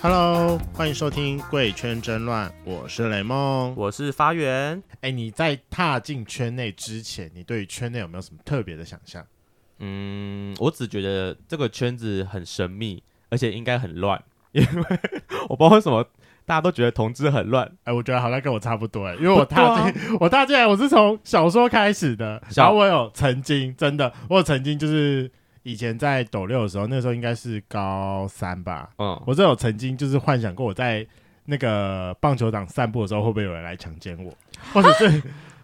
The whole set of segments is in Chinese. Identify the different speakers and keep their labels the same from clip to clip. Speaker 1: Hello，欢迎收听《贵圈争乱》，我是雷梦。
Speaker 2: 我是发源。
Speaker 1: 哎，你在踏进圈内之前，你对于圈内有没有什么特别的想象？
Speaker 2: 嗯，我只觉得这个圈子很神秘，而且应该很乱，因为 我不知道为什么大家都觉得同志很乱。
Speaker 1: 哎，我觉得好像跟我差不多哎，因为我踏进、 我踏进来，我是从小说开始的，
Speaker 2: 小
Speaker 1: 然后我有曾经真的，我有曾经就是以前在抖六的时候，那时候应该是高三吧，
Speaker 2: 嗯，
Speaker 1: 我是有曾经就是幻想过我在那个棒球场散步的时候，会不会有人来强奸我，或者是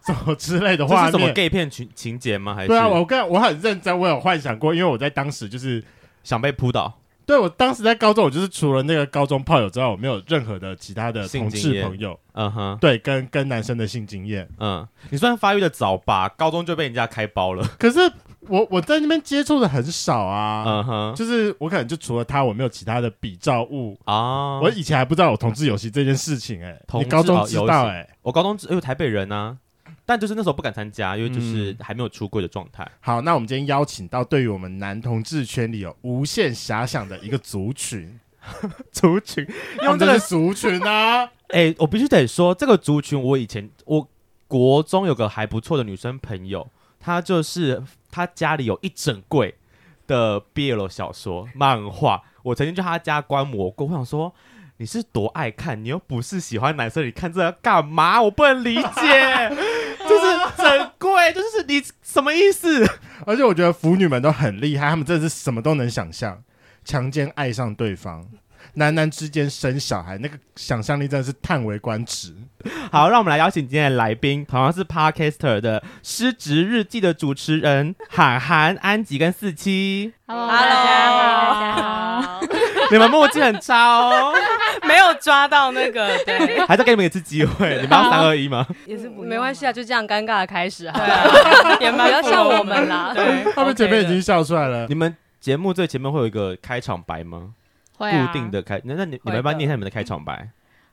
Speaker 1: 什么之类的
Speaker 2: 这
Speaker 1: 画
Speaker 2: 是什么
Speaker 1: 面。
Speaker 2: gay 片情情节吗？还是
Speaker 1: 对啊，我跟我很认真，我有幻想过，因为我在当时就是
Speaker 2: 想被扑倒？
Speaker 1: 对我当时在高中，我就是除了那个高中炮友之外，我没有任何的其他的
Speaker 2: 性
Speaker 1: 同
Speaker 2: 经
Speaker 1: 志
Speaker 2: 验
Speaker 1: 朋友，
Speaker 2: 嗯哼，
Speaker 1: 对，跟跟男生的性经验。
Speaker 2: 嗯，你算发育的早吧，高中就被人家开包了。
Speaker 1: 可是我我在那边接触的很少啊，
Speaker 2: 嗯哼，
Speaker 1: 就是我可能就除了他，我没有其他的比照物。
Speaker 2: 啊，
Speaker 1: 我
Speaker 2: 我
Speaker 1: 以前还不知道有同志游戏这件事情、欸，哎，
Speaker 2: 同
Speaker 1: 你
Speaker 2: 志哦
Speaker 1: 高中知
Speaker 2: 游
Speaker 1: 道
Speaker 2: 戏
Speaker 1: 哎、
Speaker 2: 我高中只因为台北人啊，但就是那时候不敢参加，因为就是还没有出柜的状态。
Speaker 1: 好，那我们今天邀请到对于我们男同志圈里有无限遐想的一个族 群，
Speaker 2: 族群
Speaker 1: 用这个族群啊，
Speaker 2: 哎、我必须得说，这个族群，我以前我国中有个还不错的女生朋友，她就是她家里有一整柜的 BL 小说、漫画，我曾经去她家观摩过，我想说。你是多爱看？你又不是喜欢男生，你看这要干嘛？我不能理解，就是整柜，就是你什么意思？
Speaker 1: 而且我觉得腐女们都很厉害，她们真的是什么都能想象，强奸爱上对方，男男之间生小孩，那个想象力真的是叹为观止。
Speaker 2: 好，让我们来邀请今天的来宾，同样是 Podcaster 的《失职日记》的主持人韩寒、安吉跟四七。
Speaker 3: Hello，
Speaker 4: Hello
Speaker 3: 大家好，
Speaker 4: 好，
Speaker 2: 你们默契很差哦，
Speaker 4: 没有抓到那个，对，
Speaker 2: 还再给你们一次机会，你们要三二一吗？
Speaker 3: 也是
Speaker 4: 没关系
Speaker 3: 啊，
Speaker 4: 啊，就这样尴尬的开始好了， 也蛮
Speaker 3: 不要像我们啦
Speaker 4: 对，
Speaker 1: 他们姐妹已
Speaker 4: OK 的
Speaker 1: 经笑出来了。
Speaker 2: 你们节目最前面会有一个开场白吗？
Speaker 3: 固
Speaker 2: 固定。的开，那那你你们要不要
Speaker 4: 会的
Speaker 2: 念一下你们的开场白？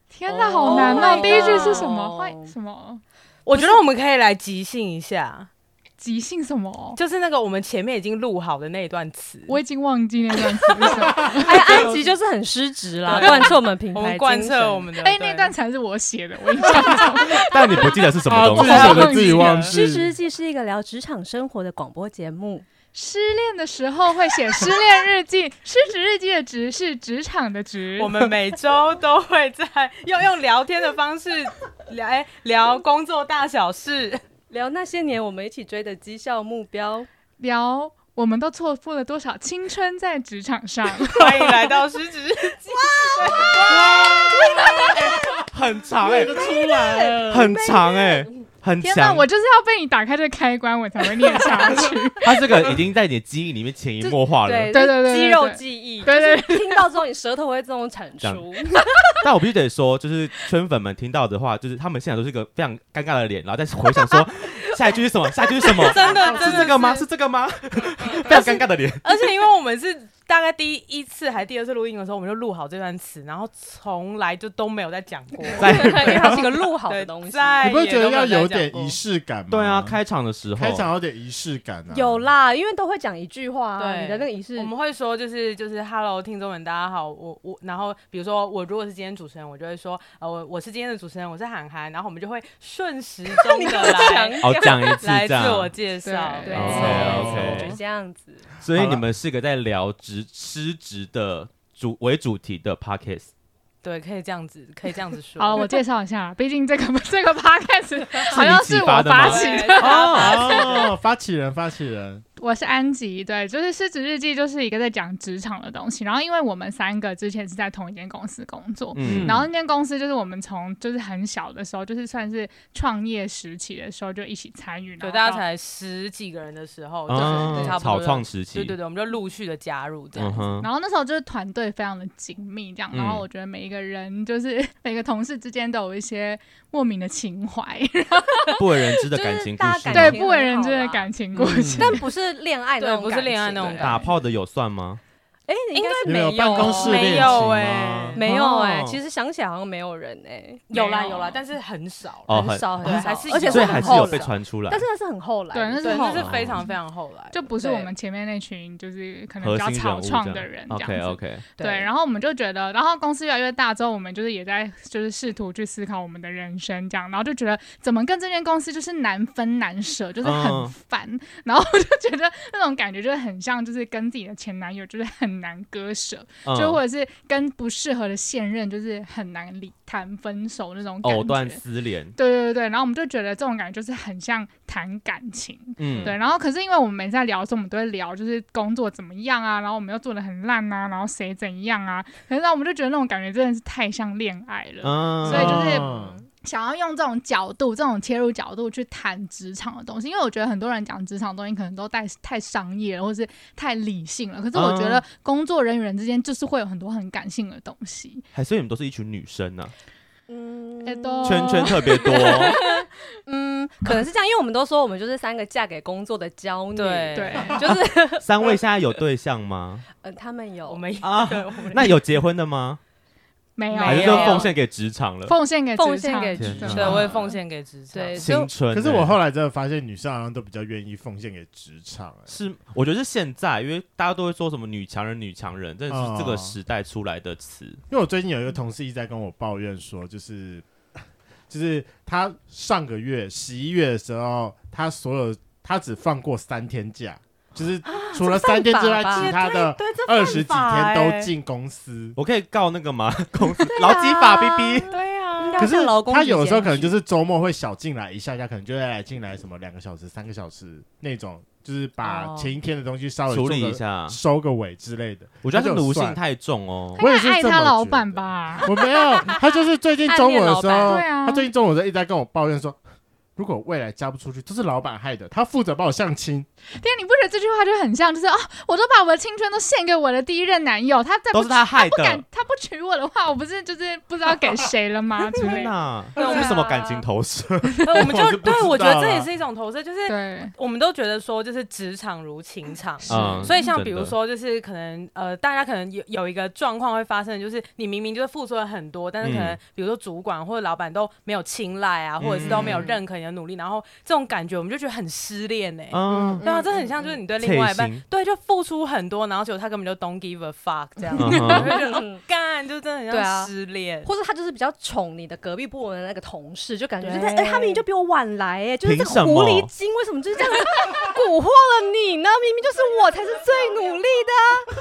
Speaker 3: 天哪，好难
Speaker 4: Oh
Speaker 3: 啊！
Speaker 4: my
Speaker 3: 第一句是什么？
Speaker 4: God
Speaker 3: 欢什么？
Speaker 4: 我觉得我们可以来即兴一下，
Speaker 3: 即兴什么？
Speaker 4: 就是那个我们前面已经录好的那一段词，
Speaker 3: 我已经忘记那段词是什 么。
Speaker 5: 哎，安吉就是很失职啦，
Speaker 4: 对
Speaker 5: 贯彻我们品
Speaker 4: 我
Speaker 5: 牌
Speaker 4: 们贯
Speaker 5: 精
Speaker 4: 彻
Speaker 5: 神
Speaker 4: 我们的，
Speaker 3: 哎，那段才是我写的，我印象中。
Speaker 2: 但你不记得是什么东
Speaker 1: 啊自己
Speaker 2: 西？
Speaker 3: 好
Speaker 1: 写的自己忘
Speaker 5: 失职日
Speaker 1: 记。
Speaker 5: 记是一个聊职场生活的广播节目，
Speaker 3: 失恋的时候会写失恋日 记，失职日记的职是职场的职。
Speaker 4: 我们每周都会在要用聊天的方式 聊，哎，聊工作大 小事，
Speaker 5: 聊那些年我们一起追的绩效目标。
Speaker 3: 聊。我们都错付了多少青春在职场 上？
Speaker 4: 欢迎来到失职日记，
Speaker 2: 很长哎，
Speaker 1: 出来了，
Speaker 2: 很长哎，很
Speaker 3: 天哪，
Speaker 2: 长
Speaker 3: 我。就是要被你打开这个开关，我才会念下 去。
Speaker 2: 它这个已经在你的记忆里面潜移默化了。
Speaker 5: 对
Speaker 3: 对对对对
Speaker 5: 肌肉记忆，
Speaker 3: 对对
Speaker 5: 就是听到之后你舌头会自动产
Speaker 2: 这样
Speaker 5: 出。
Speaker 2: 但我必须得说，就是圈粉们听到的话，就是他们现在都是一个非常尴尬的脸，然后再回想说 下一句是什么，下一句是什么，
Speaker 4: 真的真
Speaker 2: 是
Speaker 4: 的
Speaker 2: 这个吗？是这个吗？非常尴尬的脸。
Speaker 4: 而且因为我们是大概第一次还第二次录音的时候，我们就录好这段词，然后从来就都没有再讲过。
Speaker 2: 在
Speaker 5: 对，因为它是一个录好的东西。
Speaker 4: 在
Speaker 1: 你不会觉得要有点
Speaker 3: 哦
Speaker 1: 仪
Speaker 4: 仪式？
Speaker 1: 式感吗？
Speaker 2: 对 啊，开场的时候，
Speaker 1: 开场有点仪式感啊。
Speaker 5: 有，啦，因为都会讲一句话啊，
Speaker 4: 对
Speaker 5: 你的那个仪式
Speaker 4: 我。们会说就是就是 Hello，听众们，大家好，我我然后比如说我如果是今天主持人，我就会说呃我我是今天的主持人，我是韩寒，然后我们就会顺时钟的来
Speaker 2: 哦，讲一次
Speaker 4: 来
Speaker 2: 这
Speaker 4: 自我
Speaker 2: 样，
Speaker 4: 介绍，
Speaker 3: 对
Speaker 4: 对，
Speaker 2: OK，OK
Speaker 5: 就这 样子。
Speaker 2: 所以你们是一个在聊职失职的主为主题的 podcast，
Speaker 4: 对，可以这样子，可以这样子说。
Speaker 3: 好，我介绍一下，毕竟这个这个 podcast 好
Speaker 2: 你
Speaker 3: 像
Speaker 2: 启
Speaker 3: 是我
Speaker 2: 发的吗
Speaker 3: 发
Speaker 4: 对
Speaker 3: 起的。
Speaker 1: 哦，发起人，发起人，
Speaker 3: 我是安吉，对，就是《失职日记》就是一个在讲职场的东西。然后，因为我们三个之前是在同一间公司工作，
Speaker 2: 嗯，
Speaker 3: 然后那间公司就是我们从就是很小的时候，就是算是创业时期的时候就一起参与，然
Speaker 4: 对，
Speaker 3: 后
Speaker 4: 大家
Speaker 3: 到
Speaker 4: 才十几个人的时候，就是差
Speaker 2: 啊，
Speaker 4: 不多
Speaker 2: 草
Speaker 4: 的
Speaker 2: 创时期，
Speaker 4: 对对对，我们就陆续的加入这
Speaker 2: 嗯
Speaker 4: 样子。
Speaker 2: 哼，
Speaker 3: 然后那时候就是团队非常的紧密，这样。
Speaker 2: 嗯
Speaker 3: 然后我觉得每一个人就是 每个同事之间都有一些莫名的情怀，
Speaker 2: 哎不为人知的
Speaker 5: 就
Speaker 2: 感
Speaker 5: 是
Speaker 2: 情故
Speaker 5: 大家
Speaker 2: 事，
Speaker 5: 感
Speaker 3: 对
Speaker 5: 情
Speaker 3: 不为人知
Speaker 5: 很好
Speaker 3: 的
Speaker 5: 啦
Speaker 3: 感情故
Speaker 2: 嗯
Speaker 3: 事。
Speaker 5: 但不是恋爱那种
Speaker 4: 对不是恋爱那种
Speaker 5: 情
Speaker 4: 感
Speaker 2: 打炮的有算吗？
Speaker 5: 哎，应该是
Speaker 1: 你们
Speaker 5: 有
Speaker 1: 有办公室
Speaker 4: 没
Speaker 1: 恋情
Speaker 4: 有
Speaker 1: 吗
Speaker 4: 欸
Speaker 5: 没有哎，
Speaker 2: 哦
Speaker 5: 其实想起来好像没有人哎，
Speaker 4: 有啦
Speaker 3: 没有
Speaker 4: 有啦，但是很少啦，
Speaker 2: 哦
Speaker 5: 很
Speaker 2: 很
Speaker 5: 少
Speaker 4: 对
Speaker 5: 很少
Speaker 4: 还是，
Speaker 5: 而且
Speaker 4: 有
Speaker 2: 所以
Speaker 5: 很
Speaker 2: 还是
Speaker 5: 后
Speaker 2: 有
Speaker 5: 来
Speaker 2: 被传出来。
Speaker 5: 但是那是很后来的，
Speaker 3: 对那是
Speaker 4: 对，
Speaker 3: 后
Speaker 4: 那
Speaker 3: 来
Speaker 4: 是非常非常后来，
Speaker 3: 就不是
Speaker 5: 对
Speaker 3: 我们前面那群就是可能
Speaker 2: 核
Speaker 3: 比较
Speaker 2: 心人
Speaker 3: 草
Speaker 2: 物
Speaker 3: 创
Speaker 2: 这
Speaker 3: 的
Speaker 2: 样
Speaker 3: 人这样子。
Speaker 2: OK OK，
Speaker 3: 对，然后我们就觉得，然后公司越来越大之后，我们就是也在就是试图去思考我们的人生这样，然后就觉得怎么跟这间公司就是难分难舍，就是很
Speaker 2: 嗯
Speaker 3: 烦，然后我就觉得那种感觉就是很像就是跟自己的前男友就是很难割舍，就
Speaker 2: 嗯
Speaker 3: 或者是跟不适合的现任就是很难理谈分手那种感觉。
Speaker 2: 藕断丝连，
Speaker 3: 对对对，然后我们就觉得这种感觉就是很像谈感情，
Speaker 2: 嗯，
Speaker 3: 对，然后可是因为我们每次在聊的时候，我们都会聊就是工作怎么样啊，然后我们又做的很烂啊，然后谁怎样啊，可是呢，我们就觉得那种感觉真的是太像恋爱了，
Speaker 2: 嗯，
Speaker 3: 所以就是
Speaker 1: 嗯
Speaker 3: 想要用这种角度、这种切入角度去谈职场的东西，因为我觉得很多人讲职场的东西可能都太太商业了，或是太理性了，可是我觉得
Speaker 2: 嗯
Speaker 3: 工作人与人之间就是会有很多很感性的东西，
Speaker 2: 还所以你们都是一群女生呢，
Speaker 5: 嗯
Speaker 3: 哎都
Speaker 2: 圈圈特别 多，
Speaker 5: 嗯，可能是这样，因为我们都说我们就是三个嫁给工作的娇女，
Speaker 4: 对
Speaker 3: 对，
Speaker 5: 就是
Speaker 2: 三位现在有对象吗？
Speaker 5: 嗯，他们有
Speaker 4: 我们
Speaker 2: 啊
Speaker 4: 对我们
Speaker 2: 那有结婚的吗？
Speaker 3: 没有，
Speaker 2: 还是
Speaker 4: 没有
Speaker 2: 就奉献给职场了？
Speaker 3: 奉献给
Speaker 5: 奉
Speaker 3: 职
Speaker 5: 献
Speaker 3: 场
Speaker 5: 给
Speaker 2: 职
Speaker 3: 对
Speaker 2: 场
Speaker 4: 对，我也奉献给职场，
Speaker 5: 对
Speaker 2: 青春欸。
Speaker 1: 可是我后来真的发现，女生好像都比较愿意奉献给职场、欸。
Speaker 2: 是，我觉得是现在，因为大家都会说什么女强人、女强人，真的是这个
Speaker 1: 哦
Speaker 2: 时代出来的词。
Speaker 1: 因为我最近有一个同事一直在跟我抱怨说，就是 就是他上个月十一月的时候，他所有他只放过三天假，就是除了三天之外，
Speaker 5: 啊这犯法吧
Speaker 1: 其他的
Speaker 4: 对，这
Speaker 1: 二十几天
Speaker 4: 犯法
Speaker 1: 都
Speaker 4: 欸，
Speaker 1: 进公司。
Speaker 2: 我可以告那个吗？公司劳基法 BB。
Speaker 4: 对
Speaker 5: 应
Speaker 4: 啊
Speaker 5: 该，
Speaker 1: 可是
Speaker 5: 像哎劳工
Speaker 1: 他
Speaker 5: 局
Speaker 1: 有时候
Speaker 5: 检
Speaker 1: 可能
Speaker 5: 举
Speaker 1: 就是周末会小进来一下下，可能就会来进来什么两个小时、三个小时那种，就是把
Speaker 4: 哦
Speaker 1: 前一天的东西稍微
Speaker 2: 处
Speaker 1: 做
Speaker 2: 理一
Speaker 1: 个
Speaker 2: 下，
Speaker 1: 收个尾之类的。
Speaker 2: 我觉得
Speaker 1: 他
Speaker 2: 他
Speaker 1: 就
Speaker 2: 奴
Speaker 1: 算
Speaker 2: 性太重哦。
Speaker 1: 我也是
Speaker 3: 他爱
Speaker 1: 这么
Speaker 3: 他老
Speaker 1: 觉
Speaker 3: 板
Speaker 1: 得
Speaker 3: 吧。
Speaker 1: 我没有，他就是最近中午的时
Speaker 5: 暗恋
Speaker 1: 候，
Speaker 5: 老
Speaker 3: 板对啊
Speaker 1: 他最近中午的时候一直在跟我抱怨说，如果未来嫁不出去，都是老板害的，他负责帮我相亲，
Speaker 3: 天啊，你不觉得这句话就很像，就是哦，我都把我的青春都献给我的第一任男友，他再不
Speaker 2: 都是他害
Speaker 3: 不敢
Speaker 2: 的。
Speaker 3: 他不娶我的话，我不是就是不知道给谁 了吗？之类
Speaker 2: 天
Speaker 3: 的。
Speaker 2: 哪，
Speaker 5: 对
Speaker 2: 这是什么
Speaker 5: 啊
Speaker 2: 感情投射？
Speaker 4: 对我们
Speaker 1: 我
Speaker 4: 就是
Speaker 1: 不知
Speaker 4: 对，
Speaker 1: 道
Speaker 4: 我觉得这
Speaker 1: 啦
Speaker 4: 也是一种投射，就是
Speaker 3: 对，
Speaker 4: 我们都觉得说，就是职场如情场。
Speaker 3: 是
Speaker 2: 嗯，
Speaker 4: 所以，像
Speaker 2: 真
Speaker 4: 比如
Speaker 2: 的，
Speaker 4: 说，就是可能呃，大家可能有有一个状况会发生，就是你明明就是付出了很多，但是可能
Speaker 2: 嗯
Speaker 4: 比如说主管或者老板都没有青睐啊，或者是都没
Speaker 1: 嗯
Speaker 4: 有认可你的努力，然后这种感觉我们就觉得很失恋呢、
Speaker 2: 嗯，
Speaker 4: 对啊，这很像就是你对另
Speaker 2: 脆
Speaker 4: 外一半
Speaker 2: 心，
Speaker 4: 对，就付出很多，然后结果他根本就 don't give a fuck 这样，
Speaker 2: 嗯
Speaker 4: 我就
Speaker 2: 哼
Speaker 4: 觉得
Speaker 5: 嗯
Speaker 4: 干，就真的很
Speaker 5: 对啊
Speaker 4: 像失恋。
Speaker 5: 或者他就是比较宠你的隔壁部门的那个同事，就感觉就是
Speaker 4: 对
Speaker 5: 哎、他明明就比我晚来哎、就是这个
Speaker 2: 凭什么
Speaker 5: 狐狸精为什么就是这样 蛊惑了你呢？明明就是我才是最努力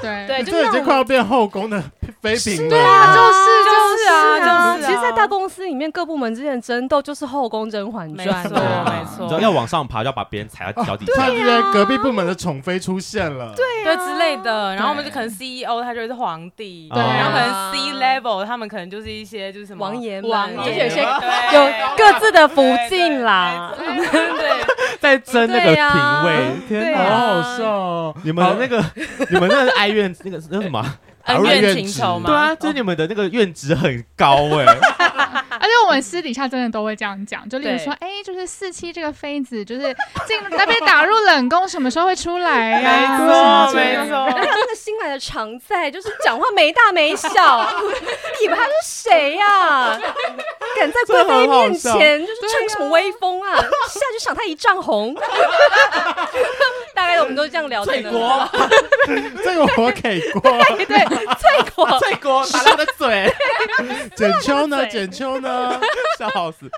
Speaker 3: 对
Speaker 5: 哎的，对，就是
Speaker 1: 这已
Speaker 5: 那
Speaker 1: 经快
Speaker 5: 种。
Speaker 1: 要变后宫的妃嫔了。
Speaker 5: 对啊，就是
Speaker 4: 就是啊就是啊
Speaker 5: 其实，在大公司里面，各部门之间的争斗就是后宫《甄嬛
Speaker 4: 没
Speaker 5: 传》
Speaker 4: 错
Speaker 5: 啊
Speaker 2: 啊
Speaker 4: 没错啊
Speaker 2: 你知道要往上爬，就要把别人踩到脚底
Speaker 1: 突
Speaker 2: 下
Speaker 1: 然。之间，隔壁部门的宠妃出现了，对，
Speaker 4: 对之类的，然后我们就
Speaker 3: 对
Speaker 4: 可能 CEO 他就是皇帝，
Speaker 2: 对
Speaker 4: 然后可
Speaker 5: 啊
Speaker 4: 能 C level 他们可能就是一些就是什么
Speaker 5: 王爷们
Speaker 4: 王
Speaker 5: 而
Speaker 4: 爷，
Speaker 5: 且有些有
Speaker 4: 对
Speaker 5: 各自的福晋啦。
Speaker 4: 对对对，
Speaker 2: 在争那
Speaker 5: 对
Speaker 2: 个
Speaker 5: 呀
Speaker 2: 品味，天
Speaker 4: 啊对
Speaker 2: 哪！
Speaker 4: 啊
Speaker 1: 好好笑哦。
Speaker 2: 你们的那个，你们那个哀怨，那个那个什么啊？
Speaker 4: 恩
Speaker 1: 恩
Speaker 4: 怨
Speaker 1: 怨
Speaker 4: 情
Speaker 1: 值
Speaker 4: 仇嘛，
Speaker 2: 对啊，就是你们的那个怨值很高哎。
Speaker 3: 而且我们私底下真的都会这样讲，就例如说，哎，就是四七这个妃子，就是进那边打入冷宫，什么时候会出来呀？什么
Speaker 4: 哦，
Speaker 3: 之类
Speaker 4: 没
Speaker 3: 的。
Speaker 5: 还
Speaker 4: 错。
Speaker 5: 有那个新来的常在，就是讲话没大没小， 以为他是谁呀、敢在贵妃面前就是逞什么威风啊？下去赏他一丈红。 大概我们都这样聊天
Speaker 2: 脆
Speaker 5: 的。
Speaker 2: 锅，
Speaker 1: 这个我给 过。
Speaker 5: 对 对，翠果，
Speaker 2: 脆锅，打他的嘴，
Speaker 1: 简秋呢？
Speaker 5: 对
Speaker 1: 简秋呢？
Speaker 2: 笑 死！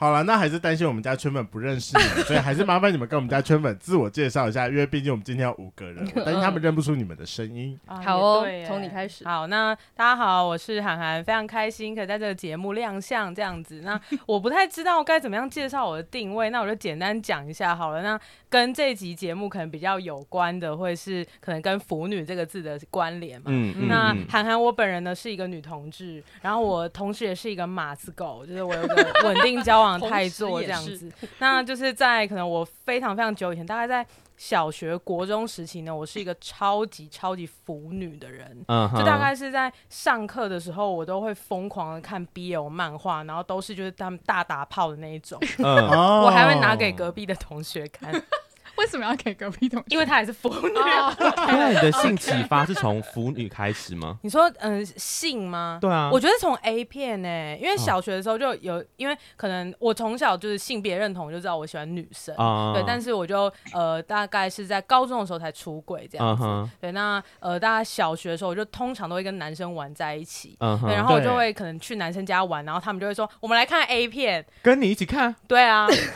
Speaker 1: 好了，那还是担心我们家圈粉不认识你们，所以还是麻烦你们跟我们家圈粉自我介绍一下，因为毕竟我们今天有五个人，我担心他
Speaker 5: 嗯
Speaker 1: 们认不出你们的声音。
Speaker 4: 啊
Speaker 5: 好哦
Speaker 4: 也对耶
Speaker 5: 从你开始
Speaker 4: 好，那大家好，我是涵涵，非常开心可以在这个节目亮相这样子。 那我不太知道该怎么样介绍我的定位，那我就简单讲一下好了。那跟这集节目可能比较有关的，会是可能跟“腐女”这个字的关联嘛。
Speaker 2: 嗯
Speaker 4: 那涵涵，我本人呢是一个女同志，然后我同时也是一个马子狗，就是我有个稳定交往的态
Speaker 5: 同
Speaker 4: 度
Speaker 5: 时也
Speaker 4: 这样
Speaker 5: 是
Speaker 4: 子。那就是在可能我非常非常久以前，大概在小学、国中时期呢，我是一个超级超级腐女的人。
Speaker 2: 嗯
Speaker 5: 啊
Speaker 2: 哼
Speaker 4: 就大概是在上课的时候，我都会疯狂的看 BL 漫画，然后都 是就是他们大打炮的那一种，
Speaker 2: 嗯
Speaker 1: 哦
Speaker 4: 我还会拿给隔壁的同学看。
Speaker 3: 为什么要给隔壁同学？
Speaker 4: 因为她也是腐女。
Speaker 3: 哦
Speaker 2: 因为你的性启发是从腐女开始吗？
Speaker 4: 你说嗯、性吗？
Speaker 2: 对啊，
Speaker 4: 我觉得从 A 片呢、因为小学的时候就有，因为可能我从小就是性别认同就知道我喜欢女生，
Speaker 2: 啊，
Speaker 4: 对，但是我就呃大概是在高中的时候才出轨这样
Speaker 2: 嗯
Speaker 4: 子。
Speaker 2: 哼，
Speaker 4: 对，那呃大家小学的时候，我就通常都会跟男生玩在一起。
Speaker 2: 嗯
Speaker 4: 对，然
Speaker 2: 哼，
Speaker 4: 后我
Speaker 1: 对
Speaker 4: 就会可能去男生家玩，然后他们就会说：“我们来看 A 片。
Speaker 2: 跟你一起看”
Speaker 4: 对啊，就是就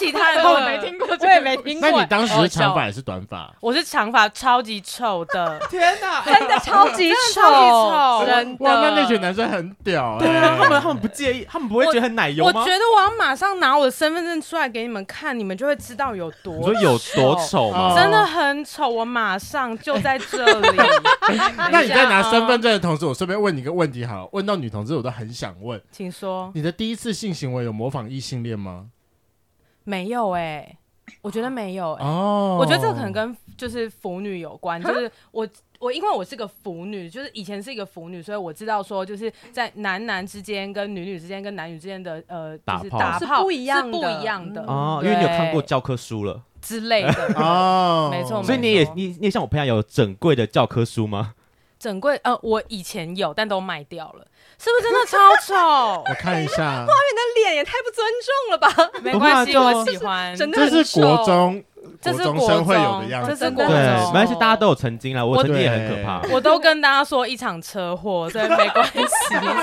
Speaker 4: 其他人
Speaker 3: 我
Speaker 4: 都
Speaker 3: 没听过这个
Speaker 4: 我也没听过。
Speaker 1: 那你当时
Speaker 4: 好好
Speaker 1: 是长
Speaker 4: 笑
Speaker 1: 发还是短发？
Speaker 4: 我是长发，超级丑的，
Speaker 2: 天哪！
Speaker 5: 真的超级丑，
Speaker 2: 哦
Speaker 4: 超级丑
Speaker 5: 真的。
Speaker 1: 哇，那那群男生很屌哎、
Speaker 2: 对啊，他们他们不介意，他们不会觉得很奶油
Speaker 4: 我
Speaker 2: 吗
Speaker 4: 觉？得我要马上拿我的身份证出来给你们看，你们就会知道有多
Speaker 2: 你说有多丑吗？
Speaker 1: 哦
Speaker 4: 真的很丑，我马上就在这 里。
Speaker 1: 那你在拿身份
Speaker 4: 证，
Speaker 1: 证的同时，我顺便问你一个问题，好了，问到女同志我都很想问，
Speaker 4: 请说。
Speaker 1: 你的第一次性行为有模仿异性恋吗？
Speaker 4: 没有哎、我觉得没有哎、
Speaker 1: 哦，
Speaker 4: 我觉得这可能跟就是腐女有关，就是我。我因为我是个腐女，就是以前是一个腐女，所以我知道说，就是在男男之间、跟女女之间、跟男女之间的呃，
Speaker 2: 打
Speaker 4: 就是
Speaker 2: 炮
Speaker 4: 打
Speaker 5: 是
Speaker 4: 炮
Speaker 5: 不一样
Speaker 4: 是
Speaker 5: 的
Speaker 4: 不一样的
Speaker 2: 哦，因为你有看过
Speaker 4: 对
Speaker 2: 教科书了，
Speaker 4: 之类的。
Speaker 1: 哦，
Speaker 4: 没错
Speaker 2: 所以你也你你也像我朋友有整柜的教科书吗？
Speaker 4: 整柜呃，我以前有，但都卖掉了，是不是真的超
Speaker 1: 我看一下，
Speaker 5: 你的脸也太不尊重了吧！
Speaker 4: 丑？没
Speaker 2: 不会啊
Speaker 4: 关系，
Speaker 2: 就
Speaker 4: 我喜欢。
Speaker 5: 真的
Speaker 1: 嗯这是国中
Speaker 4: 这是
Speaker 1: 中生会有的样
Speaker 4: 这
Speaker 1: 子，
Speaker 4: 是
Speaker 5: 真
Speaker 4: 国
Speaker 5: 的
Speaker 2: 对，
Speaker 4: 中，
Speaker 2: 没关系，大家都有曾经啦，我
Speaker 4: 我
Speaker 2: 曾经也很可怕，
Speaker 4: 我都跟大家说一场车 祸，所以没关系。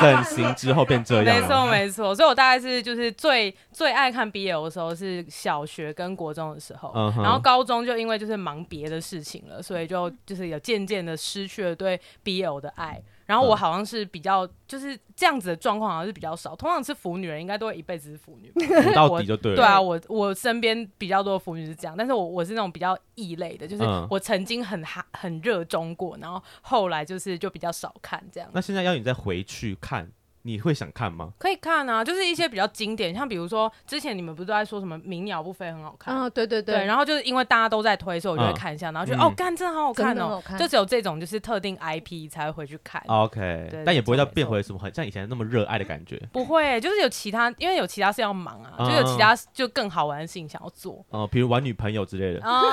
Speaker 2: 整形之后变这
Speaker 4: 没
Speaker 2: 样
Speaker 4: 错
Speaker 2: 了。
Speaker 4: 没错，所以我大概是就是最最爱看 BL 的时候是小学跟国中的时候，
Speaker 2: 嗯哼
Speaker 4: 然后高中就因为就是忙别的事情了，所以就
Speaker 5: 嗯
Speaker 4: 就是有渐渐的失去了对 BL 的爱。然后我
Speaker 2: 嗯
Speaker 4: 好像是比较就是这样子的状况，好像是比较少。通常是腐女人，应该都会一辈子是腐女吧。
Speaker 2: 补到底就对了。
Speaker 4: 对啊，我我身边比较多的腐女是这样，但是我我是那种比较异类的，就是
Speaker 2: 嗯
Speaker 4: 我曾经很哈很热衷过，然后后来就是就比较少看这样。
Speaker 2: 那现在要你再回去看，你会想看吗？
Speaker 4: 可以看啊，就是一些比较经典，像比如说之前你们不是都在说什么《鸣鸟不飞》很好看，
Speaker 5: 啊，对对对，
Speaker 4: 对，然后就是因为大家都在推，所以我就会
Speaker 2: 嗯
Speaker 4: 看一下，然后就、
Speaker 2: 嗯
Speaker 4: 哦，干真的好好看
Speaker 5: 真的很
Speaker 4: 哦
Speaker 5: 好，看
Speaker 4: 就只有这种就是特定 IP 才会回去看。
Speaker 5: 哎
Speaker 2: 啊 OK，
Speaker 4: 对
Speaker 2: 但也不会
Speaker 4: 没
Speaker 2: 再
Speaker 4: 错
Speaker 2: 变回什么很像以前那么热爱的感觉。
Speaker 4: 不会、就是有其他，因为有其他事要忙啊，就有
Speaker 2: 嗯
Speaker 4: 其他就更好玩的事情想要 做。
Speaker 2: 哦，比如玩女朋友之类的，
Speaker 4: 啊、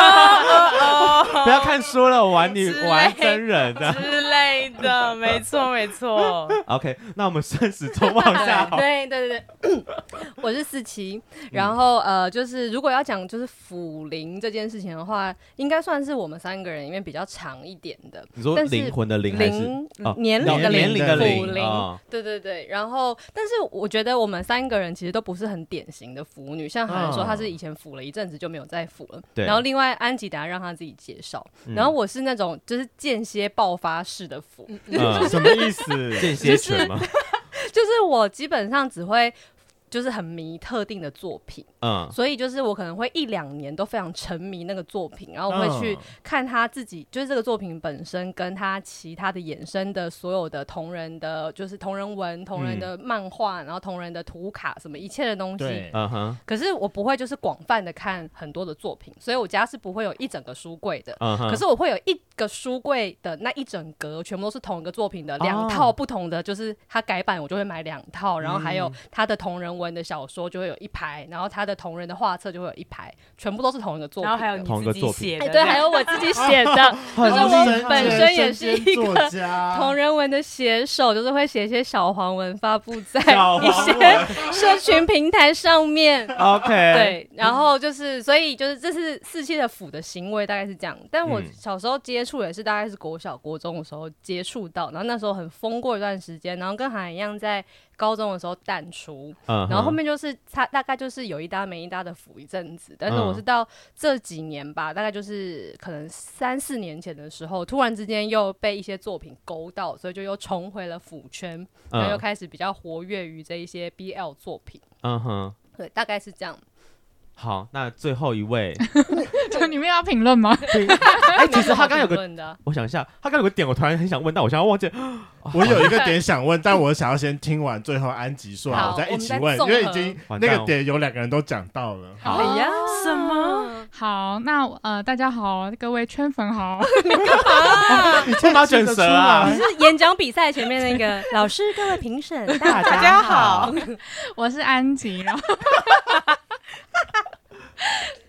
Speaker 4: 哦哦哦
Speaker 2: 不要看书了，玩女
Speaker 4: 之类
Speaker 2: 玩真人啊 的。
Speaker 4: 之类的，没错没错。
Speaker 2: OK，那我们生死中往下 好。嗯
Speaker 5: 对对对 对，我是四期。然后呃，就是如果要讲就是辅龄这件事情的话，应该算是我们三个人里面比较长一点的。
Speaker 2: 你说
Speaker 5: 但是
Speaker 2: 灵魂的灵还是
Speaker 5: 零
Speaker 2: 哦
Speaker 5: 年龄
Speaker 1: 龄
Speaker 5: 的
Speaker 1: 的
Speaker 2: 年龄的
Speaker 1: 零
Speaker 5: 辅
Speaker 2: 灵
Speaker 5: 龄，
Speaker 2: 啊？
Speaker 5: 对对对。然后，但是我觉得我们三个人其实都不是很典型的腐女，像韩说
Speaker 2: 嗯
Speaker 5: 她是以前腐了一阵子就没有再腐了。
Speaker 2: 对
Speaker 5: 然后另外安吉达让她自己介绍，
Speaker 2: 嗯
Speaker 5: 然后我是那种就是间歇爆发式的腐，
Speaker 2: 嗯
Speaker 1: 什么意思？
Speaker 2: 间歇犬吗？
Speaker 5: 就是我基本上只会就是很迷特定的作品。
Speaker 2: 嗯，
Speaker 5: 所以就是我可能会一两年都非常沉迷那个作品，然后我会去看他自己，就是这个作品本身跟他其他的衍生的所有的同人的，就是同人文、同人的漫画，然后同人的图卡什么一切的东西。
Speaker 1: 对，
Speaker 2: 嗯哼，
Speaker 5: 可是我不会就是广泛的看很多的作品，所以我家是不会有一整个书柜的。
Speaker 2: 嗯哼。
Speaker 5: 可是我会有一个书柜的那一整格，全部都是同一个作品
Speaker 2: 哦
Speaker 5: 的两套不同的，就是它改版我就会买两套，然后还
Speaker 2: 嗯
Speaker 5: 有它的同人文的小说就会有一排，然后它的同人的画册就会有一排，全部都是同一个作品的。
Speaker 4: 然后还有你
Speaker 2: 同一个
Speaker 4: 自己
Speaker 2: 作品
Speaker 4: 写的
Speaker 5: 哎，
Speaker 4: 这
Speaker 5: 对，
Speaker 4: 样，
Speaker 5: 还有我自己写 的
Speaker 2: 很
Speaker 5: 就是我
Speaker 2: 厉害
Speaker 5: 本身也是一个
Speaker 1: 作家，
Speaker 5: 同人文的写手，就是会写一些小黄文发布在
Speaker 2: 小
Speaker 5: 一
Speaker 2: 黄
Speaker 5: 些社群平台上面。
Speaker 2: OK，
Speaker 5: 对，
Speaker 2: 嗯
Speaker 5: 然后就是，所以就是这是四期的腐的行为，大概是这样。但我
Speaker 2: 嗯
Speaker 5: 小时候接触也是大概是国小、国中的时候接触到，然后那时候很疯过一段时间，然后跟韩一样在高中的时候淡出，
Speaker 2: 嗯哼，
Speaker 5: 然后后面就是他大概就是有一搭没一搭的腐一阵子。但是
Speaker 2: 嗯
Speaker 5: 我是到这几年吧，大概就是可能三四年前的时候，突然之间又被一些作品勾到，所以就又重回了腐圈，然后又
Speaker 2: 嗯
Speaker 5: 开始比较活跃于这一些 BL 作品。
Speaker 2: 嗯哼，
Speaker 5: 对，大概是这样。
Speaker 2: 好，那最后一位，
Speaker 3: 就你们要评论吗？
Speaker 2: 哎，其实他刚刚有
Speaker 5: 评
Speaker 2: 个，
Speaker 5: 论的啊。
Speaker 2: 我想一下，他刚刚有个点，我突然很想问，但我现在忘记了，
Speaker 1: 我有一个点想问，但我想要先听完最后安吉说，
Speaker 5: 好
Speaker 1: 我再一起
Speaker 5: 我们
Speaker 1: 问，因
Speaker 5: 再综合
Speaker 1: 为已经
Speaker 2: 完蛋
Speaker 1: 那
Speaker 2: 哦
Speaker 1: 个点有两个人都讲到了。
Speaker 2: 好
Speaker 5: 哎呀，
Speaker 4: 什么？
Speaker 3: 好，那呃，大家好，各位圈粉好，
Speaker 2: 你干嘛卷舌啊
Speaker 5: 你？是演讲比赛前面那个老师，各位评审，大
Speaker 4: 大家好，
Speaker 3: 哦我是安吉，然后。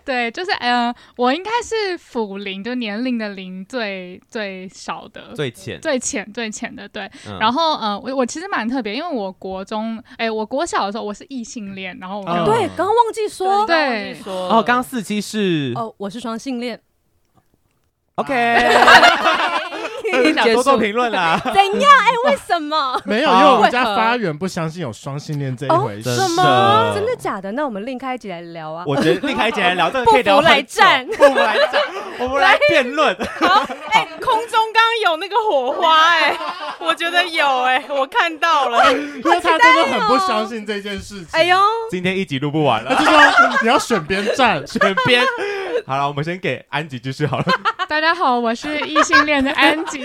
Speaker 3: 对，就是呃，我应该是辅龄，就年龄的龄最最少的，
Speaker 2: 最浅，
Speaker 3: 最浅最浅的，对。
Speaker 2: 嗯
Speaker 3: 然后呃，我我其实蛮特别，因为我国中，哎，我国小的时候我是异性恋，然后我
Speaker 2: 哦
Speaker 3: 就、
Speaker 5: 对，刚刚忘记说，
Speaker 3: 对
Speaker 4: 说
Speaker 2: 哦，刚刚四期是
Speaker 5: 哦，我是双性恋，
Speaker 2: OK，
Speaker 4: 结
Speaker 2: 多
Speaker 4: 束
Speaker 2: 做评论啦。
Speaker 5: 怎样？哎，为什么？
Speaker 1: 没有，因为我
Speaker 5: 为
Speaker 1: 们家
Speaker 5: 何
Speaker 1: 发源不相信有双性恋这一
Speaker 5: 哦
Speaker 1: 回事。
Speaker 2: 真的
Speaker 5: 真的假的？那我们另开一集来聊啊。
Speaker 2: 我觉得立凯姐来聊，但
Speaker 5: 不
Speaker 2: 可以聊
Speaker 5: 服
Speaker 2: 很
Speaker 5: 来
Speaker 2: 久
Speaker 5: 战
Speaker 2: 不服来战，我们来辩论。
Speaker 4: 哎、空中刚刚有那个火花哎、我觉得有哎、我看到了。
Speaker 1: 因为他真的很不相信这件事情。
Speaker 5: 哎呦，，
Speaker 2: 今天一集录不完
Speaker 1: 他
Speaker 2: 了，
Speaker 1: 就说你要选边站，
Speaker 2: 选 边。好了，我们先给安吉继续 好了。
Speaker 3: 大家好，我是异性恋的安 吉。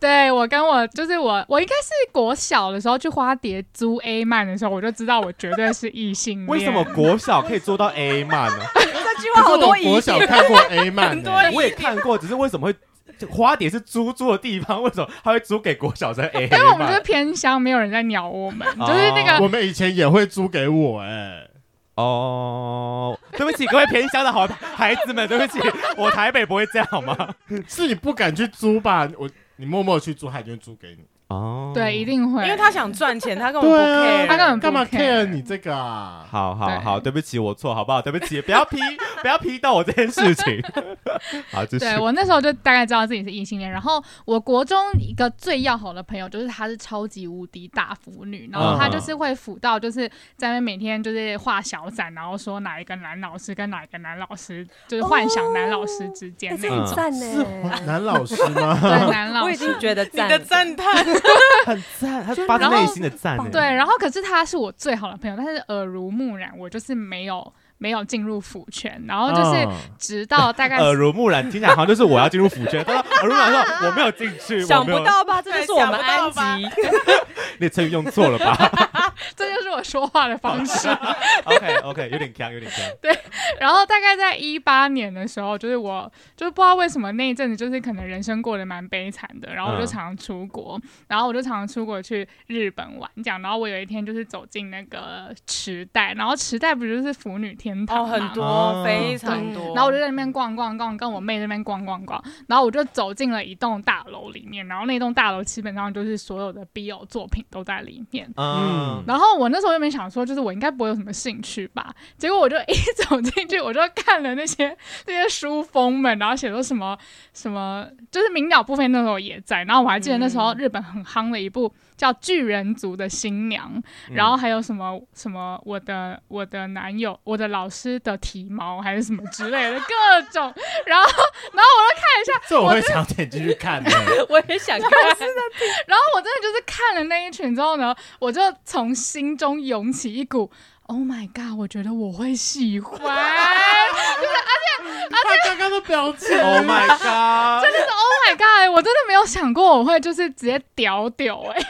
Speaker 3: 对我跟我就是我，我应该是国小的时候去花蝶租 A 漫的时候，我就知道我绝对是异性恋。
Speaker 2: 为什么国小可以做到 A 漫呢？
Speaker 5: 这句话
Speaker 1: 可
Speaker 5: 好
Speaker 1: 是我
Speaker 5: 多疑
Speaker 1: 国
Speaker 5: 点。
Speaker 1: 小看过 A 漫欸
Speaker 4: 很
Speaker 1: 呢、
Speaker 4: 多疑
Speaker 2: 我也看过，只是为什么会这花蝶是租住的地方，为什么他会租给国小生 A
Speaker 3: 因为我们就是
Speaker 2: 漫？
Speaker 3: 偏乡，没有人在鸟我们，
Speaker 2: 哦
Speaker 3: 就是那个
Speaker 1: 我们以前也会租给我哎、
Speaker 2: 哦，对不起，各位偏乡的好孩子们，对不起，我台北不会这样好吗？
Speaker 1: 是你不敢去租吧？我你默默去租，他就租给你。
Speaker 2: 哦，
Speaker 3: 对，一。定会，
Speaker 4: 因为他想赚钱，他根本不
Speaker 1: 对啊
Speaker 4: care，
Speaker 3: 他根本不
Speaker 1: 干嘛
Speaker 3: care
Speaker 1: care 你这个啊？
Speaker 2: 好好好，对不起，我错，好不好？对不起，不要批， 不要批到我这件事 情。好，继续。
Speaker 3: 对我那时候就大概知道自己是异性恋，然后我国中一个最要好的朋友，就是她是超级无敌大腐女，然后她就是会腐到就是在那边每天就是画小伞，然后说哪一个男老师跟哪一个男老师就是幻想男老师之间
Speaker 5: 哎，
Speaker 3: 那
Speaker 5: 这
Speaker 3: 种。
Speaker 5: 很赞
Speaker 1: 是
Speaker 5: 呢。
Speaker 1: 男老师 吗？
Speaker 3: 对男老
Speaker 5: 我已
Speaker 3: 师，
Speaker 5: 经觉得
Speaker 4: 你
Speaker 5: 赞
Speaker 4: 的
Speaker 5: 了，
Speaker 4: 赞叹，
Speaker 2: 很赞，他
Speaker 5: 真的
Speaker 2: 发自
Speaker 3: 然
Speaker 2: 内
Speaker 3: 后
Speaker 2: 心的赞欸。
Speaker 3: 对，然后可是他是我最好的朋友，但是耳濡目染，我就是没有没有进入腐圈，然后就是
Speaker 1: 嗯
Speaker 3: 直到大概
Speaker 2: 啊耳濡目染，听起来好像就是我 要进入腐圈。他说耳濡目染说我没有进去，我
Speaker 5: 想
Speaker 2: 没有
Speaker 5: 不，到吧？这就是我们安
Speaker 4: 想不到吧
Speaker 5: 吉。
Speaker 2: 你成语用错了吧
Speaker 3: 这就是我说话的方式。
Speaker 2: ？OK OK，有点强，有点强。
Speaker 3: 然后大概在一八年的时候，就是我就是不知道为什么那一阵子就是可能人生过得蛮悲惨的，然后我就
Speaker 2: 嗯
Speaker 3: 常常出国，然后我就常常出国去日本玩这样。然后我有一天就是走进那个池袋，然后池袋不就是腐女天堂
Speaker 4: 哦，
Speaker 3: 吗
Speaker 4: 很
Speaker 2: 啊
Speaker 4: 多，非常多。
Speaker 3: 然后我就在那边逛逛逛，跟我妹在那边逛逛逛，然后我就走进了一栋大楼里面，然后那栋大楼基本上就是所有的 BL 作品都在里面。
Speaker 2: 嗯，
Speaker 3: 然后我那时候原本想说，就是我应该不会有什么兴趣吧，结果我就一走进去，我就看了那些 那些书封们，然后写说什么什么，就是鸣鸟部分那时候也在，然后我还记得那时候日本很夯的一部叫《巨人族的新娘》，然后还有什么什么我的我的男友我的老师的体毛还是什么之类的各种，然后然后我就看一下，
Speaker 1: 这我会想点进去 看的、
Speaker 5: 我也想看，
Speaker 3: 然后我真的就是看了那一群之后呢，我就从心中涌起一股 “Oh my god”，我觉得我会喜欢，真
Speaker 1: 他刚刚的表情
Speaker 2: Oh my god！
Speaker 3: 的是 “Oh my god”，我真的没有想过我会就是直接屌屌哎、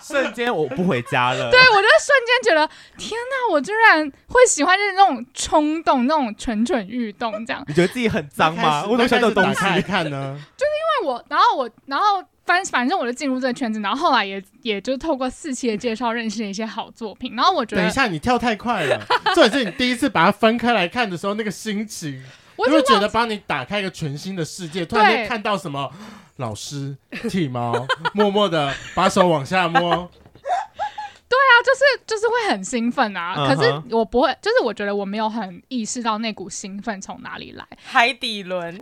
Speaker 2: 瞬间我不回家了。
Speaker 3: 对我就瞬间觉得天哪，我居然会喜欢，就是那种冲动，那种蠢蠢欲动这样。
Speaker 2: 你觉得自己很脏吗？我怎么想这种东西？
Speaker 1: 来看呢？
Speaker 3: 因为我，然后我，然后反反正我就进入这个圈子，然后后来也也就透过四期的介绍认识了一些好作品，然后我觉
Speaker 1: 等一
Speaker 3: 得
Speaker 1: 下，你跳太快了。 这也是你第一次把它分开来看的时候，那个心情，
Speaker 3: 我
Speaker 1: 你
Speaker 3: 已经
Speaker 1: 会觉
Speaker 3: 忘
Speaker 1: 得帮你打开一个全新的世界，突然
Speaker 3: 对
Speaker 1: 间看到什么老师 剃毛，默默的把手往下 摸，
Speaker 3: 就是就是会很兴奋啊
Speaker 2: 嗯哼
Speaker 3: 可是我不会，就是我觉得我没有很意识到那股兴奋从哪里来。
Speaker 4: 海底轮，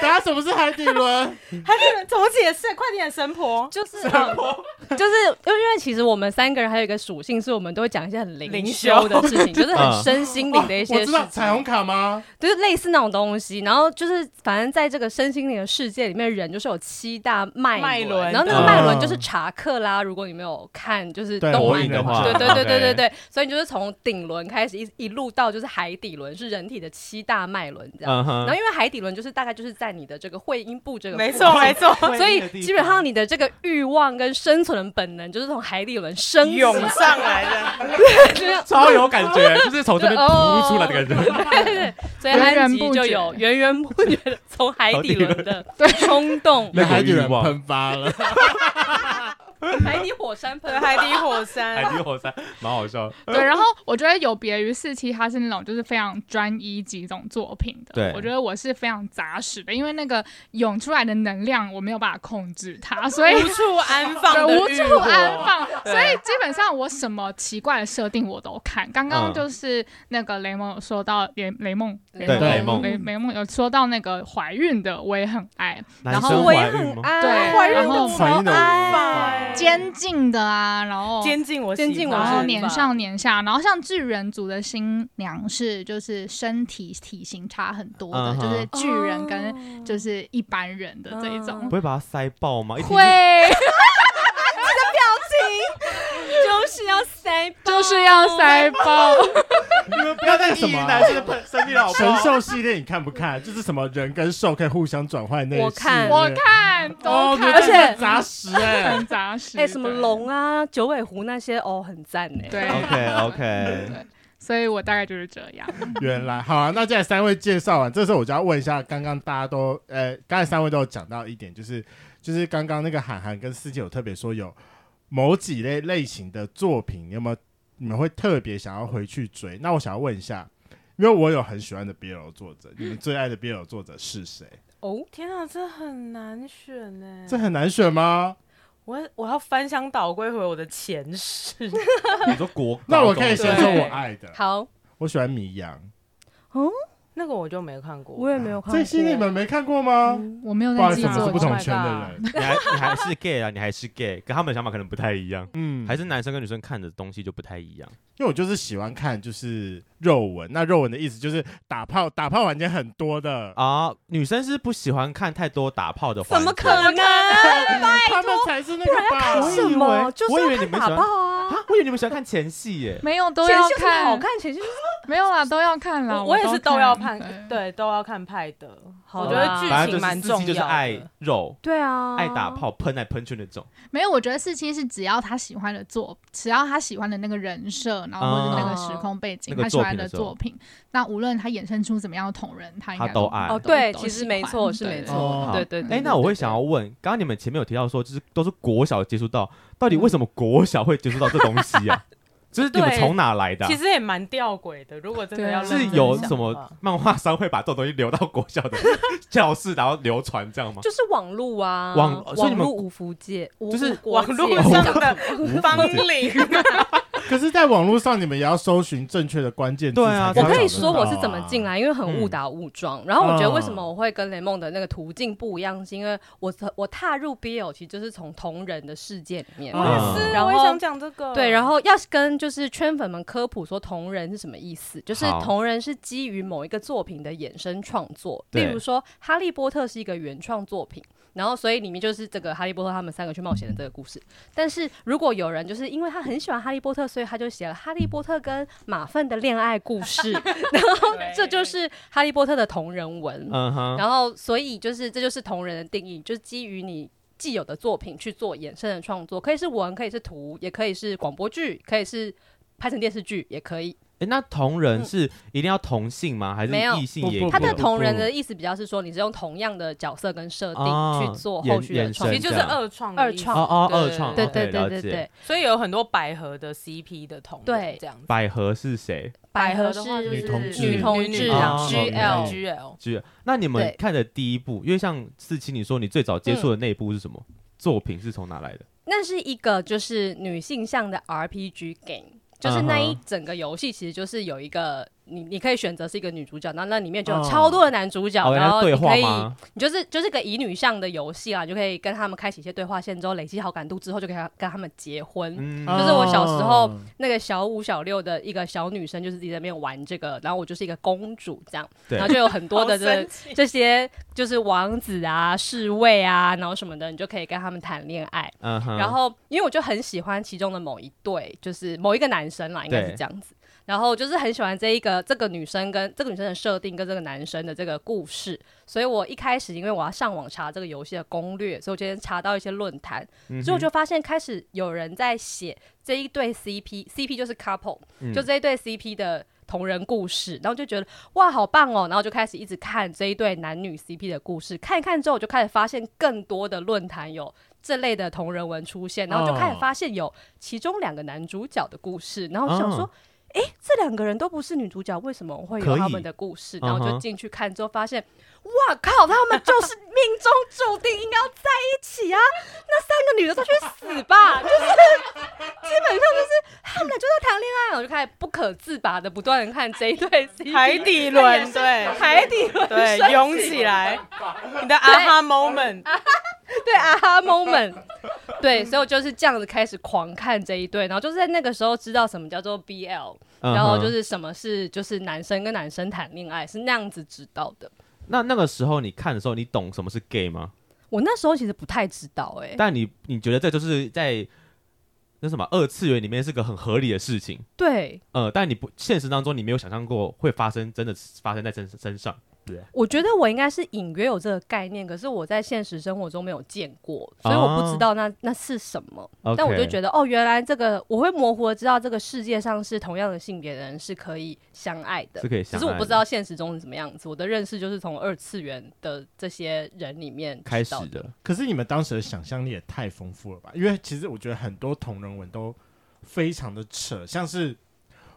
Speaker 1: 打什么是海底轮？
Speaker 4: 海底轮怎么解释？快点，神婆。
Speaker 5: 就是嗯 就是因为其实我们三个人还有一个属性，是我们都会讲一些很灵修的事情，就是
Speaker 2: 嗯
Speaker 5: 很身心灵的一
Speaker 1: 哦我
Speaker 5: 些
Speaker 1: 知
Speaker 5: 事
Speaker 1: 道
Speaker 5: 情，
Speaker 1: 彩虹卡吗？
Speaker 5: 就是类似那种东西。然后就是反正在这个身心灵的世界里面，人就是有七大脉
Speaker 4: 脉轮
Speaker 5: 然后那个
Speaker 1: 嗯
Speaker 5: 脉轮就是查克拉。如果你没有看，就是
Speaker 1: 对
Speaker 5: 动
Speaker 1: 火
Speaker 5: 漫
Speaker 1: 影的话
Speaker 5: 对对对对对
Speaker 2: OK
Speaker 5: 对，所以你就是从顶轮开始一一路到就是海底轮，是人体的七大脉轮这
Speaker 2: 嗯
Speaker 5: 样。然后
Speaker 2: 哼，
Speaker 5: 因为海底轮就是大概就是在你的这个会阴部这个
Speaker 4: 没
Speaker 5: 附
Speaker 4: 错，
Speaker 5: 近
Speaker 4: 没 错，
Speaker 5: 所
Speaker 2: 会阴的地方
Speaker 5: 以基本上你的这个欲望跟生存的本能，就是从海底轮升起
Speaker 4: 涌上来的。
Speaker 5: 就是
Speaker 2: 超有感 觉，就是从这边
Speaker 5: 哦
Speaker 2: 突出来的感觉。
Speaker 5: 对 对对，所以
Speaker 3: 源
Speaker 5: 安
Speaker 3: 源
Speaker 5: 吉
Speaker 3: 不
Speaker 5: 就
Speaker 3: 绝
Speaker 5: 有源源不绝的 从海底轮的冲动。
Speaker 1: 那
Speaker 2: 那个
Speaker 1: 海底
Speaker 2: 欲
Speaker 1: 轮
Speaker 2: 望
Speaker 1: 喷发了，
Speaker 5: 海底火山
Speaker 4: 对，
Speaker 5: 喷
Speaker 4: 海底火山
Speaker 2: 海 底火山蛮好笑。
Speaker 3: 对，然后我觉得有别于四期，它是那种就是非常专一几种作品的。
Speaker 2: 对
Speaker 3: 我觉得我是非常杂食的，因为那个涌出来的能量我没有办法控制它，所以
Speaker 4: 无处安放
Speaker 3: 对
Speaker 4: 的
Speaker 3: 无
Speaker 4: 欲
Speaker 3: 处
Speaker 4: 火
Speaker 3: 安放，
Speaker 4: 对
Speaker 3: 所以基本上我什么奇怪的设定我都看。刚刚
Speaker 2: 嗯
Speaker 3: 就是那个雷蒙有说到雷雷梦，雷
Speaker 2: 对雷
Speaker 3: 梦
Speaker 2: 梦
Speaker 3: 雷雷梦有说到那个怀孕的，我也很爱，然
Speaker 2: 男
Speaker 3: 后
Speaker 2: 生
Speaker 5: 我
Speaker 2: 怀
Speaker 5: 也
Speaker 2: 孕
Speaker 5: 很
Speaker 2: 吗
Speaker 5: 爱，
Speaker 3: 对
Speaker 5: 怀孕
Speaker 3: 啊然
Speaker 5: 的
Speaker 3: 后
Speaker 5: 我
Speaker 1: 怀孕的
Speaker 5: 超
Speaker 1: 我
Speaker 5: 哦爱，
Speaker 3: 监禁的啊，然后
Speaker 4: 监禁我喜欢，
Speaker 5: 哦监禁我
Speaker 3: 然后
Speaker 5: 是
Speaker 3: 哦年上年下，然后像巨人族的新娘是就是身体体型差很多的，
Speaker 2: 嗯哼
Speaker 3: 就是巨人跟
Speaker 5: 哦
Speaker 3: 就是一般人的这一种。
Speaker 2: 不会把它塞爆吗？一 听就
Speaker 3: 会
Speaker 5: 就是要塞爆，
Speaker 3: 就是要塞爆，
Speaker 1: 你们不要再
Speaker 2: 什么啊
Speaker 1: 男生的生理
Speaker 2: 好不
Speaker 1: 神
Speaker 2: 好
Speaker 1: 兽系列你看不看？就是什么人跟兽可以互相转换那一
Speaker 5: 我看
Speaker 1: 系列
Speaker 3: 我看
Speaker 1: 哦
Speaker 3: 都看，
Speaker 5: 而且
Speaker 1: 真的杂食哎、
Speaker 3: 很杂食。
Speaker 5: 哎，什么
Speaker 3: 对？
Speaker 5: 龙啊、九尾狐那些，哦，很赞哎。
Speaker 3: 对
Speaker 2: OK OK，
Speaker 3: 对，所以我大概就是这样。
Speaker 1: 原来好啊，那既然三位介绍完，这时候我就要问一下，刚刚大家都呃，刚才三位都有讲到一点，就是就是刚刚那个韩寒跟四姐有特别说有某几类类型的作品，你有没有你们会特别想要回去追？那我想要问一下，因为我有很喜欢的 BL 作者，你们最爱的 BL 作者是谁？
Speaker 5: 哦，
Speaker 4: 天啊，这很难选呢。
Speaker 1: 这很难选吗？
Speaker 4: 我我要翻箱倒柜回我的前世，
Speaker 2: 你说国，
Speaker 1: 那我可以先
Speaker 2: 高中
Speaker 1: 说
Speaker 2: 的时
Speaker 1: 我
Speaker 2: 候
Speaker 1: 爱的，
Speaker 5: 好，
Speaker 1: 我喜欢米阳，
Speaker 4: 那个我就没看过。
Speaker 5: 我也没有看过。
Speaker 1: 这些你们没看嗯过吗？
Speaker 3: 我没有
Speaker 1: 不好
Speaker 3: 在
Speaker 1: 意思，
Speaker 3: 记
Speaker 1: 我们是
Speaker 3: 作
Speaker 1: 不
Speaker 3: 品，
Speaker 1: 同圈的人。
Speaker 2: 你还你还是 gay 啊，你还是 gay，跟他们的想法可能不太一样，
Speaker 1: 嗯，
Speaker 2: 还是男生跟女生看的东西就不太一样。
Speaker 1: 因为我就是喜欢看就是肉文，那肉文的意思就是打炮，打炮环节很多的，
Speaker 2: 啊，女生是不喜欢看太多打炮的环
Speaker 5: 怎
Speaker 2: 节，
Speaker 5: 么可能？
Speaker 1: 他们才是那个吧？
Speaker 2: 看
Speaker 5: 什么？就
Speaker 2: 我以为
Speaker 5: 是要
Speaker 2: 你们
Speaker 5: 看打
Speaker 2: 喜欢
Speaker 5: 炮啊！
Speaker 2: 啊？我以为你们喜欢看前戏耶。
Speaker 3: 没有都
Speaker 5: 前
Speaker 3: 要
Speaker 5: 戏有什么好，看？前戏就是
Speaker 3: 没有啦，都要看
Speaker 5: 啊
Speaker 3: 啦。
Speaker 4: 我我也是都要看，
Speaker 3: 对
Speaker 4: 对，都要看派的。
Speaker 5: 好
Speaker 4: 我
Speaker 5: 啦
Speaker 4: 觉得
Speaker 2: 反正
Speaker 4: 剧
Speaker 2: 就
Speaker 4: 情
Speaker 2: 是
Speaker 4: 蛮
Speaker 2: 司
Speaker 4: 重
Speaker 2: 机就
Speaker 4: 要
Speaker 2: 是爱
Speaker 4: 的。
Speaker 2: 肉、
Speaker 5: 对啊，
Speaker 2: 爱打。炮、喷来喷去那种。
Speaker 3: 没有，我觉得四七是只要他喜欢的作，只要他喜欢的那个人设，然后
Speaker 2: 哦
Speaker 3: 或者那个时空背景，
Speaker 2: 那个
Speaker 3: 他喜
Speaker 2: 作品
Speaker 3: 欢的
Speaker 2: 的时候
Speaker 3: 作品，那无论他衍生出怎么样的同人，他应该
Speaker 2: 他都爱
Speaker 5: 哦，对，
Speaker 3: 都
Speaker 5: 其实
Speaker 3: 喜
Speaker 5: 没
Speaker 3: 欢
Speaker 5: 错，是
Speaker 3: 对
Speaker 5: 没
Speaker 3: 对
Speaker 5: 错
Speaker 1: 哦。
Speaker 5: 对对。对
Speaker 2: 哎，那我会想要问，刚刚你们前面有提到说，就是都是国小接触到，到底为什么国小会接触到这东西 啊？就是你们
Speaker 4: 对
Speaker 2: 从哪来的啊？
Speaker 4: 其实也蛮吊诡的，如果真的
Speaker 3: 对
Speaker 4: 要
Speaker 3: 啊
Speaker 4: 认
Speaker 2: 是
Speaker 4: 真
Speaker 2: 有
Speaker 4: 想
Speaker 2: 什
Speaker 4: 的话
Speaker 2: 么漫画商会把这种东西留到国小的 教室，然后流传这样吗？
Speaker 5: 就是网路啊，
Speaker 2: 网所以
Speaker 5: 网
Speaker 2: 你们
Speaker 5: 路无福界，无
Speaker 2: 就是
Speaker 5: 无国
Speaker 4: 网
Speaker 5: 界
Speaker 4: 络上 的芳龄，
Speaker 1: 可是，在网络上你们也要搜寻正确的关键字
Speaker 2: 对啊
Speaker 1: 才找得到
Speaker 5: 我
Speaker 1: 啊。
Speaker 5: 可以说我是怎么进来，因为很误
Speaker 2: 嗯
Speaker 5: 打误撞。然后我觉得
Speaker 1: 嗯
Speaker 5: 为什么我会跟雷梦的那个途径不一样，是因为我我踏入 BL 其实就是从同人的世界里面
Speaker 1: 我也
Speaker 5: 嘛，
Speaker 2: 嗯
Speaker 4: 是
Speaker 5: 然
Speaker 4: 我也
Speaker 5: 后
Speaker 4: 想讲这个。
Speaker 5: 对，然后要是跟就是圈粉们科普说同人是什么意思，就是
Speaker 2: 好
Speaker 5: 同人是基于某一个作品的衍生创作，例
Speaker 2: 对
Speaker 5: 如说《哈利波特》是一个原创作品。然后，所以里面就是这个哈利波特他们三个去冒险的这个故事。但是如果有人就是因为他很喜欢哈利波特，所以他就写了《哈利波特》跟马粪的恋爱故事， 然后
Speaker 4: 对
Speaker 5: 这就是哈利波特的同人文。
Speaker 2: 嗯哼，
Speaker 5: 然后，所以就是这就是同人的定义，就是基于你既有的作品去做衍生的创作，可以是文，可以是图，也可以是广播剧，可以是拍成电视剧，也可以。
Speaker 2: 诶那同人
Speaker 5: 嗯
Speaker 2: 是一定要同性吗？还是
Speaker 5: 没有
Speaker 2: 异性也
Speaker 1: 不
Speaker 2: 可以？
Speaker 5: 它的
Speaker 1: 不
Speaker 5: 同人的意思比较是说，你是用同样的角色跟设定
Speaker 2: 啊
Speaker 5: 去做后续的
Speaker 2: 衍
Speaker 5: 创
Speaker 4: 其
Speaker 5: 作
Speaker 4: 实
Speaker 2: 衍。
Speaker 4: 就是二创的
Speaker 5: 二
Speaker 4: 意思，
Speaker 5: 创
Speaker 2: 哦哦，
Speaker 4: 对
Speaker 2: 二创，
Speaker 5: 对
Speaker 2: OK，
Speaker 5: 对对
Speaker 2: 了
Speaker 5: 对
Speaker 2: 解
Speaker 5: 对，
Speaker 4: 所以有很多百合的 CP 的同人
Speaker 5: 对
Speaker 4: 这样子。
Speaker 2: 百合是谁？
Speaker 5: 百合是
Speaker 4: 的话就
Speaker 1: 女
Speaker 4: 是
Speaker 1: 同志
Speaker 5: 女同
Speaker 4: 女哦
Speaker 5: 志
Speaker 2: 啊
Speaker 5: 啊
Speaker 4: G L G L，
Speaker 2: 是那你们
Speaker 5: 对
Speaker 2: 看的第一部，因为像四七，你说你最早接触的那一部是什么？作品是从哪来的？
Speaker 5: 那是一个就是女性向的 RPG game，就是那一
Speaker 2: 嗯哼
Speaker 5: 整个游戏其实就是有一个你你可以选择是一个女主角，那那里面就有
Speaker 1: 哦
Speaker 5: 超多的男主角，
Speaker 2: 哦，原
Speaker 5: 然
Speaker 2: 来是
Speaker 5: 后
Speaker 2: 对
Speaker 5: 你
Speaker 2: 话
Speaker 5: 可以
Speaker 2: 吗？
Speaker 5: 你就是就是个以女向的游戏啊，你就可以跟他们开启一些对话线，之后累积好感度之后，就可以跟他们结婚。
Speaker 2: 嗯
Speaker 1: 哦，
Speaker 5: 就是我小时候那个小五、小六的一个小女生，就是自己在那边玩这个，然后我就是一个公主这样，
Speaker 2: 对
Speaker 5: 然后就有很多的
Speaker 4: 好
Speaker 5: 这
Speaker 4: 神奇
Speaker 5: 这些就是王子啊、侍卫啊，然后什么的，你就可以跟他们谈恋爱。
Speaker 2: 嗯哼，
Speaker 5: 然后因为我就很喜欢其中的某一对，就是某一个男生啦，应该是
Speaker 2: 对
Speaker 5: 这样子。然后就是很喜欢这一个这个女生跟这个女生的设定跟这个男生的这个故事，所以我一开始因为我要上网查这个游戏的攻略，所以我今天查到一些论坛，
Speaker 2: 嗯哼
Speaker 5: 所以我就发现开始有人在写这一对 CP，CP 就是 couple，
Speaker 2: 嗯
Speaker 5: 就这一对 CP 的同人故事，然后就觉得哇好棒哦，然后就开始一直看这一对男女 CP 的故事，看一看之后我就开始发现更多的论坛有这类的同人文出
Speaker 2: 哦
Speaker 5: 现，然后就开始发现有其中两个男主角的故事，然后就想说。
Speaker 2: 哦
Speaker 5: 诶，这两个人都不是女主角，为什么会有
Speaker 2: 可
Speaker 5: 他
Speaker 2: 以
Speaker 5: 们的故事？然后
Speaker 2: 嗯
Speaker 5: 就
Speaker 2: 哼
Speaker 5: 进去看之后发现，哇靠，他们就是命中注定应该要在一起啊！那三个女的都去死吧！就是基本上就是他们俩就在谈恋爱，我就开始不可自拔的不断的看这一对 CP
Speaker 4: 海底 轮，对，
Speaker 5: 海底轮升
Speaker 4: 对，
Speaker 5: 起
Speaker 4: 涌起来，你的啊哈 moment，
Speaker 5: 对啊哈 moment，对，所以我就是这样子开始狂看这一对，然后就是在那个时候知道什么叫做 BL，
Speaker 2: 嗯哼
Speaker 5: 然后就是什么是就是男生跟男生谈恋爱是那样子知道的。
Speaker 2: 那那个时候你看的时候，你懂什么是 gay 吗？
Speaker 5: 我那时候其实不太知道、欸，
Speaker 2: 但你你觉得这就是在那什么二次元里面是个很合理的事情，
Speaker 5: 对，
Speaker 2: 呃，但你不现实当中你没有想象过会发生，真的发生在身身上。
Speaker 5: 我觉得我应该是隐约有这个概念，可是我在现实生活中没有见过，所以我
Speaker 2: 哦
Speaker 5: 不知道那、那是什么。但我就觉
Speaker 2: 得，
Speaker 5: 得哦，原来这个我会模糊的知道这个世界上是同样的性别的人是可以相爱的
Speaker 2: 是，可以
Speaker 5: 只
Speaker 2: 相
Speaker 5: 是我
Speaker 2: 爱
Speaker 5: 不知
Speaker 2: 的
Speaker 5: 道现实中是什么样子。我的认识就是从二次元的这些人里面
Speaker 2: 开
Speaker 5: 知道
Speaker 2: 始
Speaker 5: 的。
Speaker 2: 的，
Speaker 1: 可是你们当时的想象力也太丰富了吧？因为其实我觉得很多同人文都非常的扯，像是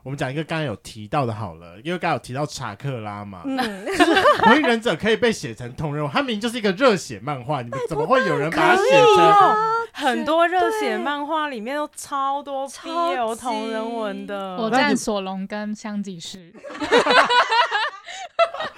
Speaker 1: 我们讲一个刚才有提到的，好了，因为刚才有提到查克拉嘛，
Speaker 5: 嗯，
Speaker 1: 《火影忍者》可以被写成同人文，它明明就是一个热血漫画，你们怎么会有人把它
Speaker 5: 可
Speaker 1: 写成？
Speaker 4: 很多热血漫画里面都超多
Speaker 5: 超
Speaker 4: BL
Speaker 5: 级
Speaker 4: 同人文的，
Speaker 3: 我
Speaker 2: 那
Speaker 3: 站
Speaker 2: 你
Speaker 3: 索隆跟香吉士。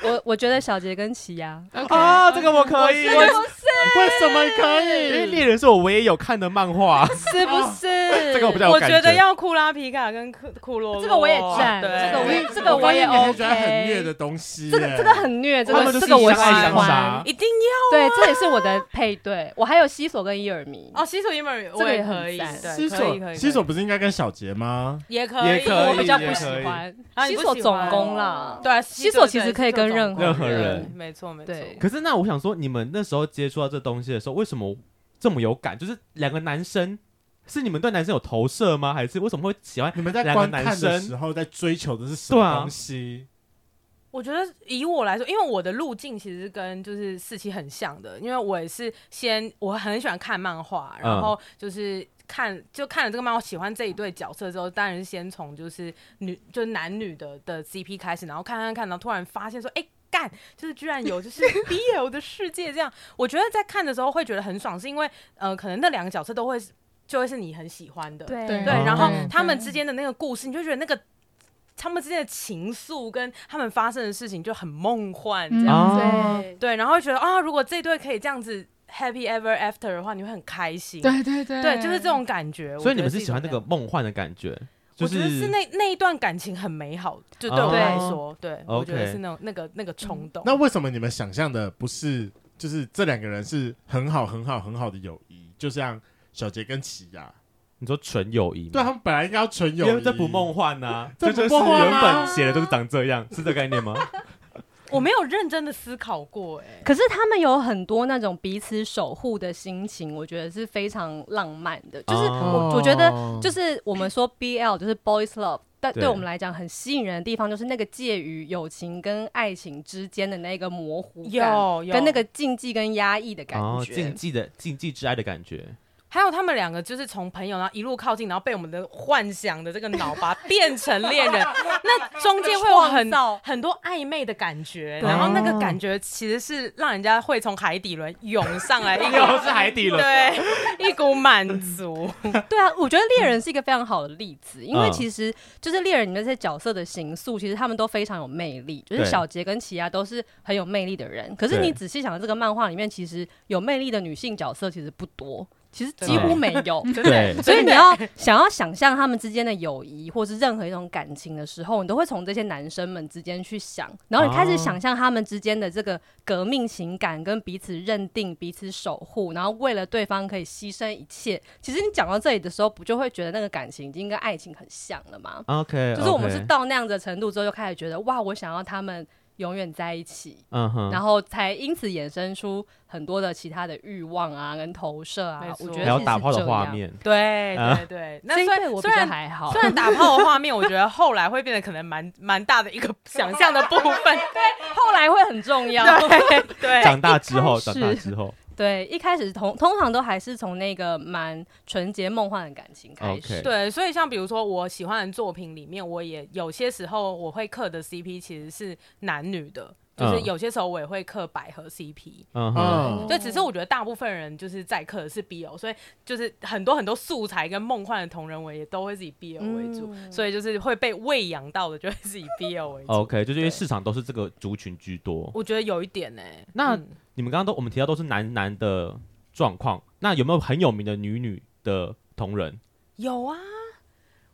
Speaker 5: 我我觉得小杰跟奇亚，
Speaker 3: OK，
Speaker 2: 啊，这个我可以，我
Speaker 1: 为什么可
Speaker 2: 因为
Speaker 1: 以？
Speaker 2: 猎人是我唯一有看的漫画，
Speaker 5: 是不是？
Speaker 2: 这个我比较有
Speaker 4: 我
Speaker 2: 感
Speaker 4: 觉
Speaker 2: 觉
Speaker 4: 得要库拉皮卡跟库库洛洛，
Speaker 5: 这个我也赞
Speaker 4: 对
Speaker 5: 这个我也
Speaker 1: 可是
Speaker 5: 这个
Speaker 1: 我
Speaker 5: 我也
Speaker 1: 发现你很喜欢
Speaker 5: OK
Speaker 1: 很虐的东西耶，
Speaker 5: 这个这个很虐，这
Speaker 2: 他
Speaker 5: 个
Speaker 2: 们就是
Speaker 5: 这个我
Speaker 2: 相爱
Speaker 5: 喜
Speaker 2: 相杀
Speaker 5: 欢。
Speaker 4: 一定要
Speaker 5: 对，这也是我的配对。我还有西索跟伊尔迷，
Speaker 4: 哦，西索伊本
Speaker 5: 这
Speaker 4: 我
Speaker 5: 个也
Speaker 4: 也
Speaker 5: 很
Speaker 4: 可以，
Speaker 5: 赞
Speaker 4: 对
Speaker 1: 西
Speaker 4: 可以可
Speaker 1: 索
Speaker 4: 以
Speaker 1: 西索不是应该跟小杰吗？
Speaker 4: 也可以，
Speaker 2: 也可以
Speaker 5: 我比较
Speaker 2: 也
Speaker 5: 不喜
Speaker 2: 可以
Speaker 5: 欢。
Speaker 4: 啊你
Speaker 5: 西
Speaker 4: 不
Speaker 5: 索
Speaker 4: 喜
Speaker 5: 总
Speaker 4: 欢
Speaker 5: 攻啦，
Speaker 4: 对啊，
Speaker 5: 西索其实可以跟任何
Speaker 4: 何
Speaker 2: 人
Speaker 4: 没错没错，
Speaker 5: 对
Speaker 2: 可是那我想说，你们那时候接触到这东西的时候，为什么这么有感？就是两个男生，是你们对男生有投射吗？还是为什么会喜欢？
Speaker 1: 你们在
Speaker 2: 两个
Speaker 1: 观
Speaker 2: 男
Speaker 1: 看的
Speaker 2: 生
Speaker 1: 时候在追求的是什
Speaker 2: 对
Speaker 1: 么
Speaker 2: 啊
Speaker 1: 东西？
Speaker 4: 我觉得以我来说，因为我的路径其实跟就是四期很像的，因为我也是先我很喜欢看漫画，然后就是。看就看了这个漫画，喜欢这一对角色之后，当然是先从就是女就是男女的的 CP 开始，然后看看看，然后突然发现说，哎、干，就是居然有就是 BL 的世界这样。我觉得在看的时候会觉得很爽，是因为呃，可能那两个角色都会是就会是你很喜欢的，
Speaker 5: 对
Speaker 3: 对
Speaker 4: 对，
Speaker 2: 哦
Speaker 4: 然后
Speaker 3: 对
Speaker 4: 他们之间的那个故事，你就觉得那个他们之间的情愫跟他们发生的事情就很梦幻这样。
Speaker 3: 嗯
Speaker 2: 啊，
Speaker 5: 对
Speaker 4: 对，然后会觉得啊，如果这对可以这样子 happy ever after 的话，你会很开心。
Speaker 3: 对对对，
Speaker 4: 对，就是这。种感觉。
Speaker 2: 所以你
Speaker 4: 我
Speaker 2: 们
Speaker 4: 觉得
Speaker 2: 是喜欢那
Speaker 4: 一种
Speaker 2: 个梦幻的感觉，就哦
Speaker 4: 我觉得是那那一段感情很美好，就对我
Speaker 5: 对
Speaker 4: 来说，对，我觉得
Speaker 2: OK
Speaker 4: 是那种那个那个冲动。
Speaker 1: 那为什么你们想象的不是就是这两个人是很好很好很好的友谊？就像小杰跟奇亚，
Speaker 2: 你说纯友谊吗，
Speaker 1: 对他们本来应该要纯友
Speaker 2: 因
Speaker 1: 谊，
Speaker 2: 为这不梦幻呐，
Speaker 1: 这
Speaker 2: 这
Speaker 1: 不
Speaker 2: 就是
Speaker 1: 梦幻
Speaker 2: 原
Speaker 1: 吗
Speaker 2: 本写的都是长这样，是这概念吗？
Speaker 4: 我没有认真的思考过，哎，
Speaker 5: 可是他们有很多那种彼此守护的心情，我觉得是非常浪漫的。就是
Speaker 2: 哦
Speaker 5: 我，我觉得
Speaker 2: 得
Speaker 5: 就是我们说 BL 就是 boys love，但
Speaker 2: 对
Speaker 5: 对我们来讲很吸引人的地方，就是那个介于友情跟爱情之间的那个模糊感，
Speaker 4: 有有
Speaker 5: 跟那个禁忌跟压抑的感
Speaker 2: 哦，
Speaker 5: 觉
Speaker 2: 禁。忌的禁忌之爱的感觉，
Speaker 4: 还有他们两个就是从朋友，然后一路靠近，然后被我们的幻想的这个脑把变成恋人，那中间会有很
Speaker 5: 创造
Speaker 4: 很多暧昧的感觉，
Speaker 5: 对
Speaker 4: 然后那个感觉其实是让人家会从海底轮涌上 来，一
Speaker 2: 又
Speaker 4: 股
Speaker 2: 是海底了，
Speaker 4: 对一股满足，
Speaker 5: 对啊，我觉得猎人是一个非常好的例子，因为
Speaker 2: 嗯
Speaker 5: 其实就是猎人里面这些角色的形塑，其实他们都非常有魅力，就是
Speaker 2: 对
Speaker 5: 小杰跟奇亚都是很有魅力的人。可是
Speaker 2: 对
Speaker 5: 你仔细想，这个漫画里面其实有魅力的女性角色其实不多，其实几
Speaker 2: 对
Speaker 5: 乎没有。
Speaker 4: 真 的
Speaker 2: 对，
Speaker 5: 所以你要想要想象他们之间的友谊，或是任何一种感情的时候，你都会从这些男生们之间去想，然后你开始
Speaker 2: 哦
Speaker 5: 想象他们之间的这个革命情感，跟彼此认定、彼此守护，然后为了对方可以牺牲一切。其实你讲到这里的时候，不就会觉得那个感情已经跟爱情很像了吗？
Speaker 2: 啊 OK，
Speaker 5: 就是我们是到那样的程度之后，就开始觉得哇，我想要他们永远在一起。
Speaker 2: 嗯哼，
Speaker 5: 然后才因此衍生出很多的其他的欲望啊，跟投射啊
Speaker 4: 没，错
Speaker 5: 我觉得
Speaker 2: 还有
Speaker 5: 其实
Speaker 2: 打
Speaker 5: 是
Speaker 2: 炮的
Speaker 5: 这
Speaker 2: 画
Speaker 5: 样
Speaker 2: 面，
Speaker 4: 对
Speaker 2: 啊
Speaker 4: 对对。那
Speaker 5: 这
Speaker 4: 虽
Speaker 5: 一对
Speaker 4: 然
Speaker 5: 我比
Speaker 4: 虽
Speaker 5: 较
Speaker 4: 然
Speaker 5: 还好
Speaker 4: 虽，然打炮的画面，我觉得后来会变得可能蛮蛮大的一个想象的部分，
Speaker 5: 后来会很重要。
Speaker 4: 对对。
Speaker 2: 长大之后，
Speaker 5: 一开
Speaker 2: 长
Speaker 5: 始
Speaker 2: 大之后，
Speaker 5: 对，一开始通通常都还是从那个蛮纯洁梦幻的感情开始。
Speaker 2: OK
Speaker 4: 对，所以像比如说我喜欢的作品里面，我也有些时候我会刻的 CP 其实是男女的，就是
Speaker 2: 嗯
Speaker 4: 有些时候我也会刻百合 CP。
Speaker 2: 嗯哼，
Speaker 1: 嗯，
Speaker 4: 对，只是我觉得大部分人就是在刻的是 BL，所以就是很多很多素材跟梦幻的同人文也都会是以 BL 为主，
Speaker 5: 嗯
Speaker 4: 所以就是会被喂养到的就会是以 BL 为主。
Speaker 2: ，OK，就是因为
Speaker 4: 对
Speaker 2: 市场都是这个族群居多。
Speaker 4: 我觉得有一点呢、
Speaker 2: 那
Speaker 4: 嗯
Speaker 2: 你们刚刚都我们提到都是男男的状况，那有没有很有名的女女的同人？
Speaker 4: 有啊，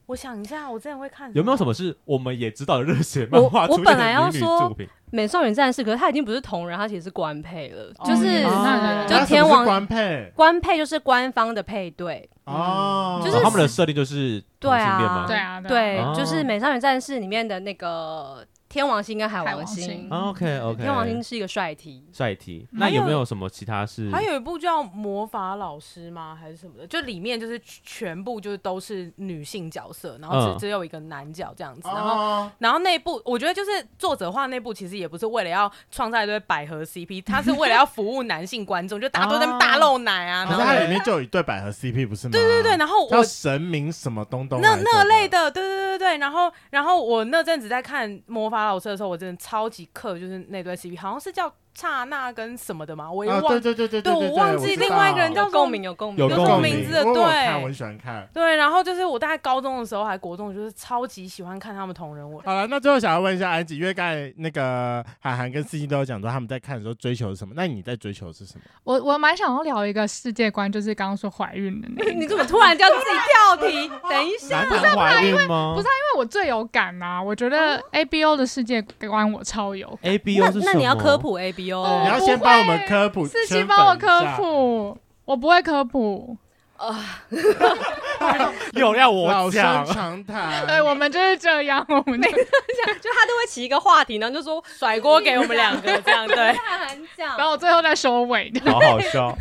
Speaker 4: 我想一下，我之前会看
Speaker 2: 有没有什
Speaker 4: 么？
Speaker 2: 么是我们也知道的热血漫画
Speaker 5: 我我
Speaker 2: 出现
Speaker 5: 本来要
Speaker 2: 的女女
Speaker 5: 说
Speaker 2: 作品？
Speaker 5: 美少女战士，可是它已经不是同人，它其实是官配了，
Speaker 4: 哦
Speaker 5: 就是
Speaker 3: 嗯
Speaker 1: 啊
Speaker 3: 那
Speaker 5: 就
Speaker 1: 那
Speaker 5: 天
Speaker 1: 什么
Speaker 5: 王
Speaker 1: 是官配
Speaker 5: 官配就是官方的配对，
Speaker 1: 哦，
Speaker 5: 就
Speaker 2: 哦
Speaker 5: 是
Speaker 2: 他们的设定就是同
Speaker 5: 对
Speaker 2: 性恋
Speaker 5: 啊
Speaker 2: 吗？
Speaker 3: 对啊，
Speaker 5: 对，
Speaker 3: 啊
Speaker 2: 哦
Speaker 5: 就是美少女战士里面的那个天王星跟海
Speaker 3: 海
Speaker 5: 王
Speaker 3: 王
Speaker 5: 星，
Speaker 3: 星
Speaker 2: 啊，OK OK，
Speaker 5: 天王星是一个帅 T，
Speaker 2: 帅题。
Speaker 3: 嗯
Speaker 2: 那有
Speaker 4: 还有
Speaker 2: 没有什么其他是？
Speaker 4: 还有一部叫《魔法老师》吗？还是什么的？就里面就是全部就是都是女性角色，然后
Speaker 2: 嗯
Speaker 4: 只只有一个男角这样子。然后，
Speaker 1: 哦，
Speaker 4: 然后那一部我觉得就是作者画那部，其实也不是为了要创造一堆百 合 CP，他是为了要服务男性观众，就大家都在那边大露奶啊，
Speaker 1: 可
Speaker 4: 然
Speaker 1: 是它里
Speaker 4: 后
Speaker 1: 面就有一对百合 CP 不是吗？
Speaker 4: 对对对，然后
Speaker 1: 叫
Speaker 4: 我
Speaker 1: 神明什么东东
Speaker 4: 那
Speaker 1: 来着
Speaker 4: 那类的，对对对对，然后然后我那阵子在看《魔法老师》的时候，我真的超级克，就是那对 CP，好像是叫刹那跟什么的嘛，我也
Speaker 1: 啊，
Speaker 4: 忘、
Speaker 1: 对对对对对，
Speaker 4: 对我忘记另外一个人叫
Speaker 5: 有
Speaker 4: 什么
Speaker 5: 共鸣，有共鸣，
Speaker 2: 有
Speaker 4: 有
Speaker 2: 共
Speaker 4: 这种
Speaker 2: 鸣
Speaker 4: 名字的，
Speaker 1: 我有看，我
Speaker 4: 对
Speaker 1: 很喜欢看。
Speaker 4: 对。然后就是我大概高中的时候还国中，就是超级喜欢看他们同人文。
Speaker 1: 好了，那最后想要问一下安吉，因为刚才那个韩寒跟四星都有讲说他们在看的时候追求是什么，那你在追求的是什么？
Speaker 3: 我我蛮想要聊一个世界观，就是刚刚说怀孕的那 个，
Speaker 5: 你怎么突然叫自己跳题？等一
Speaker 4: 啊
Speaker 5: 下，
Speaker 1: 男男怀孕吗？
Speaker 3: 不是因为我最有感呐、我觉得 A B O 的世界观我超有感，
Speaker 2: A B O
Speaker 5: 那
Speaker 2: 是什么？
Speaker 5: 那你要科普 A B
Speaker 1: 你
Speaker 3: 哦
Speaker 5: O，
Speaker 1: 要先帮我们科普，
Speaker 3: 四七
Speaker 1: 圈
Speaker 3: 帮我
Speaker 1: 粉一
Speaker 3: 科
Speaker 1: 下。
Speaker 3: 普，我不会科普，
Speaker 2: 又要我
Speaker 1: 老
Speaker 2: 讲
Speaker 1: 生？常 谈，
Speaker 3: 对我们就是这样，我们就
Speaker 5: 就他都会起一个话题，然后就说
Speaker 4: 甩锅给我们两个这样， 对
Speaker 5: 很讲
Speaker 3: 然后我最后再收尾 的。
Speaker 2: 好好 笑。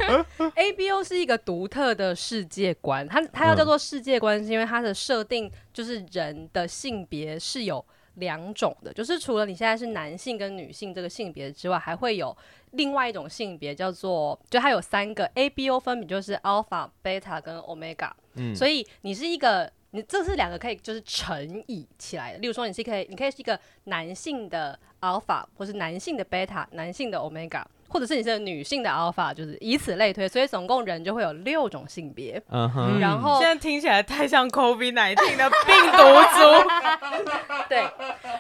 Speaker 5: A B O 是一个独特的世界观，它它要叫做世界观，是因为它的设定就是人的性别是有两种的，就是除了你现在是男性跟女性这个性别之外，还会有另外一种性别叫做，就它有三个 A B O 分别就是 Alpha、Beta 跟 Omega，、
Speaker 2: 嗯，
Speaker 5: 所以你是一个。你这是两个可以就是乘以起来的，例如说你是可以，你可以是一个男性的 alpha，或是男性的 beta，男性的 omega，或者是你是女性的 alpha，就是以此类推，所以总共人就会有六种性别。
Speaker 2: 嗯哼，
Speaker 5: 然后
Speaker 4: 现在听起来太像 COVID 1 9的病毒株。
Speaker 5: 对，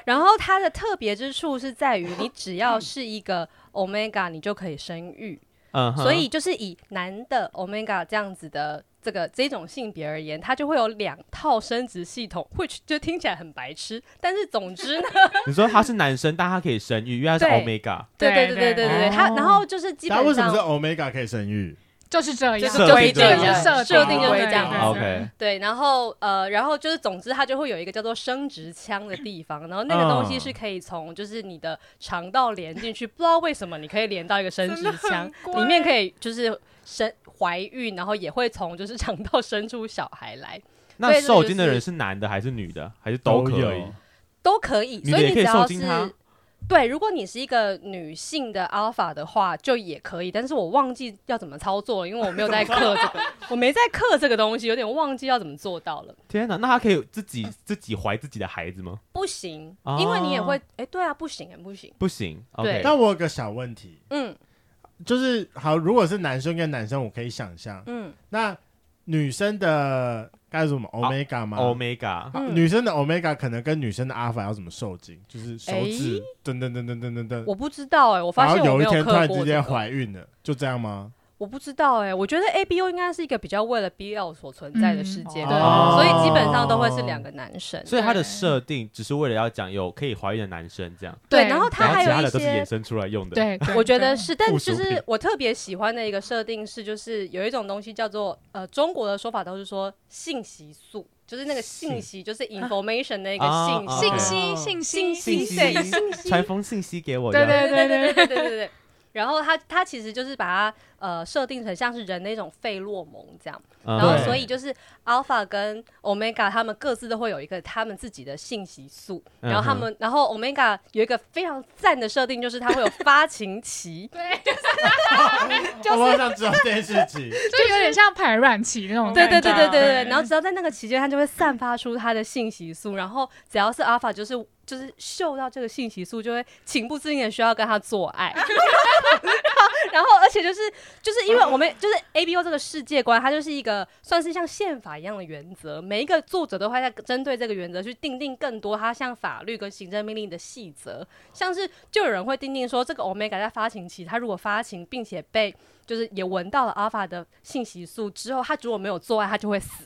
Speaker 5: 然后它的特别之处是在于，你只要是一个 omega，你就可以生育。
Speaker 2: 嗯哼，
Speaker 5: 所以就是以男的 omega 这样子的这个这种性别而言，它就会有两套生殖系统，which 就听起来很白痴，但是总之呢，
Speaker 2: 你说他是男生，但他可以生育，因为他是
Speaker 5: 对
Speaker 2: Omega
Speaker 5: 对对
Speaker 3: 对
Speaker 5: 对对对
Speaker 3: 对
Speaker 5: 对对，它
Speaker 2: 哦
Speaker 5: 然后就是基
Speaker 1: 那为
Speaker 5: 本
Speaker 1: 什么
Speaker 5: 上
Speaker 1: 是 omega 可以生育？
Speaker 3: 就是这样，
Speaker 2: 就是
Speaker 5: 规
Speaker 3: 就
Speaker 5: 定
Speaker 3: 是
Speaker 5: 的
Speaker 3: 设
Speaker 5: 设
Speaker 1: 定
Speaker 3: 就
Speaker 1: 就是是这样
Speaker 2: 啊。OK，
Speaker 5: 对，然后呃，然后就是，总之它就会有一个叫做生殖腔的地方，然后那个东西
Speaker 2: 嗯
Speaker 5: 是可以从就是你的肠道连进去，不知道为什么你可以连到一个生殖腔，里面可以就是生怀孕，然后也会从就是肠道生出小孩来，所
Speaker 2: 那
Speaker 5: 以这
Speaker 2: 受
Speaker 5: 就
Speaker 2: 精的人
Speaker 5: 是
Speaker 2: 是男的还是女的，还是可
Speaker 1: 有
Speaker 2: 以？
Speaker 5: 都可以。
Speaker 2: 女
Speaker 5: 所
Speaker 2: 的也
Speaker 5: 以你
Speaker 2: 可
Speaker 5: 只
Speaker 2: 以受
Speaker 5: 要
Speaker 2: 精
Speaker 5: 是
Speaker 2: 它
Speaker 5: 对，如果你是一个女性的 alpha 的话，就也可以，但是我忘记要怎么操作了，因为我没有在刻这 个，我没在刻这个东西，有点忘记要怎么做到了。
Speaker 2: 天哪，那他可以自己自己怀自己的孩子吗？
Speaker 5: 不行，因为你也会，哎、对啊，不行，不行，
Speaker 2: 不行
Speaker 5: 对
Speaker 2: ，OK，
Speaker 1: 那我有个小问题，
Speaker 5: 嗯
Speaker 1: 就是好，如果是男生跟男生，我可以想象，
Speaker 5: 嗯，
Speaker 1: 那女生的该怎么
Speaker 2: 啊
Speaker 1: omega 吗？
Speaker 2: 哦 Omega
Speaker 1: 好
Speaker 5: 嗯
Speaker 1: 女生的 omega 可能跟女生的 alpha 要怎么受精？就是手指噔噔噔噔噔噔噔，
Speaker 5: 我不知道哎、我发
Speaker 1: 然
Speaker 5: 现
Speaker 1: 后
Speaker 5: 我
Speaker 1: 有
Speaker 5: 没
Speaker 1: 一天突
Speaker 5: 刻
Speaker 1: 然
Speaker 5: 过
Speaker 1: 之
Speaker 5: 这
Speaker 1: 间
Speaker 5: 个，
Speaker 1: 怀孕了，就这样吗？
Speaker 5: 我不知道哎、我觉得 A B O 应该是一个比较为了 B L 所存在的世界
Speaker 3: 嗯
Speaker 5: 观，
Speaker 2: 哦
Speaker 5: 所以基本上都会是两个男生。
Speaker 2: 所以它的设定只是为了要讲有可以怀孕的男生这样，
Speaker 5: 对，然后它
Speaker 2: 然后
Speaker 5: 还
Speaker 2: 其他
Speaker 5: 有
Speaker 2: 的
Speaker 5: 一
Speaker 2: 都是衍
Speaker 5: 些，
Speaker 2: 生出来用的。，
Speaker 3: 对，对
Speaker 5: 我觉得
Speaker 3: 对
Speaker 5: 是，但
Speaker 2: 附属
Speaker 5: 就
Speaker 2: 品
Speaker 5: 是我特别喜欢的一个设定是，就是有一种东西叫做呃，中国的说法都是说信息素，就是那个信
Speaker 2: 信
Speaker 5: 息，就是 information 那个
Speaker 2: 啊
Speaker 5: 信
Speaker 2: 啊
Speaker 5: 息
Speaker 3: 信息
Speaker 1: 哦
Speaker 3: 信息
Speaker 5: 信
Speaker 2: 息
Speaker 5: 对信 息
Speaker 2: 传封信息给我。
Speaker 3: 对
Speaker 2: 这样
Speaker 3: 对，
Speaker 5: 对对对对对对。然后他他其实就是把它呃设定成像是人的一种费洛蒙这样，
Speaker 2: 嗯
Speaker 5: 然后
Speaker 1: 对
Speaker 5: 所以就是 alpha 跟 omega 他们各自都会有一个他们自己的信息素，
Speaker 2: 嗯
Speaker 5: 然后他们然后 omega 有一个非常赞的设定，就是它会有发情期
Speaker 3: 对，
Speaker 1: 我好想知道这件事情。
Speaker 3: 就有点像排卵期那种
Speaker 5: 对
Speaker 3: 感觉。
Speaker 5: 对对对对对，然后只要在那个期间，它就会散发出它的信息素，然后只要是 alpha 就是就是嗅到这个信息素，就会情不自禁的需要跟他做爱。 然后，而且就是就是因为我们就是 A B O 这个世界观，它就是一个算是像宪法一样的原则，每一个作者都会在针对这个原则去定定更多它像法律跟行政命令的细则，像是就有人会定定说，这个 omega 在发情期，它如果发情并且被就是也闻到了 alpha 的信息素之后，它如果没有做爱，它就会死，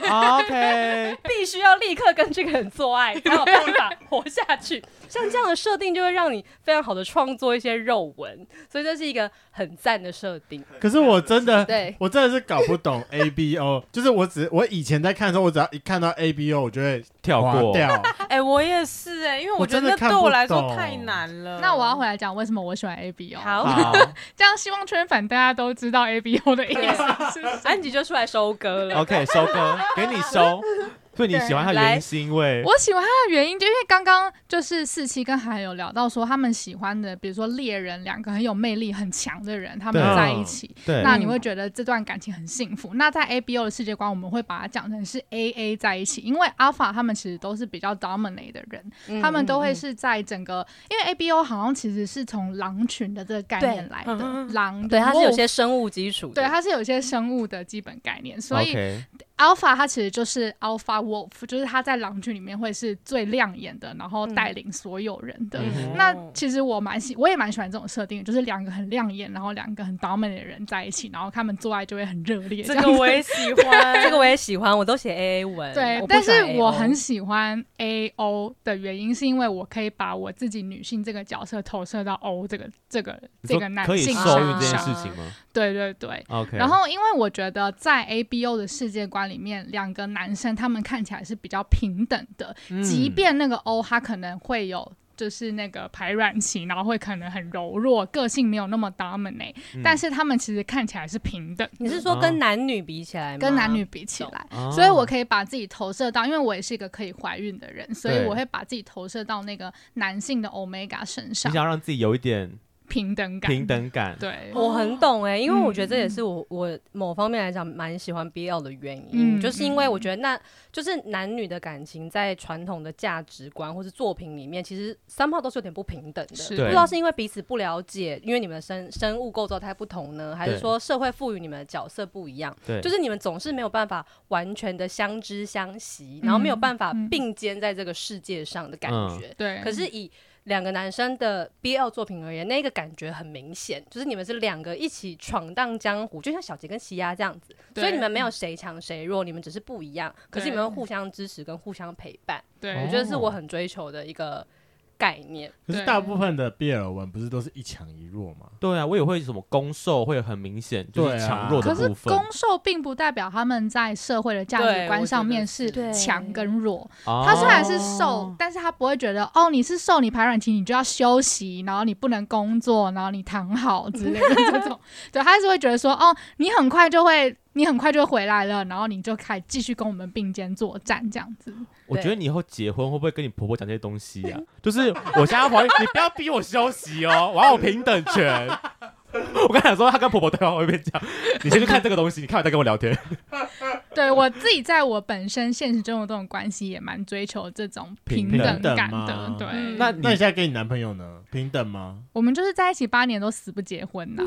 Speaker 2: OK，
Speaker 5: 必须要立刻跟这个人做爱才有办法活下去。像这样的设定就会让你非常好的创作一些肉文，所以这是一个很赞的设定。
Speaker 1: 可是我真的，
Speaker 5: 对
Speaker 1: 我真的是搞不懂 A B O，就是我只我以前在看的时候，我只要一看到 A B O，我就会
Speaker 2: 跳
Speaker 1: 划
Speaker 2: 过。
Speaker 1: 掉。
Speaker 4: 哎、我也是哎、因为
Speaker 1: 我
Speaker 4: 我觉
Speaker 1: 真
Speaker 4: 得
Speaker 1: 的
Speaker 4: 那
Speaker 1: 看
Speaker 4: 对我
Speaker 1: 不
Speaker 4: 来说
Speaker 1: 懂
Speaker 4: 太难了。
Speaker 3: 那我要回来讲为什么我喜欢 A B O。
Speaker 5: 好，
Speaker 2: 好
Speaker 3: 这样希望圈粉大家都知道 A B O 的意思是什么。
Speaker 5: 安吉就出来收割了。
Speaker 2: ，OK，收割，给你收。所以你喜欢他的原因是因为
Speaker 3: 我喜欢他的原因，就因为刚刚就是四七跟韩有聊到说，他们喜欢的，比如说猎人两个很有魅力、很强的人，他们
Speaker 2: 对
Speaker 3: 在一起，
Speaker 2: 对
Speaker 3: 那
Speaker 5: 嗯
Speaker 3: 你会觉得这段感情很幸福。那在 A B O 的世界观，我们会把它讲成是 A A 在一起，因为 Alpha 他们其实都是比较 dominate 的人，
Speaker 5: 嗯
Speaker 3: 他们都会是在整个，因为 A B O 好像其实是从狼群的这个概念来
Speaker 4: 嗯嗯
Speaker 3: 的，狼
Speaker 5: 对，它是有
Speaker 3: wolf
Speaker 5: 些生物基础的。
Speaker 3: 对，它是有一些生物的基本概念，所以
Speaker 2: OK，
Speaker 3: Alpha 它其实就是 Alpha Wolf，就是它在狼群里面会是最亮眼的，然
Speaker 5: 嗯
Speaker 3: 后带领所有人的。
Speaker 2: 嗯
Speaker 4: 嗯
Speaker 3: 那其实我蛮喜，我也蛮喜欢这种设定，就是两个很亮眼，然后两个很 dominant 的人在一起，然后他们做爱就会很热烈。
Speaker 4: 这
Speaker 3: 样
Speaker 4: 个
Speaker 3: 子
Speaker 4: 我也喜欢，
Speaker 5: 这个我也喜欢，我都写 A A 文。
Speaker 3: 对
Speaker 5: 我，不
Speaker 3: 但
Speaker 5: 喜欢
Speaker 3: 是
Speaker 2: 哎
Speaker 5: AA
Speaker 2: 哦
Speaker 3: 我很喜欢 A O 的原因，是因为我可以把我自己女性这个角色投射到 O 这个这个
Speaker 2: 你
Speaker 3: 这
Speaker 2: 说
Speaker 3: 个男
Speaker 2: 可以
Speaker 3: 性
Speaker 2: 受孕
Speaker 3: 身
Speaker 2: 这件
Speaker 3: 上。
Speaker 2: 事情吗
Speaker 3: 对对对，
Speaker 2: ？OK，
Speaker 3: 然后，因为我觉得在 A B O 的世界观里面，两个男生他们看起来是比较平等的，
Speaker 2: 嗯
Speaker 3: 即便那个 O 他可能会有。就是那个排卵期，然后会可能很柔弱，个性没有那么 dominate，、
Speaker 2: 嗯
Speaker 3: 但是他们其实看起来是平等，
Speaker 5: 你是说跟男女比起来吗？
Speaker 3: 跟男女比起来，
Speaker 2: 哦
Speaker 3: 所以我可以把自己投射到，因为我也是一个可以怀孕的人，所以
Speaker 2: 对
Speaker 3: 我会把自己投射到那个男性的 omega 身
Speaker 2: 你
Speaker 3: 上
Speaker 2: 想，要让自己有一点
Speaker 3: 平等感，
Speaker 2: 平，等感，
Speaker 3: 对，
Speaker 5: 我很懂哎、因为我觉得这
Speaker 3: 嗯
Speaker 5: 也是我、我某方面来讲蛮喜欢 BL 的原因，
Speaker 3: 嗯
Speaker 5: 就是因为我觉得那就是男女的感情在传统的价值观或是作品里面，其实三炮都是有点不平等的。
Speaker 3: 是
Speaker 5: 不
Speaker 2: 对
Speaker 5: 知道是因为彼此不了解，因为你们的生生物构造太不同呢，还是
Speaker 2: 对
Speaker 5: 说社会赋予你们的角色不一样？
Speaker 2: 对，
Speaker 5: 就是你们总是没有办法完全的相知相惜，然后没有办法
Speaker 3: 嗯
Speaker 5: 并肩在这个世界上的感觉。
Speaker 3: 对，
Speaker 5: 可
Speaker 1: 嗯
Speaker 5: 是以两个男生的 BL 作品而言，那个感觉很明显，就是你们是两个一起闯荡江湖，就像小杰跟奇亚这样子，
Speaker 3: 对
Speaker 5: 所以你们
Speaker 1: 嗯
Speaker 5: 没有谁强谁弱，你们只是不一样，可是你们会互相支持跟互相陪伴，
Speaker 3: 对，
Speaker 5: 我觉得是
Speaker 1: 哦
Speaker 5: 我很追求的一个概念。
Speaker 1: 可是
Speaker 3: 对
Speaker 1: 大部分的 BL 文不是都是一强一弱吗？
Speaker 2: 对啊，我也会什么攻受会很明显，就是
Speaker 1: 对啊
Speaker 2: 强弱的
Speaker 3: 可是
Speaker 2: 部分
Speaker 3: 攻。受并不代表他们在社会的价值
Speaker 4: 对我觉
Speaker 3: 观
Speaker 4: 得
Speaker 3: 上面
Speaker 4: 是
Speaker 3: 是强跟弱。
Speaker 2: 哦
Speaker 3: 他虽然是受，但是他不会觉得哦，你是受，你排卵期你就要休息，然后你不能工作，然后你躺好之类的这种。对，他还是会觉得说哦，你很快就会，你很快就会回来了，然后你就开继续跟我们并肩作战这样子。
Speaker 2: 我觉得你以后结婚会不会跟你婆婆讲这些东西
Speaker 3: 嗯
Speaker 2: 呀、就是我现在怀孕，你不要逼我休息哦，我要有平等权。 我刚才想说，她跟婆婆对话，我一边讲，你先去看这个东西，你看完再跟我聊 天。
Speaker 3: 对我自己，在我本身现实中的这种关系也蛮追求这种
Speaker 2: 平
Speaker 3: 平
Speaker 1: 等
Speaker 3: 感的
Speaker 1: 嘛。
Speaker 3: 对，
Speaker 5: 嗯
Speaker 2: 那
Speaker 1: 那你
Speaker 2: 你
Speaker 1: 现在跟你男朋友呢？平等吗？
Speaker 3: 我们就是在一起八年都死不结婚呐、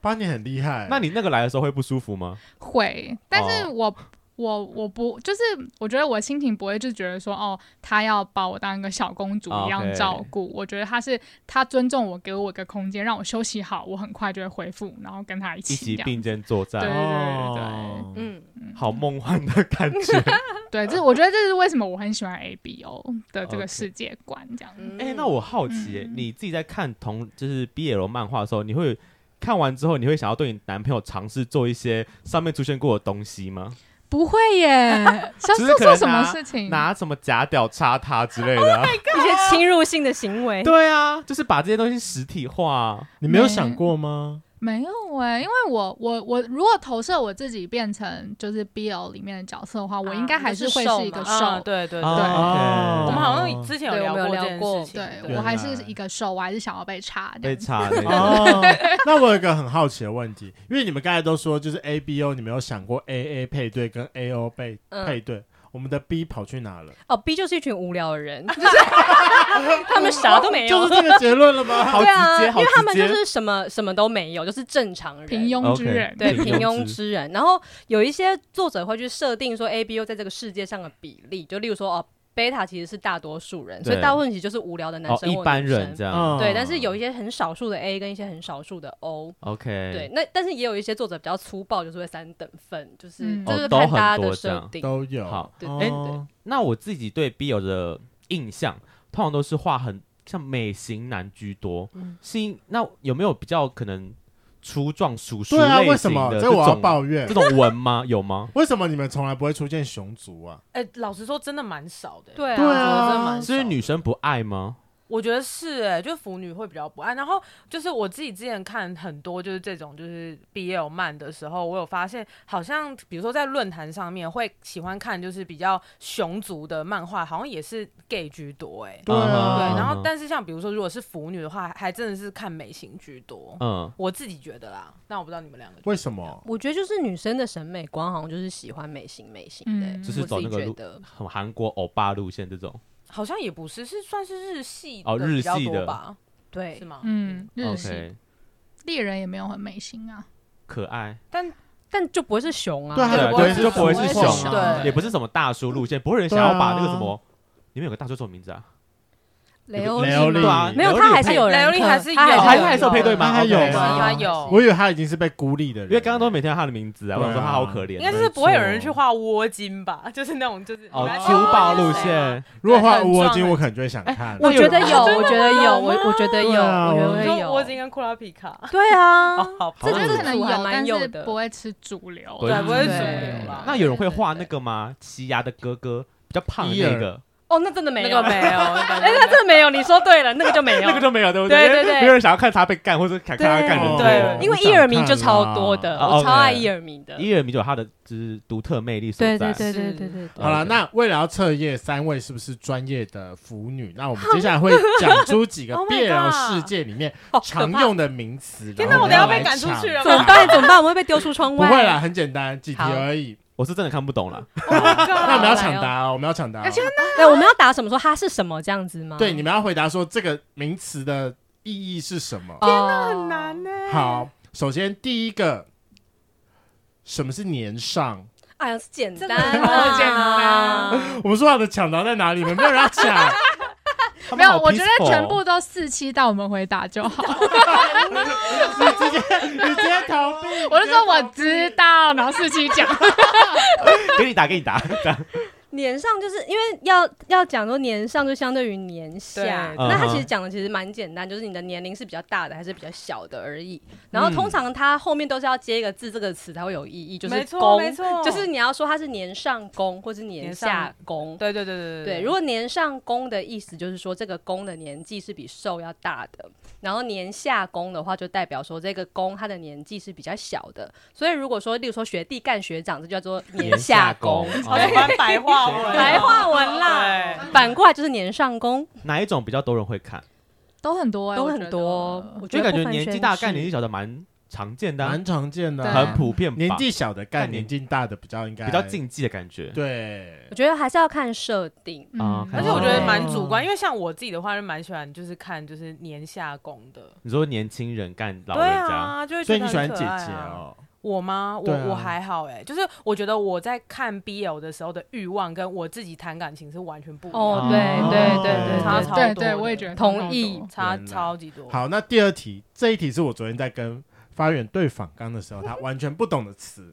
Speaker 1: 八年很厉害。
Speaker 2: 那你那个来的时候会不舒服吗？
Speaker 3: 会，但是
Speaker 2: 哦
Speaker 3: 我、我我不就是，我觉得我心情不会就觉得说哦，他要把我当一个小公主一样
Speaker 2: 啊 OK
Speaker 3: 照顾。我觉得他是他尊重我，给我一个空间，让我休息好，我很快就会恢复，然后跟他一
Speaker 2: 一
Speaker 3: 起
Speaker 2: 起
Speaker 3: 这样。
Speaker 2: 并肩作
Speaker 3: 对
Speaker 2: 战，
Speaker 1: 哦，
Speaker 5: 嗯，
Speaker 2: 好梦幻的感觉。
Speaker 3: 对，这我觉得这是为什么我很喜欢 A B O 的这
Speaker 2: OK
Speaker 3: 个世界观这样。
Speaker 5: 嗯
Speaker 2: 哎、那我好奇、
Speaker 3: 嗯
Speaker 2: 你自己在看同就是 BL 漫画的时候，你会看完之后，你会想要对你男朋友尝试做一些上面出现过的东西吗？
Speaker 3: 不会耶， 想
Speaker 2: 只是
Speaker 3: 做
Speaker 2: 可
Speaker 3: 做
Speaker 2: 能
Speaker 3: 什么
Speaker 2: 拿
Speaker 3: 事
Speaker 1: 嗯
Speaker 3: 情？
Speaker 2: 拿什么假屌插他之类
Speaker 1: Oh
Speaker 2: 的啊、
Speaker 5: 一些侵入性的行为，
Speaker 2: 对啊，就是把这些东西实体化啊、
Speaker 1: 你没有想过吗？
Speaker 3: 没有哎、因为我我我如果投射我自己变成就是 BL 里面的角色的话，我应该还是会是一个
Speaker 5: 啊
Speaker 3: 受，
Speaker 4: 嗯对对对，
Speaker 2: 哦
Speaker 4: 我们好像之前有
Speaker 5: 对
Speaker 4: 聊
Speaker 5: 我们有
Speaker 4: 过
Speaker 5: 聊
Speaker 4: 这件
Speaker 5: 过
Speaker 4: 事情，
Speaker 3: 对
Speaker 1: 对
Speaker 3: 我还
Speaker 1: 啊
Speaker 3: 是一个受，我还是想要被插这
Speaker 2: 被
Speaker 3: 样子。
Speaker 2: 查了一下。
Speaker 1: 哦， 那我有一个很好奇的问题，因为你们刚才都说就是 A B O，你们有想过 A A 配对跟 A O 配、
Speaker 5: 嗯
Speaker 1: 配对，我们的 B 跑去哪了？
Speaker 5: 哦，B 就是一群无聊的人，就是 他们啥都没有
Speaker 1: 就，是这个结论了 吗？好
Speaker 5: 对
Speaker 1: 直
Speaker 5: 啊，
Speaker 1: 接，
Speaker 5: 因
Speaker 1: 好
Speaker 5: 为他们
Speaker 1: 直
Speaker 5: 就
Speaker 1: 接。
Speaker 5: 是什么什么都没有，就是正常人，
Speaker 3: 平庸之
Speaker 2: OK
Speaker 3: 人，
Speaker 5: 对
Speaker 2: 平
Speaker 5: 平
Speaker 2: 庸
Speaker 5: 庸
Speaker 2: 之
Speaker 5: 之人。然后有一些作者会去设定说 A B U 在这个世界上的比例，就例如说哦，贝塔其实是大多数人，所以
Speaker 2: 对
Speaker 5: 大部分其实就是无聊的男
Speaker 2: 哦，
Speaker 5: 生或
Speaker 2: 一
Speaker 5: 女
Speaker 2: 般人
Speaker 5: 生
Speaker 2: 这样。
Speaker 1: 嗯
Speaker 5: 对，但是有一些很少数的 A 跟一些很少数的 O，
Speaker 2: OK，
Speaker 5: 对，，那但是也有一些作者比较粗暴，就是会三等份，就是、
Speaker 3: 嗯
Speaker 5: 就是
Speaker 2: 哦都
Speaker 5: 看
Speaker 2: 很
Speaker 5: 大家
Speaker 2: 多
Speaker 5: 的
Speaker 2: 这
Speaker 5: 设
Speaker 2: 样
Speaker 5: 定。
Speaker 1: 都有。
Speaker 2: 好
Speaker 5: 对
Speaker 2: 对
Speaker 1: 哦
Speaker 2: 那我自己对 BL 的印象，通常都是画很像美型男居多。
Speaker 5: 嗯
Speaker 2: 是因那有没有比较可能粗壮叔叔
Speaker 1: 对啊，
Speaker 2: 类
Speaker 1: 为什
Speaker 2: 型
Speaker 1: 么
Speaker 2: 的
Speaker 1: 这我要
Speaker 2: 种
Speaker 1: 抱怨
Speaker 2: 这？种文吗？有吗？
Speaker 1: 为什么你们从来不会出现熊族啊？
Speaker 4: 哎，老实说，真的蛮少的。
Speaker 5: 对啊，
Speaker 1: 对
Speaker 4: 我觉得真的蛮
Speaker 1: 啊
Speaker 4: 少
Speaker 2: 是
Speaker 4: 的
Speaker 2: 因为女生不爱吗？
Speaker 4: 我觉得是哎、就腐女会比较不爱。然后就是我自己之前看很多就是这种就是 BL 漫的时候，我有发现好像比如说在论坛上面会喜欢看就是比较雄族的漫画，好像也是 gay 居多哎、
Speaker 1: 对啊
Speaker 4: 对，
Speaker 2: 嗯
Speaker 4: 然后但是像比如说如果是腐女的话，还真的是看美型居多。
Speaker 2: 嗯，
Speaker 4: 我自己觉得啦，那我不知道你们两个
Speaker 1: 为什么？
Speaker 5: 我觉得就是女生的审美观好像就是喜欢美型美型的、
Speaker 3: 嗯
Speaker 2: 就是
Speaker 5: 我自
Speaker 2: 走
Speaker 5: 己
Speaker 2: 那个
Speaker 5: 觉
Speaker 2: 路
Speaker 5: 得。
Speaker 2: 很韩国欧巴路线这种。
Speaker 4: 好像也不是，是算是日系
Speaker 2: 哦
Speaker 4: 的
Speaker 2: 日
Speaker 4: 比较
Speaker 2: 系
Speaker 4: 多
Speaker 2: 的
Speaker 4: 吧？
Speaker 5: 对
Speaker 4: 是，吗？
Speaker 3: 嗯，日系
Speaker 2: OK，
Speaker 3: 猎人也没有很美型啊，
Speaker 2: 可爱，
Speaker 4: 但
Speaker 5: 但就不会是熊啊，
Speaker 1: 对啊
Speaker 2: 对，
Speaker 4: 不会
Speaker 2: 对
Speaker 4: 是
Speaker 2: 就不会
Speaker 4: 熊
Speaker 2: 是
Speaker 3: 不会是
Speaker 2: 熊，啊
Speaker 3: 熊
Speaker 4: 对
Speaker 2: 也不是什么大叔路线，不会有人想要把那个什么，你们有个大叔什么名字啊？
Speaker 5: 雷
Speaker 1: 有
Speaker 5: 欧
Speaker 1: 个雷
Speaker 5: 利
Speaker 1: 欧利
Speaker 5: 吗
Speaker 2: 对啊
Speaker 5: 没有，
Speaker 2: 雷欧利
Speaker 5: 他还是有
Speaker 4: 配
Speaker 5: 人
Speaker 4: 雷欧利
Speaker 5: 看
Speaker 4: 还是
Speaker 5: 他
Speaker 4: 有
Speaker 5: 还
Speaker 2: 他还是有配啊对吗
Speaker 1: 他还有
Speaker 2: ？OK
Speaker 1: 吗
Speaker 4: 他有，
Speaker 1: 我以为他已经是被孤立的人，
Speaker 2: 哦因为刚刚都每天他的名字啊，我
Speaker 1: 对啊
Speaker 2: 想说他好可怜哦。
Speaker 4: 应该就是不会有人去画窝巾吧？就是那种就是
Speaker 2: 哦
Speaker 4: 来，
Speaker 2: 粗暴路线，
Speaker 1: 如果画
Speaker 4: 很
Speaker 1: 乌窝
Speaker 4: 壮
Speaker 1: 巾，
Speaker 4: 很
Speaker 1: 我可能就会想看。
Speaker 5: 我觉得
Speaker 2: 那
Speaker 5: 有，我觉得有，我我觉得有，
Speaker 1: 对啊我
Speaker 2: 哦
Speaker 5: 我觉得
Speaker 4: 你
Speaker 5: 会
Speaker 4: 说窝巾
Speaker 5: 有。
Speaker 4: 跟库拉皮卡，
Speaker 5: 对啊，
Speaker 4: 哦，好吧
Speaker 3: 这
Speaker 2: 好
Speaker 3: 就
Speaker 2: 像
Speaker 3: 是可能
Speaker 5: 有还蛮
Speaker 3: 但
Speaker 5: 有
Speaker 3: 是
Speaker 5: 的
Speaker 3: 不会吃主流。
Speaker 2: 不
Speaker 4: 对，不会主
Speaker 5: 对
Speaker 4: 流啦。
Speaker 2: 那有人会画那个吗？奇牙的哥哥，比较胖的那个，
Speaker 5: 哦，那真的没
Speaker 4: 那
Speaker 5: 有，
Speaker 4: 个没有，
Speaker 5: 哎，
Speaker 4: 那
Speaker 5: 那真的没有，你说对了，那个就没有，
Speaker 2: 那个就没有，对不
Speaker 5: 对对
Speaker 2: 对
Speaker 5: 对
Speaker 2: 没有人想要看他被干，或者看看他干人之类的。
Speaker 4: 对
Speaker 5: 因为伊尔明就超多的，
Speaker 2: 我想看啦
Speaker 5: 我超
Speaker 2: 啊
Speaker 5: 爱
Speaker 2: ，OK
Speaker 5: 伊尔明的。
Speaker 2: 伊尔米就有他的就是独特魅力所在。
Speaker 4: 对对
Speaker 5: 嗯
Speaker 4: 对对
Speaker 1: 好了，那为了要测验三位是不是专业的腐女，那我们接下来会讲出几个
Speaker 4: Oh my
Speaker 1: BL
Speaker 4: god
Speaker 1: 世界里面
Speaker 5: 好可
Speaker 1: 常
Speaker 5: 怕
Speaker 1: 用的名词。
Speaker 4: 天
Speaker 1: 哪，
Speaker 4: 哪我
Speaker 1: 们
Speaker 4: 等下
Speaker 1: 要
Speaker 4: 被
Speaker 1: 来
Speaker 4: 赶出
Speaker 1: 抢
Speaker 4: 去了
Speaker 5: 怎么办？怎么办？我会被丢出窗
Speaker 1: 不
Speaker 5: 外。
Speaker 1: 会啦，，很简单，几题
Speaker 5: 好
Speaker 1: 而已。
Speaker 2: 我是真的看不懂了。
Speaker 1: 那我们要抢
Speaker 5: 来哦
Speaker 1: 答哦，我们要抢答哦。
Speaker 5: 对，我们要打什么？说它是什么这样子吗？
Speaker 1: 对，你们要回答说这个名词的意义是什么。
Speaker 5: 天哪，
Speaker 4: 很难。欸呢。
Speaker 1: 好，首先第一个，什么是年上？
Speaker 5: 哎呀，是简
Speaker 4: 真
Speaker 5: 单
Speaker 4: 的
Speaker 5: 啊，
Speaker 4: 好简
Speaker 5: 单。
Speaker 1: 我们说好的抢答在哪里？你们没有人要抢，
Speaker 2: 他
Speaker 3: 没
Speaker 2: 们
Speaker 3: 有，
Speaker 2: 好
Speaker 3: 我觉得
Speaker 2: peaceful 哦
Speaker 3: 全部都四期到我们回答就好。
Speaker 1: 你直接你直接 逃避。
Speaker 3: 我就说我知道，然后四期讲。
Speaker 2: 给你打，给你打。
Speaker 5: 年上就是因为要要讲说年上就相对于年下，
Speaker 2: 对
Speaker 5: 那它
Speaker 2: 嗯哼
Speaker 5: 其实讲的其实蛮简单，就是你的年龄是比较大的还是比较小的而已。然后通常它后面都是要接一个字，这个词才会有意义，就是
Speaker 4: 没错
Speaker 5: 公
Speaker 4: 没，错，
Speaker 5: 就是你要说它是年上公或是年下公。
Speaker 4: 对对对对
Speaker 5: 对，如果年上公的意思就是说这个公的年纪是比寿要大的，然后年下公的话就代表说这个公他的年纪是比较小的，所以如果说例如说学弟干学长，这叫做年下公，
Speaker 2: 年
Speaker 1: 哦
Speaker 2: 下 公
Speaker 4: 好喜欢白话文，
Speaker 5: 白话文啦。
Speaker 4: 对。
Speaker 5: 反过来就是年上公，
Speaker 2: 哪一种比较多人会看？
Speaker 3: 都很多、欸，
Speaker 5: 都
Speaker 3: 我
Speaker 5: 很
Speaker 3: 觉
Speaker 5: 多
Speaker 3: 得。
Speaker 5: 嗯我
Speaker 2: 就感觉
Speaker 5: 不分
Speaker 2: 年纪
Speaker 5: 轩
Speaker 2: 大
Speaker 5: 轾
Speaker 2: 概年纪小的蛮常见的啊，
Speaker 1: 蛮常见的
Speaker 3: 对
Speaker 1: 啊，
Speaker 2: 很普遍吧，
Speaker 1: 年纪小的干
Speaker 2: 干
Speaker 1: 年
Speaker 2: 年
Speaker 1: 纪大的比较应该
Speaker 2: 比较。禁忌的感觉。
Speaker 1: 对，
Speaker 5: 我觉得还是要看设定。
Speaker 2: 啊
Speaker 3: 嗯
Speaker 2: 看
Speaker 4: 而且我觉得
Speaker 5: 哦
Speaker 4: 蛮主观，因为像我自己的话，是蛮喜欢就是看就是年下攻的，
Speaker 2: 你说年轻人干老
Speaker 4: 对
Speaker 2: 人家，
Speaker 4: 啊，就会
Speaker 1: 所
Speaker 4: 觉
Speaker 1: 以
Speaker 4: 得
Speaker 1: 你
Speaker 4: 很
Speaker 1: 喜欢姐
Speaker 4: 可爱
Speaker 1: 姐
Speaker 4: 啊
Speaker 1: 哦？
Speaker 4: 我吗？我、
Speaker 1: 对啊
Speaker 4: 我还好哎、就是我觉得我在看 BL 的时候的欲望跟我自己谈感情是完全不一样的，
Speaker 5: 哦，对对对对，
Speaker 4: 差
Speaker 5: 对
Speaker 4: 超多
Speaker 3: 对
Speaker 4: 的，
Speaker 3: 对，我也觉得
Speaker 5: 同
Speaker 3: 差不多
Speaker 5: 意
Speaker 4: 差
Speaker 1: 原来
Speaker 4: 超级多。
Speaker 1: 好，那第二题，这一题是我昨天在跟发源对访刚的时候，他完全不懂的词。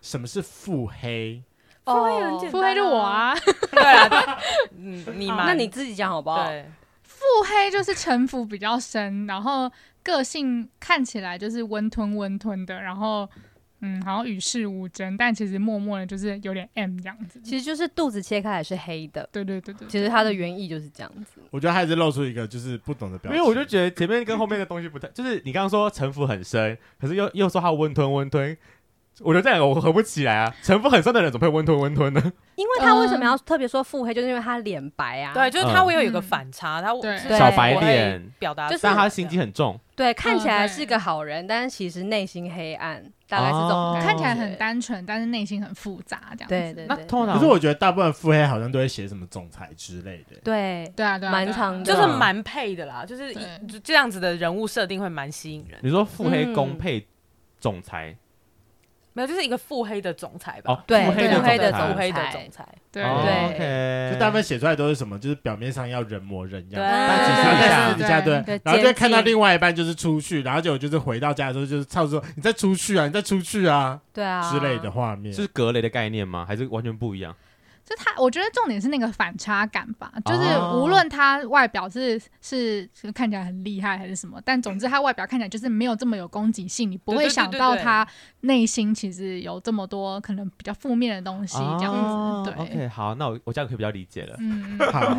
Speaker 1: 什么是腹黑？
Speaker 4: 腹黑
Speaker 5: 哦
Speaker 4: 很简
Speaker 3: 腹哦黑就我啊，
Speaker 4: 对啊，嗯，你嘛，
Speaker 5: 那你哦自己讲好不好？
Speaker 4: 对
Speaker 3: 腹黑就是城府比较深，然后个性看起来就是温吞温吞的，然后嗯，好像与世无争，但其实默默的就是有点 M 这样子。
Speaker 5: 其实就是肚子切开来是黑的，
Speaker 3: 对对对对，
Speaker 5: 其实它的原意就是这样子。
Speaker 1: 我觉得还是露出一个就是不懂的表
Speaker 2: 因
Speaker 1: 情，
Speaker 2: 为我就觉得前面跟后面的东西不太， 就是你刚刚说城府很深，可是又又说他温吞温吞，我觉得这两个我合不起来啊。城府很深的人怎么会温吞温吞呢？
Speaker 5: 因为他为什么要特别说腹黑，就是因为他脸白啊，
Speaker 4: 对，就是他
Speaker 2: 嗯
Speaker 4: 会有一个
Speaker 3: 嗯
Speaker 4: 反差，他
Speaker 3: 对
Speaker 4: 是
Speaker 5: 对
Speaker 2: 小白
Speaker 4: 我会
Speaker 2: 脸
Speaker 4: 表达
Speaker 5: 就
Speaker 4: 出
Speaker 5: 是
Speaker 4: 来
Speaker 2: 但
Speaker 4: 的，
Speaker 2: 他心机很重，
Speaker 5: 对，看起来是
Speaker 3: 对
Speaker 5: 个好人，但是其实内心黑暗，大概是这种
Speaker 2: 哦
Speaker 5: 感觉，
Speaker 3: 看起来很单纯，但是内心很复杂这样子。
Speaker 5: 对对
Speaker 2: 那
Speaker 5: 对，
Speaker 2: 通常
Speaker 1: 可是我觉得大部分腹黑好像都会写什么总裁之类的，
Speaker 5: 对
Speaker 3: 对啊对啊，
Speaker 5: 蛮
Speaker 3: 对啊
Speaker 5: 长的
Speaker 4: 就是蛮配的啦，就是
Speaker 3: 对
Speaker 4: 就这样子的人物设定会蛮吸引人。
Speaker 2: 你说腹黑公配总裁、
Speaker 4: 没有，就是一个腹黑的总裁吧
Speaker 2: 哦，，
Speaker 5: 对
Speaker 2: 腹黑的
Speaker 5: 腹黑的
Speaker 2: 总
Speaker 5: 总
Speaker 4: 腹
Speaker 2: 裁
Speaker 4: 黑的
Speaker 5: 裁
Speaker 4: 总裁，
Speaker 3: 对
Speaker 2: 哦
Speaker 5: 对
Speaker 2: OK
Speaker 1: 就大部分写出来都是什么，就是表面上要人模人样，
Speaker 5: 对
Speaker 1: 但其实私底下
Speaker 3: 对
Speaker 5: 对
Speaker 1: 然后就会看到
Speaker 5: 奸计
Speaker 1: 另外一半就是出去，然后就就是回到家的时候就是操作，你再出去啊，你再出去啊
Speaker 5: 对啊
Speaker 1: 之类的，画面，
Speaker 2: 是格雷的概念吗？还是完全不一样？
Speaker 3: 就他，我觉得重点是那个反差感吧，就是
Speaker 2: 哦
Speaker 3: 无论他外表是是是看起来很厉害还是什么，但总之他外表看起来就是没有这么有攻击性，你不
Speaker 4: 对对
Speaker 3: 会
Speaker 4: 对
Speaker 3: 想
Speaker 4: 对
Speaker 3: 到
Speaker 4: 对
Speaker 3: 他内心其实有这么多可能比较负面的东西这样子。
Speaker 2: 哦
Speaker 3: 对，
Speaker 2: OK，好，那我我这样可以比较理解了。
Speaker 3: 嗯，
Speaker 1: 好，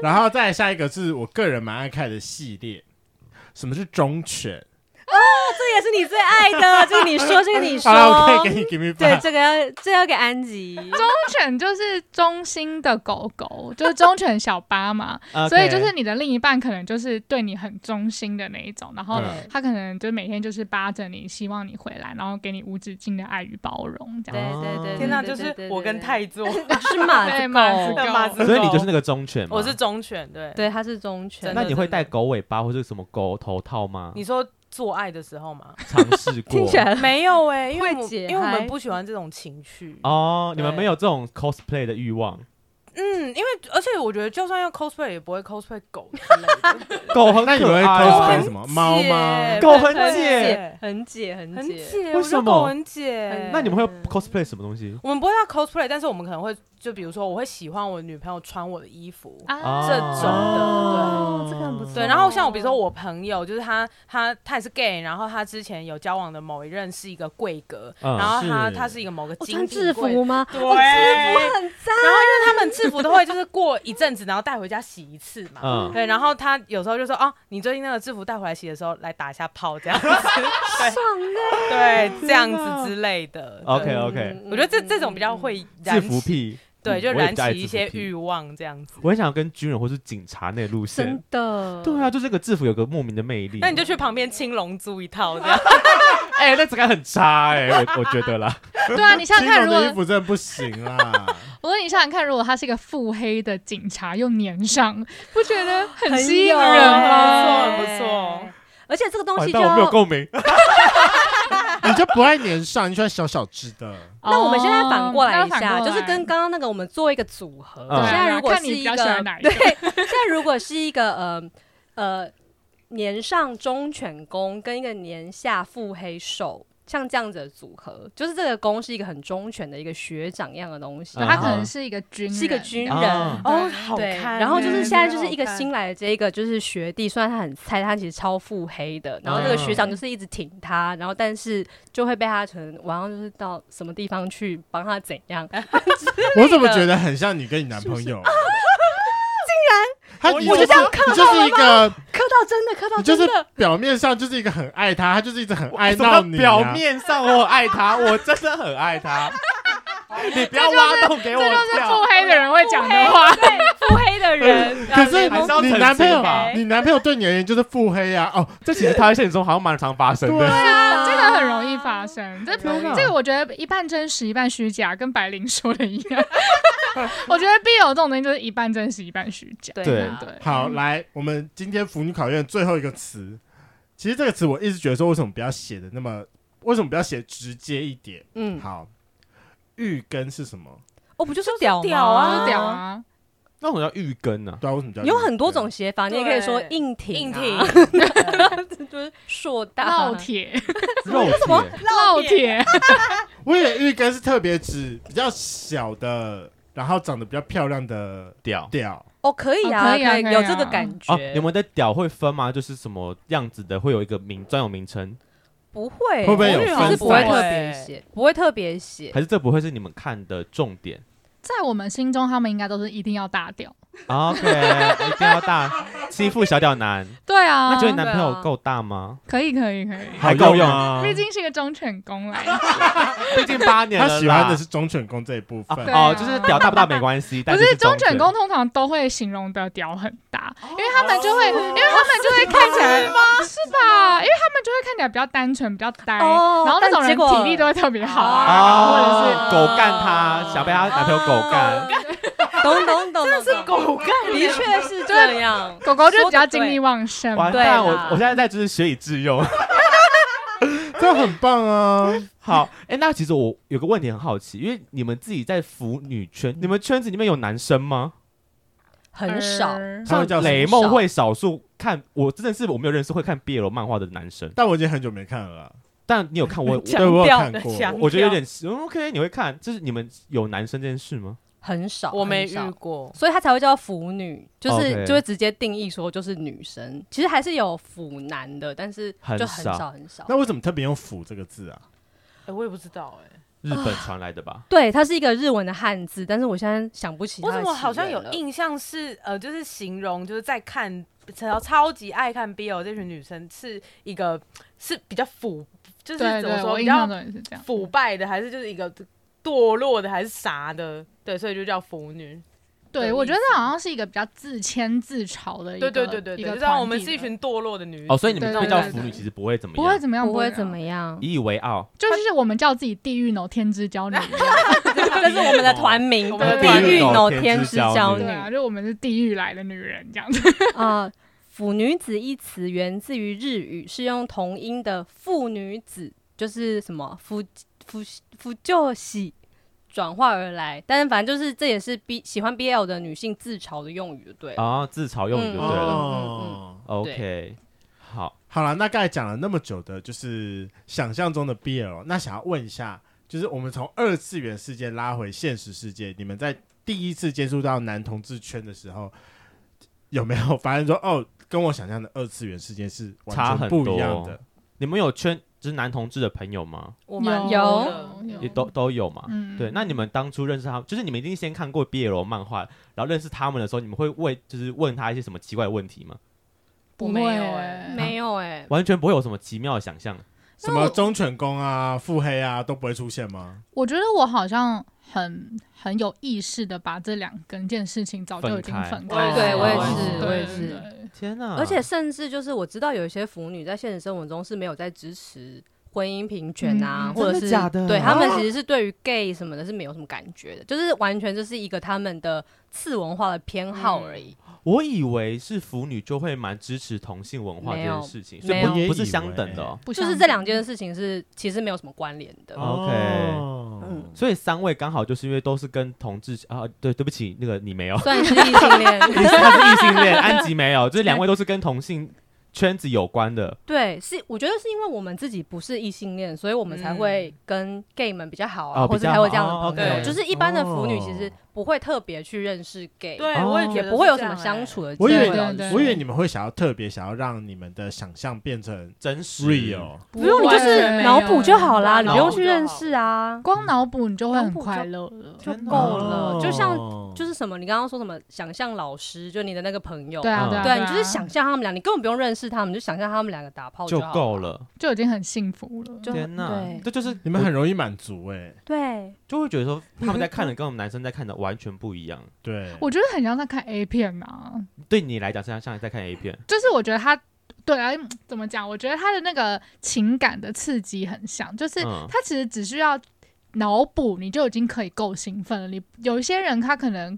Speaker 1: 然后再来下一个是我个人蛮爱看的系列，什么是忠犬？
Speaker 5: 这也是你最爱 的，这个你说，这个你
Speaker 1: 好了，我可以
Speaker 5: 说，
Speaker 1: 给你 give me
Speaker 5: 对，
Speaker 1: back。
Speaker 5: 这个要这要给安 吉，
Speaker 3: 忠犬就是忠心的狗狗，就是忠犬小八嘛，
Speaker 2: 啊 OK
Speaker 3: 所以就是你的另一半可能就是对你很忠心的那一种，然后
Speaker 2: 嗯
Speaker 3: 他可能就每天就是扒着你，希望你回来，然后给你无止境的爱与包容这
Speaker 5: 对
Speaker 3: 样。
Speaker 5: 对对对，
Speaker 4: 天哪，
Speaker 5: 对
Speaker 4: 就是我跟。
Speaker 5: 对
Speaker 4: 泰座，
Speaker 5: 对对是马
Speaker 3: 对
Speaker 5: 子
Speaker 3: 马子
Speaker 5: 狗
Speaker 3: 狗，
Speaker 4: 马子狗
Speaker 2: 所以你就是那个忠犬吗？
Speaker 4: 我是忠犬，对。
Speaker 5: 对，它是忠犬
Speaker 4: 真。
Speaker 2: 那
Speaker 4: 的
Speaker 2: 你会戴狗尾巴或者什么狗头套吗？
Speaker 4: 你说做爱的时候 吗？
Speaker 2: 尝试过？
Speaker 5: 听起来
Speaker 4: 没有哎，因为
Speaker 5: 会
Speaker 4: 我
Speaker 5: 解
Speaker 4: 因为我
Speaker 5: 嗨
Speaker 4: 们不喜欢这种情趣。
Speaker 2: 哦，你们
Speaker 4: 对
Speaker 2: 没有这种 cosplay 的欲望，
Speaker 4: 嗯，因为而且我觉得就算要 cosplay 也不会 cosplay 狗之类的，
Speaker 2: 狗很
Speaker 1: 那你
Speaker 2: 可
Speaker 1: 们会
Speaker 2: 爱啊
Speaker 1: cosplay 什么猫吗？
Speaker 2: 狗很解，
Speaker 4: 解，
Speaker 5: 很解很
Speaker 4: 很
Speaker 5: 解，
Speaker 4: 解，
Speaker 2: 为
Speaker 4: 我觉
Speaker 2: 什
Speaker 4: 得
Speaker 2: 么
Speaker 4: 狗很解。
Speaker 2: 那你们会 cosplay 什么东西？
Speaker 4: 我们不会要 cosplay，但是我们可能会就比如说，我会喜欢我女朋友穿我的衣服。
Speaker 3: 啊
Speaker 4: 这种的
Speaker 2: 哦
Speaker 5: 对这个很不错
Speaker 2: 嗯
Speaker 4: 对，然后像我比如说我朋友，就是他，他他也是 gay，然后他之前有交往的某一任是一个贵格，
Speaker 2: 嗯
Speaker 4: 然后他
Speaker 1: 是
Speaker 4: 他是一个某个
Speaker 5: 我
Speaker 4: 精
Speaker 5: 哦穿
Speaker 4: 品
Speaker 5: 制
Speaker 4: 柜
Speaker 5: 服吗？
Speaker 4: 对，
Speaker 5: 我制服很赞，
Speaker 4: 然后因为他们制服都会就是过一阵子，然后带回家洗一次嘛。
Speaker 2: 嗯，
Speaker 4: 对，然后他有时候就说：“哦，你最近那个制服带回来洗的时候，来打一下泡这样 子，
Speaker 5: 爽的。
Speaker 4: 对，对，这样子之类的。对”
Speaker 2: OK OK，
Speaker 5: 嗯
Speaker 4: 我觉得这这种比较会燃
Speaker 2: 制
Speaker 4: 起
Speaker 2: 服，癖，
Speaker 4: 对，就
Speaker 2: 嗯我也
Speaker 4: 燃
Speaker 2: 比较爱
Speaker 4: 起
Speaker 2: 制
Speaker 4: 一
Speaker 2: 服
Speaker 4: 些
Speaker 2: 癖
Speaker 4: 欲望这样子。
Speaker 2: 我很想跟军人或是警察那路线
Speaker 5: 嗯真。的。
Speaker 2: 对啊，就这个制服有个莫名的魅力。
Speaker 4: 那你就去旁边青龙租一套这样。
Speaker 2: 哎，那质感很差哎，我我觉得啦。
Speaker 3: 对啊，你想想
Speaker 1: 青
Speaker 3: 看，
Speaker 1: 龙
Speaker 3: 如
Speaker 1: 的衣
Speaker 3: 果
Speaker 1: 服真的不行啦，
Speaker 3: 我说你想想看，如果他是一个腹黑的警察又年上，不觉得很
Speaker 5: 很
Speaker 3: 吸引
Speaker 5: 有
Speaker 3: 人
Speaker 5: 欸
Speaker 3: 吗？
Speaker 4: 不错不错。
Speaker 5: 而且这个东
Speaker 2: 完
Speaker 5: 西就
Speaker 2: 蛋，我没有
Speaker 5: 要，
Speaker 2: 共鸣。
Speaker 1: 你就不爱年上，你喜欢小小只的。
Speaker 3: 啊
Speaker 5: 那我们现在反过来一
Speaker 3: 哦那
Speaker 5: 下，
Speaker 3: 反过
Speaker 5: 就是
Speaker 3: 来
Speaker 5: 跟刚刚那个我们做一个组合。
Speaker 2: 嗯
Speaker 3: 对啊
Speaker 5: 现在如果
Speaker 3: 看
Speaker 5: 是
Speaker 3: 你比
Speaker 5: 一
Speaker 3: 较
Speaker 5: 个，
Speaker 3: 喜欢哪一
Speaker 5: 对，
Speaker 3: 个？
Speaker 5: 现在如果是一个呃呃年上忠犬公跟一个年下腹黑兽。像这样子的组合，就是这个公是一个很忠犬的一个学长一样的东西，
Speaker 2: 嗯
Speaker 3: 他可能是一个军人，
Speaker 5: 啊是一个军人，
Speaker 2: 啊
Speaker 3: 哦
Speaker 4: 好
Speaker 5: 对，
Speaker 4: 看
Speaker 5: 然后就是
Speaker 4: 耶
Speaker 5: 现在就是一个新，来的这一个就是学弟，虽然他很菜，他其实超腹黑的。然后这个学
Speaker 1: 嗯
Speaker 5: 长就是一直挺他，然后但是就会被他可能晚上就是到什么地方去帮他怎样，
Speaker 1: 我怎么觉得很像你跟你男朋友？竟然他，你
Speaker 5: 我就这样看
Speaker 1: 你就是一个，
Speaker 5: 磕到真的磕到
Speaker 1: 你就
Speaker 5: 啊真
Speaker 1: 是
Speaker 5: 的，
Speaker 1: 表面上就是一个很爱他，他就是一直很爱闹你啊。
Speaker 2: 表面上我很爱 他，我真的很爱他。你不要挖洞给我
Speaker 3: 这
Speaker 5: 啊
Speaker 3: 就是腹
Speaker 2: 跳。
Speaker 3: 黑的人会讲的话。
Speaker 5: 腹黑的人，
Speaker 1: 可是
Speaker 2: 呃啊还是要
Speaker 1: 你
Speaker 2: 诚
Speaker 1: 男朋
Speaker 2: 实
Speaker 1: 友
Speaker 2: 吧，
Speaker 5: 哎
Speaker 1: 你男朋友对你而言就是腹黑啊！哦，
Speaker 5: 嗯
Speaker 2: 这其实他在现实中好像蛮常发生
Speaker 1: 对
Speaker 2: 的。
Speaker 5: 啊
Speaker 3: 这个很容易发生，这
Speaker 2: 天哪
Speaker 3: 这个我觉得一半真实一半虚假，跟白灵说的一样。 我觉得必有这种东西就是一半真实一半虚假。
Speaker 5: 对
Speaker 2: 对
Speaker 5: 啊
Speaker 3: 对，
Speaker 1: 好，来，我们今天腐女考验最后一个词，其实这个词我一直觉得说，为什么不要写的那么，为什么不要写直接一点？
Speaker 5: 嗯，
Speaker 1: 好，玉根是什么？
Speaker 5: 哦不就是屌吗
Speaker 4: 屌啊
Speaker 3: 就是屌啊，
Speaker 2: 那我叫玉 根呢？
Speaker 1: 对啊，为什么叫玉根
Speaker 5: 有很多种写法，你也可以说
Speaker 4: 对
Speaker 5: 硬挺、啊
Speaker 4: 硬挺，
Speaker 5: 就是硕大
Speaker 3: 烙铁，
Speaker 2: 肉体
Speaker 3: 烙铁，
Speaker 1: 我以为玉根是特别指比较小的，然后长得比较漂亮的
Speaker 2: 屌。
Speaker 1: 屌。
Speaker 5: 哦，可以
Speaker 3: 哦
Speaker 5: 啊，
Speaker 3: 可以啊可以啊
Speaker 5: 有这个感觉。
Speaker 2: 哦，你们的屌会分吗？就是什么样子的会有一个名专有名称？
Speaker 5: 不会，
Speaker 1: 会不会有
Speaker 5: 我
Speaker 1: 分
Speaker 5: 其实不会
Speaker 4: 散
Speaker 5: 特别写，不会特别写。
Speaker 2: 还是这不会是你们看的重点
Speaker 3: 在我们心中，他们应该都是一定要大屌。
Speaker 2: 哦？OK，一定要大欺负小屌男，
Speaker 3: 对啊
Speaker 2: 那，觉得你男朋友够大吗？
Speaker 3: 可以可以可以，
Speaker 2: 还够用
Speaker 1: 吗
Speaker 2: 啊
Speaker 3: 毕竟是个忠犬公来，
Speaker 2: 毕竟八年了啦，
Speaker 1: 他喜欢的是忠犬公这一部
Speaker 2: 啊
Speaker 1: 分，
Speaker 3: 对啊
Speaker 2: 哦，就是屌大不大没关系，
Speaker 3: 不
Speaker 2: 但是
Speaker 3: 忠犬
Speaker 2: 犬
Speaker 3: 公通常都会形容的屌很大，因为他们就会，因为他们就会看起来是吧？因为他们就会看起来比较单纯，比较呆，
Speaker 5: 哦
Speaker 3: 然后那种
Speaker 5: 但结
Speaker 3: 人
Speaker 5: 果
Speaker 3: 体力都会特别好啊，哦或者是
Speaker 2: 哦，狗干他，想被他男朋友狗干，
Speaker 5: 懂懂懂，哦真是
Speaker 4: 狗干，
Speaker 5: 的确是这样。
Speaker 3: 狗狗就比较精力旺盛。
Speaker 2: 完
Speaker 5: 对啦
Speaker 2: 蛋，我我现在在就是学以致用。
Speaker 1: 这很棒啊！
Speaker 2: 好，哎、那其实我有个问题很好奇，因为你们自己在腐女圈，你们圈子里面有男生吗？
Speaker 5: 很少，
Speaker 3: 而
Speaker 1: 他
Speaker 2: 像
Speaker 1: 们叫什么
Speaker 2: 雷梦会少数看，我真的是我没有认识会看 BL 漫画的男生，但
Speaker 1: 但我已经很久没看了啦。
Speaker 2: 但你有看 我，
Speaker 1: 对我有看过
Speaker 4: 强调
Speaker 2: 我觉得有点嗯 OK，你会看，就是你们有男生这件事吗？
Speaker 5: 很少，
Speaker 4: 我没
Speaker 5: 很少
Speaker 4: 遇过。
Speaker 5: 所以他才会叫腐女，就是
Speaker 2: OK
Speaker 5: 就会直接定义说就是女生。其实还是有腐男的，但是
Speaker 2: 很
Speaker 5: 就很
Speaker 2: 少
Speaker 5: 少很少。
Speaker 1: 那为什么特别用“腐”这个字啊？
Speaker 4: 哎，我也不知道哎，
Speaker 2: 日本传来的吧？
Speaker 5: 对，它是一个日文的汉字，但是我现在想不起它
Speaker 4: 我
Speaker 5: 的起
Speaker 4: 怎
Speaker 5: 源了。
Speaker 4: 么好像有印象是呃，就是形容就是在看超超级爱看 BL 这群女生是一个是比较腐，就是
Speaker 3: 对
Speaker 4: 怎么
Speaker 3: 对，
Speaker 4: 说
Speaker 3: 我
Speaker 4: 比
Speaker 3: 印
Speaker 4: 较
Speaker 3: 象中也是这样。
Speaker 4: 腐败的，还是就是一个堕落的，还是啥的？对，所以就叫腐女。
Speaker 3: 对，
Speaker 4: 的
Speaker 3: 我
Speaker 4: 意
Speaker 3: 觉得
Speaker 4: 思
Speaker 3: 好像是一个比较自谦自嘲的一
Speaker 4: 对
Speaker 3: 个，
Speaker 4: 对对对
Speaker 3: 一
Speaker 4: 对，
Speaker 3: 个
Speaker 4: 就知道我
Speaker 3: 团
Speaker 4: 们
Speaker 3: 体
Speaker 4: 是一
Speaker 3: 的
Speaker 4: 群堕落的女子。
Speaker 2: 哦，所以你们这
Speaker 3: 对对
Speaker 2: 么叫
Speaker 3: 对
Speaker 2: 腐女，
Speaker 3: 对
Speaker 2: 其实不会怎么
Speaker 3: 不会啊
Speaker 2: 样，
Speaker 3: 怎么样，
Speaker 5: 不会啊怎么
Speaker 3: 样，
Speaker 5: 样，
Speaker 2: 引以为傲。
Speaker 3: 就是我们叫自己地狱奴、天之骄女一样。
Speaker 5: 这是我们的团名，
Speaker 4: 我
Speaker 5: 我
Speaker 4: 们的
Speaker 5: 们
Speaker 4: 团
Speaker 5: 地
Speaker 4: 名
Speaker 5: 狱
Speaker 2: 哦
Speaker 5: 哦，
Speaker 2: 天
Speaker 5: 天
Speaker 2: 之
Speaker 5: 之
Speaker 2: 骄
Speaker 5: 骄
Speaker 2: 女
Speaker 3: 对啊，
Speaker 5: 女
Speaker 3: 就我们是地狱来的女人这样 子。
Speaker 5: 啊。腐女子一词源自于日语，是用同音的妇女子，就是什么夫夫夫就喜转化而来。但是反正就是这也是 B 喜欢 BL 的女性自嘲的用语，对了。
Speaker 2: 啊，自嘲用语就对了。
Speaker 1: 哦，
Speaker 2: 嗯 OK，好，
Speaker 1: 好了，那刚才讲了那么久的，就是想象中的 BL，那想要问一下，就是我们从二次元世界拉回现实世界，你们在第一次接触到男同志圈的时候，有没有发现说，哦，跟我想象的二次元世界是
Speaker 2: 差
Speaker 1: 完全
Speaker 2: 很
Speaker 1: 不一样
Speaker 2: 多
Speaker 1: 的？
Speaker 2: 你们有圈就是男同志的朋友吗？
Speaker 4: 我
Speaker 5: 蛮
Speaker 4: 有
Speaker 5: 多
Speaker 4: 的
Speaker 2: 也都都有嘛。
Speaker 3: 嗯
Speaker 2: 对，那你们当初认识他，就是你们一定先看过 BL 漫画，然后认识他们的时候，你们会问，就是问他一些什么奇怪的问题吗？
Speaker 3: 不
Speaker 4: 不
Speaker 3: 会
Speaker 4: 没有
Speaker 3: 欸
Speaker 4: 哎，
Speaker 5: 没有哎、
Speaker 2: 完全不会有什么奇妙的想象。
Speaker 1: 什么忠犬公啊、腹黑啊都不会出现吗？
Speaker 3: 我觉得我好像很很有意识的把这两根件事情早就已经分
Speaker 2: 分
Speaker 3: 开了。
Speaker 4: 对我也
Speaker 2: 是
Speaker 3: 对
Speaker 5: 我也是。
Speaker 3: 对对
Speaker 2: 天哪、
Speaker 5: 而且甚至就是我知道有一些腐女在现实生活中是没有在支持婚姻平权啊，
Speaker 3: 嗯
Speaker 5: 或者
Speaker 2: 真
Speaker 5: 是
Speaker 2: 的假的
Speaker 5: 对
Speaker 2: 啊
Speaker 5: 他们其实是对于 gay 什么的是没有什么感觉的，就是完全就是一个他们的次文化的偏好而已。
Speaker 2: 我以为是腐女就会蛮支持同性文化这件事情，所
Speaker 5: 没
Speaker 2: 以
Speaker 5: 有
Speaker 2: 不
Speaker 1: 没有
Speaker 2: 不是相等的、哦。
Speaker 3: 不嗯
Speaker 5: 就是这两件事情是其实没有什么关联的。
Speaker 2: 哦 OK
Speaker 1: 嗯，
Speaker 2: 所以三位刚好就是因为都是跟同志啊，对，对不起，那个你没有，
Speaker 5: 虽然是异 性恋，
Speaker 2: 他是异性恋，安吉没有，就是两位都是跟同性圈子有关的。
Speaker 5: 对，是我觉得是因为我们自己不是异性恋，所以我们才会跟 gay 们比较好啊，
Speaker 2: 哦
Speaker 5: 或
Speaker 2: 比
Speaker 5: 者
Speaker 2: 较
Speaker 5: 才会这样
Speaker 2: 好
Speaker 5: 的朋友。
Speaker 4: 哦，OK
Speaker 5: 就是一般的腐女其
Speaker 1: 哦
Speaker 5: 实不会特别去认识 gay，
Speaker 4: 对，
Speaker 2: 哦
Speaker 4: 我也觉
Speaker 5: 也
Speaker 4: 得
Speaker 5: 不会有
Speaker 4: 是
Speaker 5: 什
Speaker 4: 这
Speaker 5: 么
Speaker 4: 样
Speaker 5: 相
Speaker 4: 哎
Speaker 5: 处的机
Speaker 1: 我以
Speaker 5: 会。
Speaker 1: 为
Speaker 3: 对对对
Speaker 1: 我以为你们会想要特别想要让你们的想象变成
Speaker 2: 真实
Speaker 1: real，
Speaker 5: 不用，你就是脑补就好啦，
Speaker 4: 对
Speaker 5: 你不用去认识啊，
Speaker 3: 光脑补你就会很快乐了。
Speaker 5: 就
Speaker 2: 天哪
Speaker 5: 够了。就像
Speaker 1: 哦
Speaker 5: 就是什么，你刚刚说什么想象老师，就你的那个朋友，
Speaker 3: 对啊，
Speaker 2: 嗯
Speaker 3: 对啊，
Speaker 5: 对
Speaker 3: 啊
Speaker 5: 你就是想，象他们俩，你根本不用认识他们，你就想象他们两个打炮
Speaker 2: 就
Speaker 5: 好
Speaker 2: 够。了。
Speaker 3: 就已经很幸福了。
Speaker 5: 就
Speaker 2: 天哪
Speaker 5: 对，
Speaker 2: 这就是
Speaker 1: 你们很容易满足哎、
Speaker 5: 对，
Speaker 2: 就会觉得说他们在看的跟我们男生在看的完全不一 样。
Speaker 1: 对，
Speaker 3: 我觉得很像在看 A 片呐、
Speaker 2: 对你来讲，像像在看 A 片，
Speaker 3: 就是我觉得他对啊，嗯怎么讲？我觉得他的那个情感的刺激很像，就是
Speaker 2: 嗯
Speaker 3: 他其实只需要脑补，你就已经可以够兴奋了。你有一些人他可能。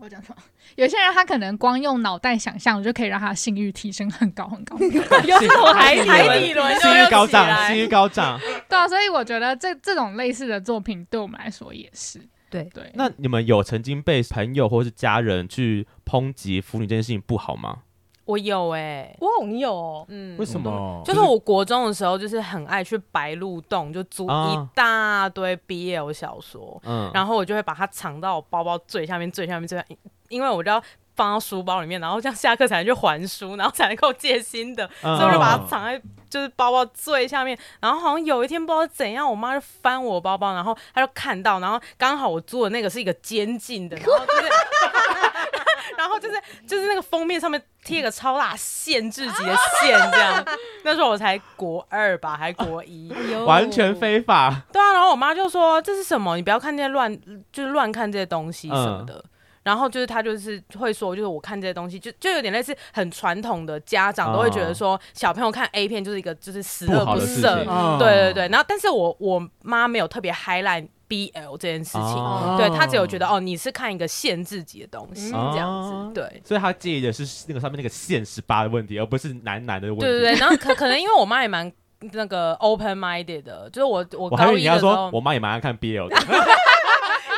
Speaker 3: 我讲什么？有些人他可能光用脑袋想象就可以让他的性欲提升很高很高，
Speaker 4: 有这 种海
Speaker 2: 性
Speaker 4: 海底轮
Speaker 2: 性欲高
Speaker 4: 就又起
Speaker 2: 涨，
Speaker 4: 来
Speaker 2: 性欲高涨。
Speaker 3: 对啊，所以我觉得这这种类似的作品对我们来说也是
Speaker 5: 对
Speaker 3: 对。
Speaker 2: 那你们有曾经被朋友或是家人去抨击腐女这件事情不好吗？
Speaker 4: 我有哎，
Speaker 5: 哇，你有哦，
Speaker 4: 嗯
Speaker 1: 为什么？
Speaker 4: 就是我国中的时候，就是很爱去白鹿洞，就租一
Speaker 2: 啊
Speaker 4: 大堆 BL 小说，
Speaker 2: 嗯，
Speaker 4: 然后我就会把它藏到我包包最下面、最下面、最下面，因为我就要放到书包里面，然后这样下课才能去还书，然后才能够借新的，
Speaker 2: 嗯
Speaker 4: 所以我就把它藏在就是包包最下面，然后好像有一天不知道怎样，我妈就翻我包包，然后她就看到，然后刚好我租的那个是一个监禁的，然后就是 然后就是就是那个封面上面贴个超大限制级的线，这样。那时候我才国二吧，还国一。
Speaker 2: 嗯完全非法。
Speaker 4: 对啊，然后我妈就说这是什么？你不要看这些乱，就是乱看这些东西什么
Speaker 2: 嗯
Speaker 4: 的。然后就是她就是会说，就是我看这些东西，就就有点类似很传统的家长都会觉得说，小朋友看 A 片就是一个就是十恶
Speaker 2: 嗯不好的事
Speaker 4: 赦。
Speaker 2: 情嗯
Speaker 1: 哦
Speaker 4: 对对对，然后但是我我妈没有特别 highlight BL 这件事情，
Speaker 2: 哦
Speaker 4: 对她只有觉得哦，你是看一个限制级的东西、
Speaker 2: 哦
Speaker 4: 嗯这样子，对。
Speaker 2: 所以他介意的是那个上面那个线十八的问题，而不是男男的问题。
Speaker 4: 对对对，然后可可能因为我妈也蛮那个 open minded 的，就是我我
Speaker 2: 我还
Speaker 4: 高
Speaker 2: 以为
Speaker 4: 一
Speaker 2: 你要
Speaker 4: 的时
Speaker 2: 说，
Speaker 4: 候
Speaker 2: 我妈也蛮爱看 BL 的，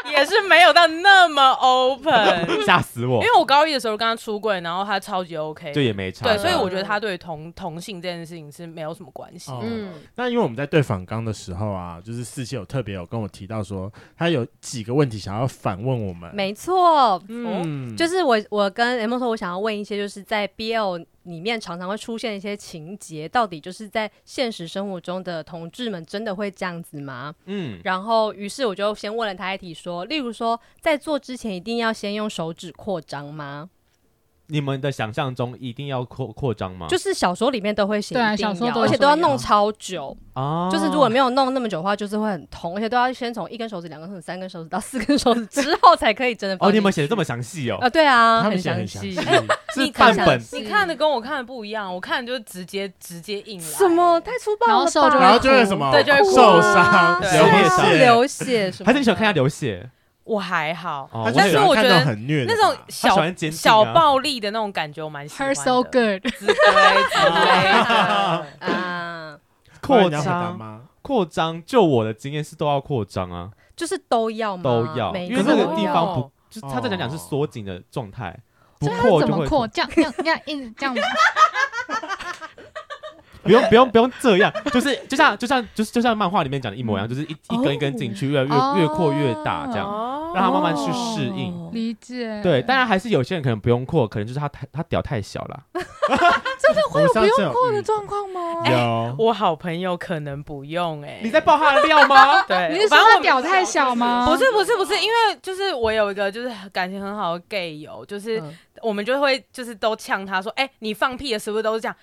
Speaker 4: 也是没有到那么 open，
Speaker 2: 吓死我
Speaker 4: 因！为我高一的时候跟她出柜，然后她超级 OK，嗯
Speaker 2: 就也没差。
Speaker 4: 对，所以我觉得她对同同性这件事情是没有什么关系。
Speaker 1: 哦
Speaker 5: 嗯，
Speaker 1: 那因为我们在对访纲的时候啊，就是四七有特别有跟我提到说，他有几个问题想要反问我们。
Speaker 5: 没错，
Speaker 4: 哦
Speaker 1: 嗯，
Speaker 5: 就是我我跟 M 说，我想要问一些就是在 BL 里面常常会出现一些情节，到底就是在现实生活中的同志们真的会这样子吗？
Speaker 2: 嗯，
Speaker 5: 然后，于是我就先问了他一题，说，例如说，在做之前一定要先用手指扩张吗？
Speaker 2: 你们的想象中一定要扩扩张吗？
Speaker 5: 就是小说里面都会写，
Speaker 3: 对啊
Speaker 5: 一定要
Speaker 3: 小说都有
Speaker 5: 而且都要
Speaker 3: 说要哦
Speaker 5: 弄超久，
Speaker 2: 啊
Speaker 5: 就是如果没有弄那么久的话，就是会很痛，而且都要先从一根手指、两根手指、三根手指到四根手指之后才可以真的
Speaker 2: 哦，
Speaker 5: 放
Speaker 2: 你
Speaker 5: 进
Speaker 2: 们写的这么详细哦
Speaker 5: 啊、，对啊，
Speaker 1: 他
Speaker 5: 很
Speaker 1: 们写得很详
Speaker 5: 详 细
Speaker 1: 细，
Speaker 2: 是
Speaker 4: 你
Speaker 2: 半
Speaker 5: 看
Speaker 2: 本
Speaker 5: 上
Speaker 4: 你看的跟我看的不一样，我看的就直接直接硬来。
Speaker 5: 什么？太粗暴
Speaker 3: 然后
Speaker 5: 了
Speaker 3: 瘦就会
Speaker 5: 吧？
Speaker 1: 然后啊就会什么
Speaker 4: 对就会哭
Speaker 1: 受伤、
Speaker 4: 对
Speaker 1: 流
Speaker 5: 是啊
Speaker 1: 血，
Speaker 5: 流血什么的？
Speaker 2: 还是你喜欢看他流血？
Speaker 4: 我还好，
Speaker 2: 哦
Speaker 1: 他就
Speaker 4: 但
Speaker 1: 喜
Speaker 4: 是
Speaker 1: 欢
Speaker 4: 我觉
Speaker 1: 看那种
Speaker 4: 得
Speaker 1: 很虐的
Speaker 4: 那种
Speaker 1: 吧
Speaker 2: 他喜
Speaker 4: 小
Speaker 2: 欢坚定啊
Speaker 4: 小暴力的那种感觉，我蛮喜
Speaker 3: Her
Speaker 4: 欢的。
Speaker 3: so good，
Speaker 4: 之类之类的
Speaker 5: 啊，
Speaker 1: 不然
Speaker 2: 扩
Speaker 1: 你要回答
Speaker 2: 张，
Speaker 1: 吗？
Speaker 2: 扩张，就我的经验是都要扩张啊，
Speaker 5: 就是都要吗？
Speaker 2: 都要，
Speaker 5: 嗯每
Speaker 2: 因为
Speaker 5: 个都
Speaker 2: 那
Speaker 5: 要
Speaker 2: 个地方
Speaker 4: 哦
Speaker 2: 不，就是他在讲讲是缩紧的状态，不
Speaker 3: 所以
Speaker 2: 扩就
Speaker 3: 他怎
Speaker 2: 会
Speaker 3: 哦么扩？这样这样这样一直这样吗？
Speaker 2: 不用不用不用这样，就是就像就像就是就像漫画里面讲的一模一样，就是一一根一根进去，越
Speaker 3: 哦
Speaker 2: 越越扩越大这样，
Speaker 4: 哦
Speaker 2: 让他慢慢去适应。
Speaker 5: 哦
Speaker 3: 理解。
Speaker 2: 对，当然还是有些人可能不用扩，可能就是他太他屌太小了。
Speaker 1: 会有不用
Speaker 3: 扩的状况吗？
Speaker 1: 有，
Speaker 4: 我好朋友可能不用哎、
Speaker 2: 你在 爆他的料吗？
Speaker 4: 对，
Speaker 3: 你是说
Speaker 4: 哎反正
Speaker 3: 他
Speaker 4: 我
Speaker 3: 屌太小吗？
Speaker 4: 不是不是不是，因为就是我有一个就是感情很好的 gay 友，就是
Speaker 5: 嗯
Speaker 4: 我们就会就是都呛他说，哎、你放屁的时候都是 这样，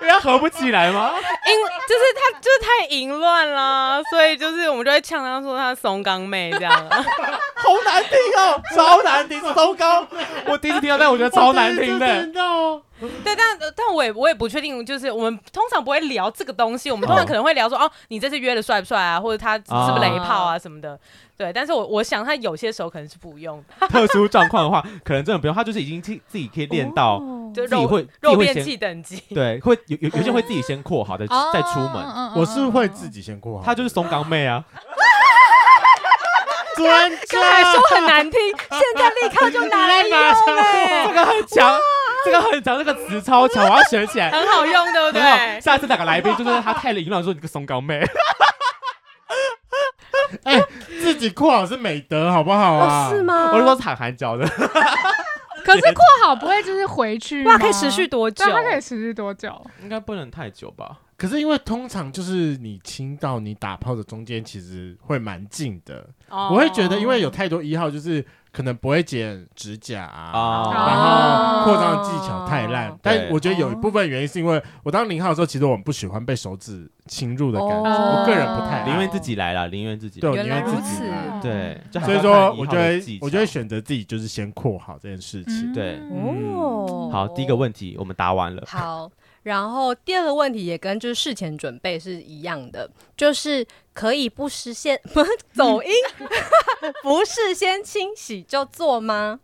Speaker 2: 因为他合不起来吗？
Speaker 4: 因为就是他就是太淫乱啦，所以就是我们就会呛他说他怂刚妹这样啊。
Speaker 2: 好难听哦，超难听，超高。我第一次听到，但我觉得超难听的。
Speaker 1: 的。
Speaker 4: 对，但但我也我也不确定，就是我们通常不会聊这个东西，我们通常
Speaker 2: 哦
Speaker 4: 可能会聊说，哦，你这次约的帅不帅啊，或者他是不是雷炮啊什么的。对，但是我我想他有些时候可能是不用 的，
Speaker 2: 特殊状况的话，可能真的不用，他就是已经自自己可以练到，
Speaker 4: 就
Speaker 2: 自己
Speaker 4: 肉
Speaker 2: 会自己
Speaker 4: 肉
Speaker 2: 会
Speaker 4: 变
Speaker 2: 先
Speaker 4: 器等级。
Speaker 2: 对，会有有有些人会自己先扩好的
Speaker 3: 哦
Speaker 2: 再出门。
Speaker 3: 嗯嗯嗯
Speaker 1: 我是会自己先过好，
Speaker 2: 他就是松冈妹 啊，
Speaker 1: 专家，
Speaker 5: 刚才说很难听，现在立刻就 拿来用。
Speaker 2: 这个很强，这个很强，这个词超强，我要学起 来。
Speaker 4: 很好用，对不
Speaker 2: 很好，
Speaker 4: 对？
Speaker 2: 下次哪个来宾就是他太凌乱，说你个松冈妹，
Speaker 1: 哎，自己过好是美德，好不好啊？
Speaker 5: 哦，是？吗？
Speaker 2: 我是说惨寒教的，
Speaker 3: 可是扩好不会就是回去
Speaker 5: 哇，
Speaker 3: 吗
Speaker 5: 可以持续，多久
Speaker 3: 对，？它可以持续多久？
Speaker 2: 应该不能太久吧？
Speaker 1: 可是因为通常就是你亲到你打炮的中间，其实会蛮近的。我
Speaker 5: 哦
Speaker 4: 我
Speaker 1: 会觉得，因为有太多一号，就是可能不会剪指甲啊，然
Speaker 2: 啊，
Speaker 1: 后扩张的技巧太烂
Speaker 5: 哦。
Speaker 1: 但我觉得有一
Speaker 3: 哦
Speaker 1: 部分原因是因为我当零号的时候，其实我们不喜欢被手指侵入的感觉，
Speaker 5: 哦
Speaker 1: 我个人不太
Speaker 2: 宁
Speaker 1: 爱
Speaker 2: 愿自己来了，宁愿自己
Speaker 1: 对，
Speaker 2: 来。
Speaker 1: 我宁
Speaker 5: 原来
Speaker 1: 愿
Speaker 5: 如
Speaker 1: 自
Speaker 5: 此
Speaker 1: 己来。
Speaker 2: 对，就还
Speaker 1: 所
Speaker 2: 是
Speaker 1: 以
Speaker 2: 要
Speaker 1: 说
Speaker 2: 看，
Speaker 1: 我就
Speaker 2: 一号的
Speaker 1: 会
Speaker 2: 技巧
Speaker 1: 我就会选择自己就是先括好这件事
Speaker 3: 嗯
Speaker 5: 嗯
Speaker 1: 情。
Speaker 2: 对
Speaker 5: 哦，
Speaker 2: 嗯好，第一个问题我们答完了。
Speaker 5: 好，然后第二个问题也跟就是事前准备是一样的，就是可以不事先不走音， 不事先清洗就做吗？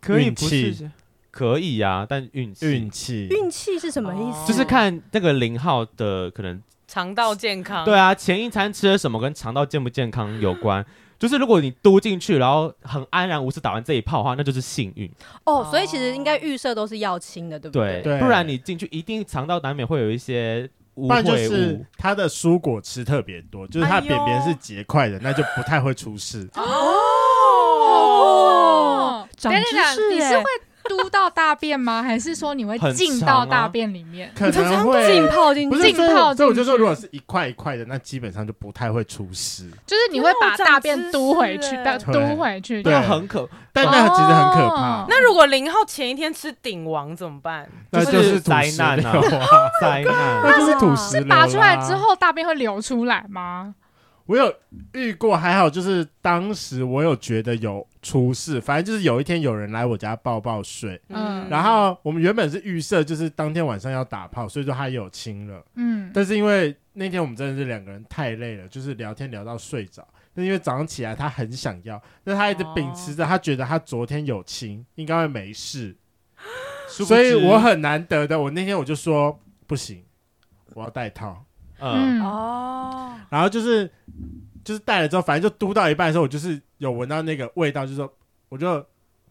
Speaker 2: 可以
Speaker 1: 运
Speaker 2: 不
Speaker 1: 气
Speaker 2: 是可以啊，但运气
Speaker 1: 运气，
Speaker 5: 运气是什么意思？
Speaker 2: 就是看那个零号的可能
Speaker 4: 肠道健康，
Speaker 2: 对，啊，前一餐吃了什么跟肠道健不健康 有关。就是如果你嘟进去，然后很安然无事打完这一炮的话，那就是幸运，
Speaker 5: 哦，所以其实应该预设都是要清的，对不
Speaker 2: 对，
Speaker 5: 对？
Speaker 1: 对
Speaker 2: 不然你进去一定肠道难免会有一些污
Speaker 1: 不然就
Speaker 2: 秽
Speaker 1: 是
Speaker 2: 物。
Speaker 1: 它的蔬果吃特别多，就是它的扁
Speaker 3: 哎
Speaker 1: 扁是结块的，那就不太会出事。
Speaker 5: 哦，
Speaker 3: 等
Speaker 5: 长
Speaker 3: 一
Speaker 4: 啊
Speaker 5: 知
Speaker 3: 下
Speaker 5: 识
Speaker 3: 你是
Speaker 5: 欸
Speaker 3: 会嘟到大便吗？还是说你会
Speaker 2: 很
Speaker 3: 进
Speaker 2: 长
Speaker 3: 到
Speaker 2: 啊
Speaker 3: 大便里面？
Speaker 1: 可能会
Speaker 5: 浸泡进
Speaker 1: 不
Speaker 5: 去，
Speaker 1: 是，
Speaker 3: 浸
Speaker 1: 所以
Speaker 3: 泡
Speaker 1: 我所以我
Speaker 3: 进
Speaker 1: 就说，
Speaker 3: 去
Speaker 1: 如果是一块一块的，那基本上就不太会出事。
Speaker 3: 就是你会把大
Speaker 4: 天
Speaker 3: 便
Speaker 4: 啊
Speaker 3: 嘟
Speaker 4: 我长
Speaker 3: 回去
Speaker 4: 知，识
Speaker 3: 但
Speaker 1: 欸
Speaker 3: 嘟回去，
Speaker 1: 对
Speaker 2: 那很可，
Speaker 1: 但那其实很可
Speaker 3: 哦
Speaker 1: 怕，
Speaker 4: 那如果零号前一天吃鼎王怎么办？
Speaker 1: 那
Speaker 2: 就是是
Speaker 1: 土
Speaker 2: 灾
Speaker 1: 石
Speaker 2: 难啊
Speaker 1: 流啊，
Speaker 2: 灾难。嗯
Speaker 1: 那就是土石流。
Speaker 3: 拔出来之，后大便会流出来吗？
Speaker 1: 我有遇过，还好就是当时我有觉得有出事，反正就是有一天有人来我家抱抱睡，
Speaker 3: 嗯
Speaker 1: 然后我们原本是预设就是当天晚上要打炮，所以说他也有亲了，
Speaker 3: 嗯，
Speaker 1: 但是因为那天我们真的是两个人太累了，就是聊天聊到睡着。那因为早上起来他很想要，但他一直秉持着他觉得他昨天有亲，应该会没 事，
Speaker 2: 殊不
Speaker 1: 所以
Speaker 2: 知
Speaker 1: 我很难得的，我那天我就说不行，我要带套。
Speaker 2: 嗯，
Speaker 3: 嗯，
Speaker 4: 哦，
Speaker 1: 然后就是就是带了之后，反正就嘟到一半的时候，嗯我就是有闻到那个味道，就是说我就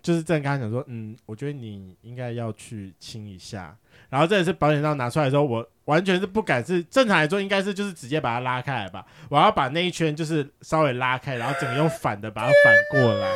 Speaker 1: 就是正跟他讲说，嗯，我觉得你应该要去清一下。然后这也是保险套拿出来的时候，我完全是不敢是正常来说应该是就是直接把它拉开来吧，我要把那一圈就是稍微拉开，然后整个用反的把它反过来，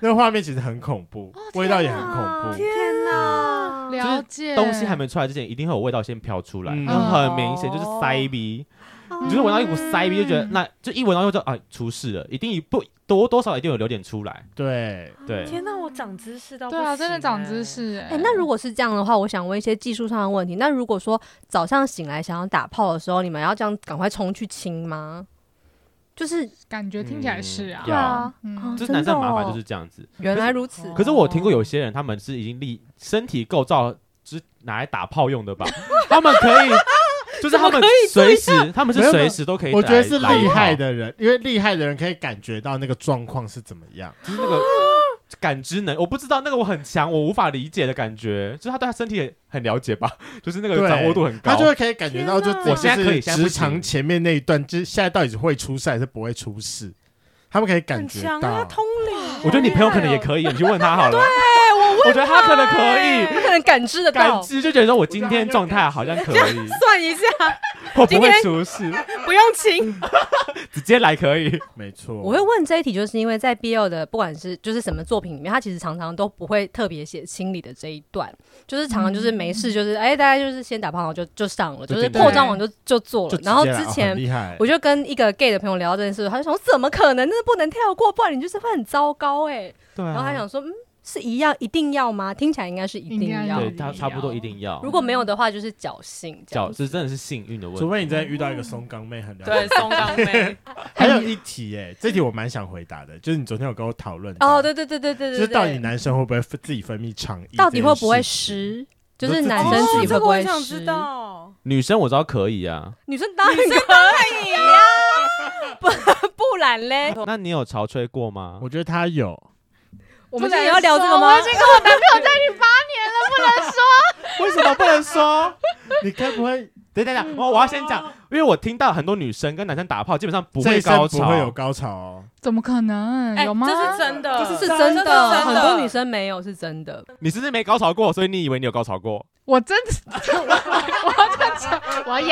Speaker 1: 那个画面其实很恐怖，味道也很
Speaker 5: 啊
Speaker 1: 恐怖。
Speaker 5: 天哪！
Speaker 3: 了解。
Speaker 2: 东西还没出来之前，一定会有味道先飘出来，
Speaker 1: 嗯
Speaker 2: 那很明显就是塞鼻。
Speaker 5: 哦
Speaker 2: 你就是闻到一股塞鼻，就觉得那就一闻到就知道啊出事了，一定不多多少一定有流点出来。
Speaker 1: 对，
Speaker 5: 哦
Speaker 2: 对，
Speaker 4: 天哪，我长知识到
Speaker 3: 对
Speaker 4: 不
Speaker 3: 啊，
Speaker 4: 行
Speaker 3: 真的长知
Speaker 4: 欸。
Speaker 3: 识哎、
Speaker 5: 哎、那如果是这样的话，我想问一些技术上的问题。那如果说早上醒来想要打炮的时候，你们要这样赶快冲去亲吗？就是
Speaker 3: 感觉听起来是啊
Speaker 2: 嗯，对啊
Speaker 3: 嗯，
Speaker 2: 就是男生很麻烦
Speaker 5: 真的哦哦
Speaker 2: 就是这样子。
Speaker 5: 原来如此，
Speaker 2: 可是我听过有些人，他们是已经立身体构造是拿来打炮用的吧？ 他们可以，就是他们随时，他们是随时都可以打。
Speaker 1: 我觉得是
Speaker 2: 打一
Speaker 1: 厉害
Speaker 2: 炮，
Speaker 1: 的人，因为厉害的人可以感觉到那个状况是怎么样。
Speaker 2: 就是那个感知能，我不知道那个我很强，我无法理解的感觉，就是他对他身体也很了解吧，就是那个
Speaker 1: 对
Speaker 2: 掌握度很高。
Speaker 1: 他就会可以感觉到，就
Speaker 5: 天
Speaker 2: 哪我现在可
Speaker 1: 是
Speaker 2: 以现在
Speaker 1: 职
Speaker 2: 不行
Speaker 1: 场前面那一段，就是现在到底是会出事还是不会出事，他们可以感
Speaker 4: 很
Speaker 1: 觉
Speaker 4: 强啊，
Speaker 1: 到。
Speaker 4: 通灵。
Speaker 2: 我觉得你朋友可能也可以，你去问他好了。对，我觉得他可能
Speaker 4: 哎
Speaker 2: 可以
Speaker 5: 可能 感知得
Speaker 2: 感
Speaker 5: 到，
Speaker 2: 知，就觉得说我今天状态好像 可 以，
Speaker 4: 算一下，
Speaker 2: 我不
Speaker 4: 今
Speaker 2: 会
Speaker 4: 天
Speaker 2: 出事，
Speaker 4: 不用亲。
Speaker 2: 直接来 可以。
Speaker 1: 没错，
Speaker 5: 我会问这一题，就是因为在 BL 的不管是就是什么作品里面，他其实常常都不会特别写清理的这一段，就是常常就是没事，就是哎、大家就是先打炮好就就上了，
Speaker 2: 就
Speaker 5: 就是
Speaker 2: 进来
Speaker 5: 破张网就就做
Speaker 1: 就直。
Speaker 5: 了
Speaker 1: 接来
Speaker 5: 然后之
Speaker 1: 哦
Speaker 5: 前
Speaker 1: 很厉害，
Speaker 5: 我就跟一个 gay 的朋友聊到这件事，他就想说怎么可能？那不能跳过，不然你就是会很糟糕哎、
Speaker 2: 对啊
Speaker 5: 然后他想说，嗯，是一样一定要吗？听起来应该是一定
Speaker 3: 应该
Speaker 5: 要
Speaker 1: 啊
Speaker 3: 是。
Speaker 2: 对啊他差不多一定要
Speaker 5: 如。果没有的话，就是侥幸这
Speaker 2: 脚
Speaker 5: 样。
Speaker 2: 是真的是幸运的问题，
Speaker 1: 除非你真的遇到一个松冈妹很了解。
Speaker 4: 对，松冈妹，
Speaker 1: 还有一题哎，这题我蛮想回答的，就是你昨天有跟我讨论到
Speaker 5: 哦，，对对对对对对，
Speaker 1: 就是到底
Speaker 5: 对
Speaker 1: 男生会不会自己分泌肠液，
Speaker 5: 到底会不会？湿？
Speaker 1: 你
Speaker 5: 就
Speaker 1: 说
Speaker 5: 是
Speaker 1: 自己
Speaker 5: 男生自己
Speaker 4: 哦
Speaker 5: 哦
Speaker 4: 这
Speaker 5: 会
Speaker 4: 个
Speaker 5: 不
Speaker 4: 我
Speaker 5: 会
Speaker 4: 想
Speaker 5: 湿
Speaker 4: 知？道。
Speaker 2: 女生我知道可以啊。
Speaker 5: 女生当然 可以呀，不不然嘞？
Speaker 2: 那你有潮吹过吗？
Speaker 1: 我觉得他有，
Speaker 5: 我们俩要聊这个吗
Speaker 3: 我已？经跟我男朋友在一起八年了，不能说。
Speaker 2: 为什么不 能说？
Speaker 1: 你该不会
Speaker 2: 等等等，我我要先讲，因为我听到很多女生跟男生打炮基本上不
Speaker 1: 这
Speaker 2: 会
Speaker 1: 一生
Speaker 2: 高
Speaker 1: 不
Speaker 2: 潮，
Speaker 1: 会有高潮哦？
Speaker 3: 怎么可能？
Speaker 4: 哎
Speaker 3: 有吗？
Speaker 4: 这是真的，
Speaker 5: 这是真
Speaker 4: 这是真的
Speaker 5: 的，很多女生没有是真的。
Speaker 2: 你是不是没高潮过？所以你以为你有高潮过？
Speaker 3: 我真的，我真 的，我有，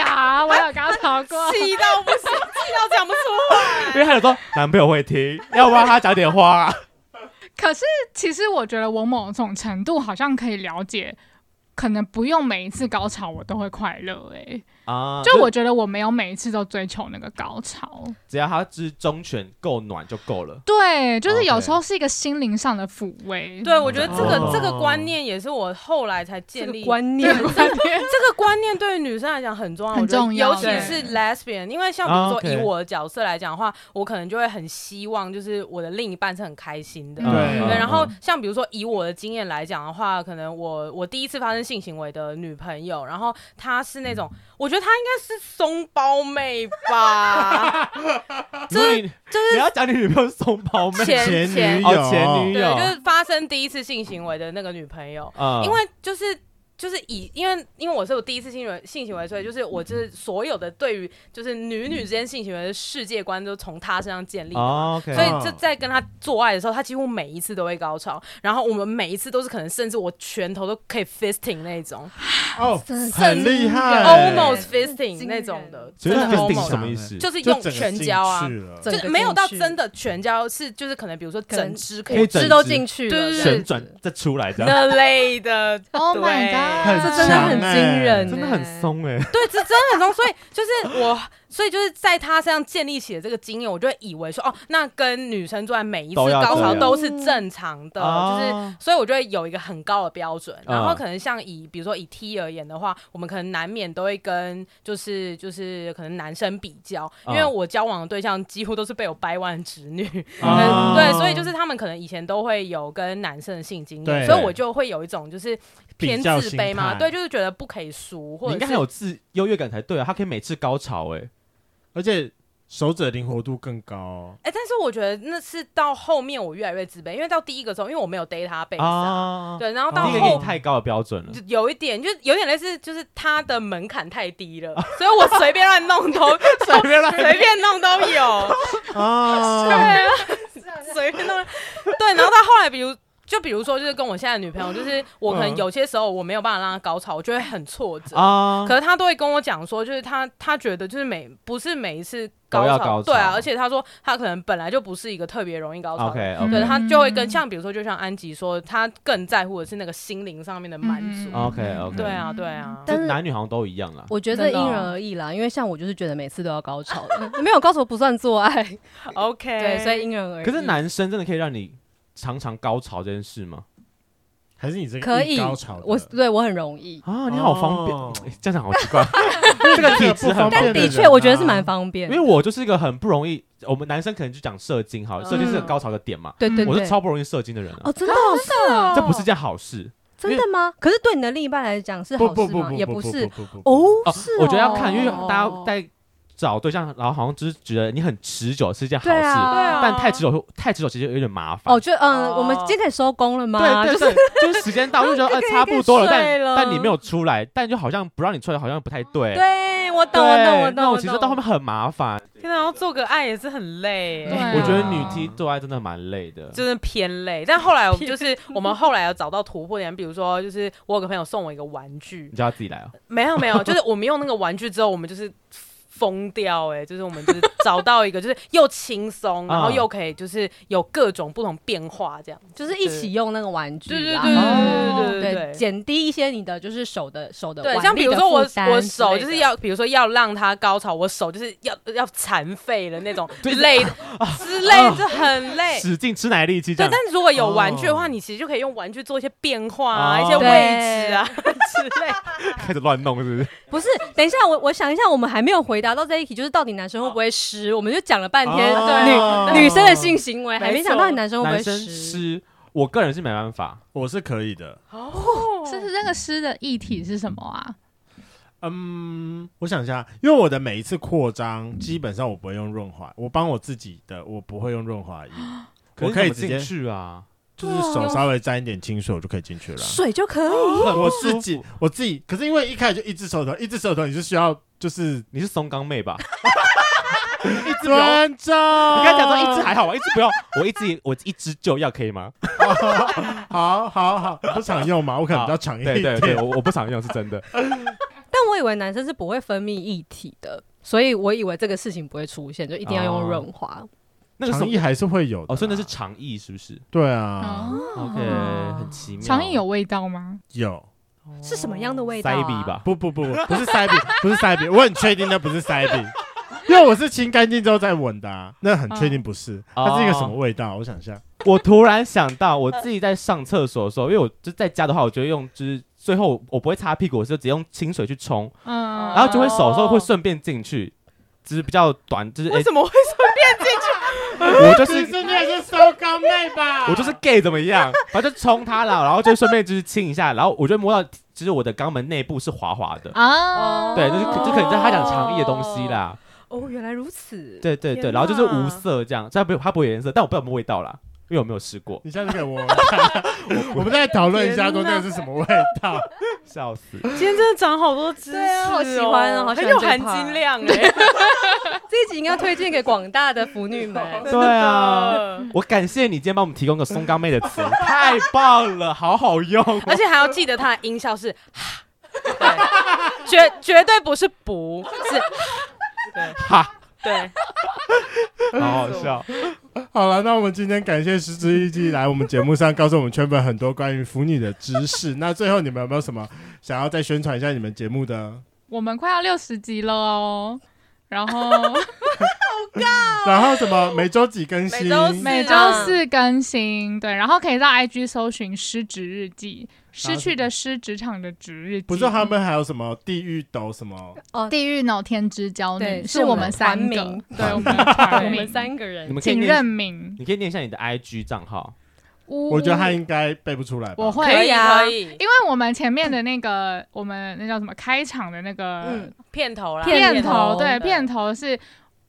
Speaker 3: 我有高潮过。
Speaker 4: 气到不行，气到讲不出话。
Speaker 2: 因为他有说男朋友会听，要不然他讲点话、
Speaker 3: 可是其实我觉得我某种程度好像可以了解，可能不用每一次高潮我都会快乐。哎，
Speaker 2: 啊。
Speaker 3: 就我觉得我没有每一次都追求那个高潮。
Speaker 2: 只要他之中犬够暖就够了。
Speaker 3: 啊对，就是有
Speaker 2: OK
Speaker 3: 时候是一个心灵上的抚慰。
Speaker 4: 对，我觉得这个、
Speaker 2: 哦
Speaker 4: 这个观念也是我后来才
Speaker 5: 这
Speaker 4: 建
Speaker 5: 个
Speaker 4: 立。
Speaker 5: 观念，
Speaker 4: 这个观念对于女生来讲很重要，
Speaker 3: 很
Speaker 4: 我觉得
Speaker 3: 重要
Speaker 4: 尤其是 lesbian，因为像比
Speaker 2: 啊
Speaker 4: 如说
Speaker 2: OK
Speaker 4: 以我的角色来讲的话，我可能就会很希望就是我的另一半是很开心的。
Speaker 3: 嗯
Speaker 1: 对
Speaker 4: 对，
Speaker 2: 嗯
Speaker 4: 然后
Speaker 2: 嗯
Speaker 4: 像比如说以我的经验来讲的话，可能我我第一次发生性行为的女朋友，然后她是那
Speaker 2: 嗯
Speaker 4: 种，我觉得她应该是松包妹 吧，
Speaker 2: 如果你就是你要讲你女朋友松包妹，
Speaker 4: 前
Speaker 1: 前女
Speaker 2: 哦前
Speaker 1: 友
Speaker 2: 女
Speaker 4: 对，
Speaker 2: 友，
Speaker 4: 就是发生第一次性行为的那个女朋友，
Speaker 2: 啊
Speaker 4: 因为就是就是以因为因为我是我第一次性行为性行为，所以就是我就是所有的对于就是女女之间性行为的世界观都从他身上建立的嘛。
Speaker 2: 哦，OK，
Speaker 4: 所以这在跟他做爱的时候，他几乎每一次都会高潮，然后我们每一次都是可能甚至我拳头都可以 fisting 那种
Speaker 1: 哦，
Speaker 5: 真的
Speaker 1: 很厉害
Speaker 4: ，almost
Speaker 5: 惊
Speaker 4: fisting
Speaker 5: 人
Speaker 4: 那种的，
Speaker 2: 所以
Speaker 4: 真的
Speaker 2: fisting 是
Speaker 4: almost
Speaker 2: 什么意思？
Speaker 4: 就是
Speaker 1: 啊就
Speaker 4: 用
Speaker 1: 整个
Speaker 4: 拳
Speaker 1: 进
Speaker 4: 交啊
Speaker 1: 去，了
Speaker 5: 整
Speaker 4: 就
Speaker 5: 个
Speaker 4: 没有到
Speaker 5: 进去
Speaker 4: 真的拳交，是就是可能比如说整只
Speaker 2: 可
Speaker 4: 可以
Speaker 2: 以
Speaker 5: 骨质
Speaker 2: 整
Speaker 5: 都
Speaker 2: 只
Speaker 5: 进去
Speaker 4: 对
Speaker 5: 了，
Speaker 4: 对对
Speaker 2: 旋转再出来这样，
Speaker 4: 那类的，
Speaker 3: Oh
Speaker 4: 对
Speaker 3: my god！嗯
Speaker 5: 这真的很惊人，
Speaker 2: 真的很。松哎。
Speaker 4: 对，这真的很松。所以就是我，所以就是在他身上建立起了这个经验，我就会以为说，哦，那跟女生做爱每一次
Speaker 2: 都要
Speaker 4: 高
Speaker 2: 这
Speaker 4: 潮
Speaker 2: 样
Speaker 4: 都是正常的，就是
Speaker 2: 哦
Speaker 4: 所以我就会有一个很高的标准。
Speaker 2: 嗯
Speaker 4: 然后可能像以比如说以 T 而言的话，我们可能难免都会跟就是就是可能男生比较，因
Speaker 2: 嗯
Speaker 4: 为我交往的对象几乎都是被我掰弯的直女，
Speaker 2: 哦
Speaker 4: 对，所以就是他们可能以前都会有跟男生的性经验，
Speaker 1: 对
Speaker 4: 所以我就会有一种就是
Speaker 1: 比
Speaker 4: 偏自
Speaker 1: 较心
Speaker 4: 卑嘛，
Speaker 1: 态
Speaker 4: 对，就是觉得不可以输，或
Speaker 2: 你
Speaker 4: 者
Speaker 2: 应
Speaker 4: 是
Speaker 2: 该很有自优越感才对啊，他可以每次高潮哎，
Speaker 1: 而且手指的灵活度更高哦。
Speaker 4: 哎、但是我觉得那是到后面我越来越自卑，因为到第一个时候，因为我没有 database 啊，
Speaker 2: 啊，
Speaker 4: 对，然后
Speaker 2: 第
Speaker 4: 到
Speaker 2: 一个给
Speaker 4: 后
Speaker 2: 你太高的标准了
Speaker 4: 就，有一点，就有点类似，就是它的门槛太低了， 所以我随便乱弄都随便乱随便弄都有，
Speaker 1: 啊，
Speaker 4: 随便弄对，然后到后来，比如。就比如说，就是跟我现在的女朋友，就是我可能
Speaker 1: 嗯
Speaker 4: 有些时候我没有办法让她高潮，我就会很挫折。
Speaker 2: 啊，
Speaker 4: 可是他都会跟我讲说，就是他他觉得就是每不是每一次高
Speaker 2: 都
Speaker 4: 潮，
Speaker 2: 要高潮
Speaker 4: 对啊，而且他说他可能本来就不是一个特别容易高潮的人
Speaker 2: OK，OK
Speaker 4: 对他就会
Speaker 3: 嗯
Speaker 4: 跟像比如说就像安吉说，他更在乎的是那个心灵上面的满足，
Speaker 2: 嗯 OK，OK
Speaker 4: 对啊对啊，
Speaker 5: 但
Speaker 2: 就是男女好像都一样啦。
Speaker 5: 我觉得因人而异啦，因为像我就是觉得每次都要高潮的，没有高潮不算做爱。
Speaker 4: OK，
Speaker 5: 对，所以因人而异。
Speaker 2: 可是男生真的可以让你常常高潮这件事吗？
Speaker 1: 还是你这个
Speaker 5: 可
Speaker 1: 一
Speaker 5: 以
Speaker 1: 高潮，的，
Speaker 5: 我对我很容易，
Speaker 2: 啊，你好方
Speaker 1: 哦
Speaker 2: 便， 这样讲好奇 怪。这个体质
Speaker 1: 但
Speaker 2: 很方
Speaker 1: 对
Speaker 2: 便，
Speaker 5: 的
Speaker 1: 对
Speaker 5: 确
Speaker 1: 对
Speaker 5: 我觉得是
Speaker 1: 啊
Speaker 5: 蛮方便
Speaker 2: 因为。我就是一个很不容易，我们男生可能就讲射精好了，射精是个
Speaker 5: 嗯
Speaker 2: 高潮的点嘛，
Speaker 5: 对对
Speaker 2: 我
Speaker 5: 对
Speaker 2: 是，超不容易射精的人啊
Speaker 5: 哦，，真的哦
Speaker 2: 这不是件好事
Speaker 5: 真的吗？可是对你的另一半来讲是
Speaker 1: 不
Speaker 5: 好
Speaker 1: 不
Speaker 5: 事
Speaker 1: 不
Speaker 5: 吗？
Speaker 1: 不，
Speaker 5: 也
Speaker 1: 不
Speaker 5: 是
Speaker 1: 不不不
Speaker 5: 哦，
Speaker 2: 哦
Speaker 5: 是。
Speaker 2: 我觉得要看，因为
Speaker 5: 哦
Speaker 2: 大家在找对象，然后好像只是觉得你很持久是一件好
Speaker 5: 对
Speaker 2: 事，
Speaker 5: 啊，
Speaker 2: 但太持久太持久其实有点麻烦
Speaker 5: 哦，。就嗯，
Speaker 4: 哦
Speaker 5: 我们今天收工了吗？
Speaker 2: 对对
Speaker 5: 就是
Speaker 2: 对，就是时间到就觉 得呃
Speaker 5: 以
Speaker 2: 差不多了，
Speaker 5: 可以
Speaker 2: 但
Speaker 5: 睡了
Speaker 2: 但你没有出来，但就好像不让你出来，好像不太对。
Speaker 5: 对我
Speaker 2: 对，
Speaker 5: 懂，我懂，我
Speaker 2: 那
Speaker 5: 懂，
Speaker 2: 我其实到后面很麻烦。
Speaker 4: 天哪，要做个爱也是很累
Speaker 3: 对
Speaker 4: 欸。
Speaker 3: 啊
Speaker 2: 我觉得女 T 做爱真的蛮累的。
Speaker 4: 真的偏累，但后来我们 就是我们后来有找到突破点，比如说就是我有个朋友送我一个玩具
Speaker 2: 你，叫他自己来哦。
Speaker 4: 没有没有，就是我们用那个玩具之后，我们就是疯掉哎、就是我们就是找到一个， 就是又轻松，
Speaker 2: 啊
Speaker 4: 然后又可以就是有各种不同变化这样。
Speaker 5: 就是一起用那个玩具
Speaker 4: 对对
Speaker 5: 啦
Speaker 4: 对对对对
Speaker 5: 对，
Speaker 4: 对对。
Speaker 5: 减低一些你的就是手的手的
Speaker 4: 对，
Speaker 5: 腕
Speaker 4: 像比
Speaker 5: 力
Speaker 4: 如
Speaker 5: 的
Speaker 4: 说我
Speaker 5: 负担
Speaker 4: 我
Speaker 5: 之
Speaker 4: 手
Speaker 5: 类
Speaker 4: 就是
Speaker 5: 的
Speaker 4: 要，比如说要让它高潮，我手就是要要残废了那 种
Speaker 2: 对
Speaker 4: 累的之类，就很累。
Speaker 2: 使劲吃奶力气这
Speaker 4: 对，
Speaker 2: 样
Speaker 4: 但。如果有玩具的话，
Speaker 2: 哦
Speaker 4: 你其实就可以用玩具做一些变化啊，一些
Speaker 2: 哦
Speaker 4: 位置啊 之 类。
Speaker 2: 开始乱弄是不是？
Speaker 5: 不是，等一下，我我想一下，我们还没有回答到这一题，就是到底男生会不会湿？我们就讲了半天、
Speaker 1: 哦
Speaker 5: 女女生的性行为，
Speaker 4: 没错
Speaker 5: 还没想到底男生会不
Speaker 2: 男
Speaker 5: 会
Speaker 2: 生
Speaker 5: 湿。
Speaker 2: 湿，啊我个人是没办法。
Speaker 1: 我是可以的。
Speaker 4: 哦
Speaker 2: 哎
Speaker 3: 是是那个诗的议题是什么啊？
Speaker 1: 嗯，我想一下，因为我的每一次扩张，基本上我不会用润滑，我帮我自己的，我不会用润滑液，
Speaker 5: 啊
Speaker 1: 我可以直接
Speaker 2: 进去啊，
Speaker 1: 就是手稍微沾一点清水，我就可以进去了啊。
Speaker 5: 水就可以，
Speaker 2: 很不
Speaker 1: 我自
Speaker 2: 舒服
Speaker 1: 己，我自己，可是因为一开始就一只手头，一只手头你是需要就是
Speaker 2: 你是松冈妹吧？
Speaker 1: 一尊重，
Speaker 2: 你
Speaker 1: 你
Speaker 2: 刚才讲说一只还好吧，一只不要，我一只我一只就要可以吗？
Speaker 1: 好好好，不常用嘛，我可能比较长一
Speaker 2: 对对
Speaker 1: 点。
Speaker 2: 对，我我不常用是真的。
Speaker 5: 但我以为男生是不会分泌液体的，所以我以为这个事情不会出现，就一定要
Speaker 2: 哦
Speaker 5: 用润滑。
Speaker 2: 那个什
Speaker 1: 长
Speaker 2: 么
Speaker 1: 意还是会有的啦，
Speaker 2: 哦，所以那是长意是不是
Speaker 1: 对啊，
Speaker 3: 哦，
Speaker 2: ？OK，很奇妙。
Speaker 3: 长椅有味道吗？
Speaker 1: 有
Speaker 5: 是什么样的味道、
Speaker 2: 塞
Speaker 5: 啊？
Speaker 2: 鼻？吧？
Speaker 1: 不不不不不是塞鼻，不是塞鼻，我很确定那不是塞鼻，因为我是清干净之后再闻的、啊，那很确定不是，
Speaker 2: 哦
Speaker 1: 它是一个什么味道？我想一下，
Speaker 2: 我突然想到，我自己在上厕所的时候，因为我就在家的话，我就会用就是最后我不会擦屁股，我是直接用清水去冲，
Speaker 3: 嗯，
Speaker 2: 然后就会手的时候会顺便进去，只是比较短，就是
Speaker 4: 为
Speaker 2: 诶
Speaker 4: 什么会
Speaker 2: 我就是
Speaker 1: 你也是收高妹吧，
Speaker 2: 我就是 gay 怎么样，反正就冲它了，然后就顺便就是亲一下，然后我就摸到，其实我的肛门内部是滑滑的，
Speaker 3: 啊，
Speaker 2: 对，就是就可能在他讲长意的东西啦，
Speaker 5: 哦，原来如此。
Speaker 2: 对对对，
Speaker 4: 天
Speaker 2: 然后就是
Speaker 4: 哪
Speaker 2: 无色这样，虽然不它不会有颜色，但我不知道有没有味道啦，因为我没有试 过
Speaker 1: 你下次给我 看，我们再讨论一下，说那个是什么味道。
Speaker 2: 笑死。
Speaker 4: 今天真的长好多知识、哦，
Speaker 5: 对啊好喜欢哦好喜
Speaker 4: 很
Speaker 5: 欢
Speaker 4: 有
Speaker 5: 这
Speaker 4: 含
Speaker 5: part
Speaker 4: 金量哎、
Speaker 5: 这一集应该推荐给广大的腐女们。
Speaker 2: 对啊，我感谢你今天帮我们提供个松冈妹的词，太棒了，好好 用哦。
Speaker 4: 而且还要记得它的音效是，对， 绝绝对不是不，是，对
Speaker 2: 哈，
Speaker 4: 对，
Speaker 2: 好好笑。
Speaker 1: 好了，那我们今天感谢石之一季来我们节目上，告诉我们圈粉很多关于腐女的知识。那最后你们有没有什么想要再宣传一下你们节目的？
Speaker 3: 我们快要六十集了哦。然 后
Speaker 5: 啊
Speaker 1: 然后什么每周几更新
Speaker 4: 每？周四
Speaker 3: 每周四更新，对，然后可以到 IG 搜寻“失职日记”，失去的失，职场的职日记。
Speaker 1: 不是他们还有什么地狱斗什么？
Speaker 3: 地狱脑天之交女，
Speaker 5: 对
Speaker 3: 是我们三
Speaker 5: 是我
Speaker 3: 个
Speaker 5: 们，
Speaker 3: 对，我们的团
Speaker 5: 我
Speaker 3: 名
Speaker 5: 们三个
Speaker 2: 你
Speaker 5: 人，
Speaker 2: 们可以
Speaker 3: 请
Speaker 2: 念
Speaker 3: 认，明。
Speaker 2: 你可以念一下你的 IG 账号。
Speaker 1: 我
Speaker 3: 我
Speaker 1: 觉得他应该背不出来吧。
Speaker 3: 我会
Speaker 5: 可以啊
Speaker 4: 可以
Speaker 3: 因为我们前面的那个，我们那叫什么开场的那个
Speaker 4: 啊
Speaker 5: 嗯，
Speaker 4: 片头啦，
Speaker 3: 片头，对，片
Speaker 4: 头。
Speaker 3: 头是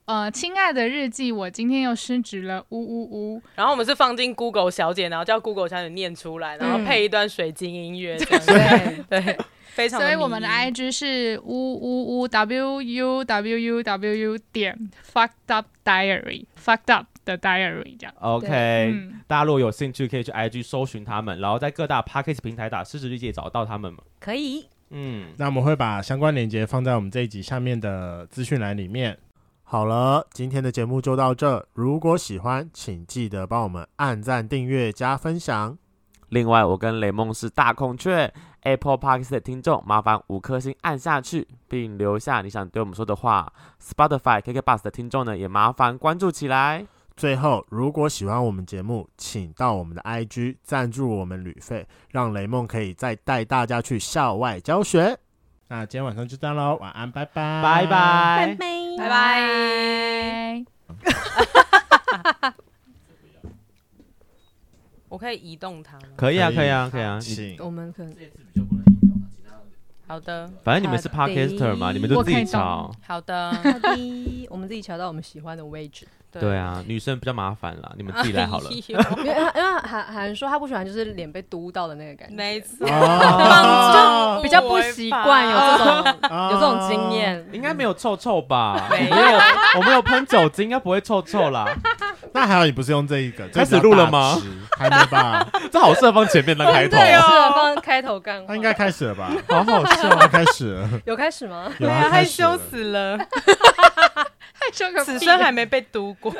Speaker 3: 呃，亲爱的日记，我今天又失职了，呜呜呜，
Speaker 4: 然后我们是放进 Google 小姐，然后叫 Google 小姐念出来，然后
Speaker 5: 嗯
Speaker 4: 配一段水晶音乐，这样子
Speaker 5: 对，
Speaker 4: 对，非常迷
Speaker 3: 所
Speaker 4: 因。
Speaker 3: 以我们的 IG 是呜呜呜 w u w u w u 点 fucked up diary fucked up 的 diary 这样，
Speaker 4: 哎
Speaker 2: OK，、
Speaker 3: 嗯
Speaker 2: 大家如果有兴趣，可以去 IG 搜寻他们，然后在各大 Podcast 平台打“失职日记”也找到他们嘛。
Speaker 5: 可以。
Speaker 2: 嗯，
Speaker 1: 那我们会把相关链接放在我们这一集下面的资讯栏里面。好了，今天的节目就到这。如果喜欢，请记得帮我们按赞、订阅、加分享。
Speaker 6: 另外，我跟雷梦是大孔雀 Apple Park 的听众，麻烦五颗星按下去，并留下你想对我们说的话。Spotify KK Bus 的听众呢，也麻烦关注起来。
Speaker 1: 最后，如果喜欢我们节目，请到我们的 IG 赞助我们旅费，让雷梦可以再带大家去校外教学。那今天晚上就这样喽，晚安，拜拜，
Speaker 2: 拜。拜。
Speaker 4: 拜
Speaker 5: 拜
Speaker 4: 拜。哎
Speaker 3: 拜。
Speaker 4: 我可以移动它吗？
Speaker 2: 可以啊，可以啊，可以啊。你
Speaker 1: 请
Speaker 5: 我们可能
Speaker 4: 好的，
Speaker 2: 反正你们是
Speaker 5: 好的
Speaker 2: Podcaster 嘛，你们就
Speaker 3: 我
Speaker 2: 自
Speaker 3: 可以
Speaker 2: 己找。
Speaker 4: 好的。
Speaker 5: 好的我们自己瞧到我们喜欢的位置。
Speaker 2: 对，啊，女生比较麻烦啦，你们自己来好了
Speaker 4: 哎。
Speaker 5: 因为
Speaker 4: 呦。
Speaker 5: 因为韩韩说他不喜欢就是脸被嘟到的那个感觉， 啊
Speaker 4: 没 错，
Speaker 1: 哦
Speaker 5: 就比较不习惯有这种有这种经。验。
Speaker 2: 应该没有臭臭吧？
Speaker 4: 没有
Speaker 2: 我有，我没有喷酒精，应该不会臭臭啦。
Speaker 1: 那还好你不是用这一个，
Speaker 2: 开始
Speaker 1: 这比较
Speaker 2: 录了
Speaker 1: 大
Speaker 2: 吗
Speaker 1: 直？还没吧？
Speaker 2: 这好适合放前面当开头
Speaker 5: 对，
Speaker 2: 哦，
Speaker 5: 是的放开头干话。
Speaker 1: 他应该开始了 吧？
Speaker 2: 好好笑。
Speaker 1: 他开始 了。
Speaker 5: 有开始吗？
Speaker 1: 有
Speaker 4: 对啊，
Speaker 1: 啊，
Speaker 4: 害
Speaker 1: 开始
Speaker 4: 羞
Speaker 1: 了
Speaker 4: 死了，
Speaker 3: 这个
Speaker 4: 此生还没被读过。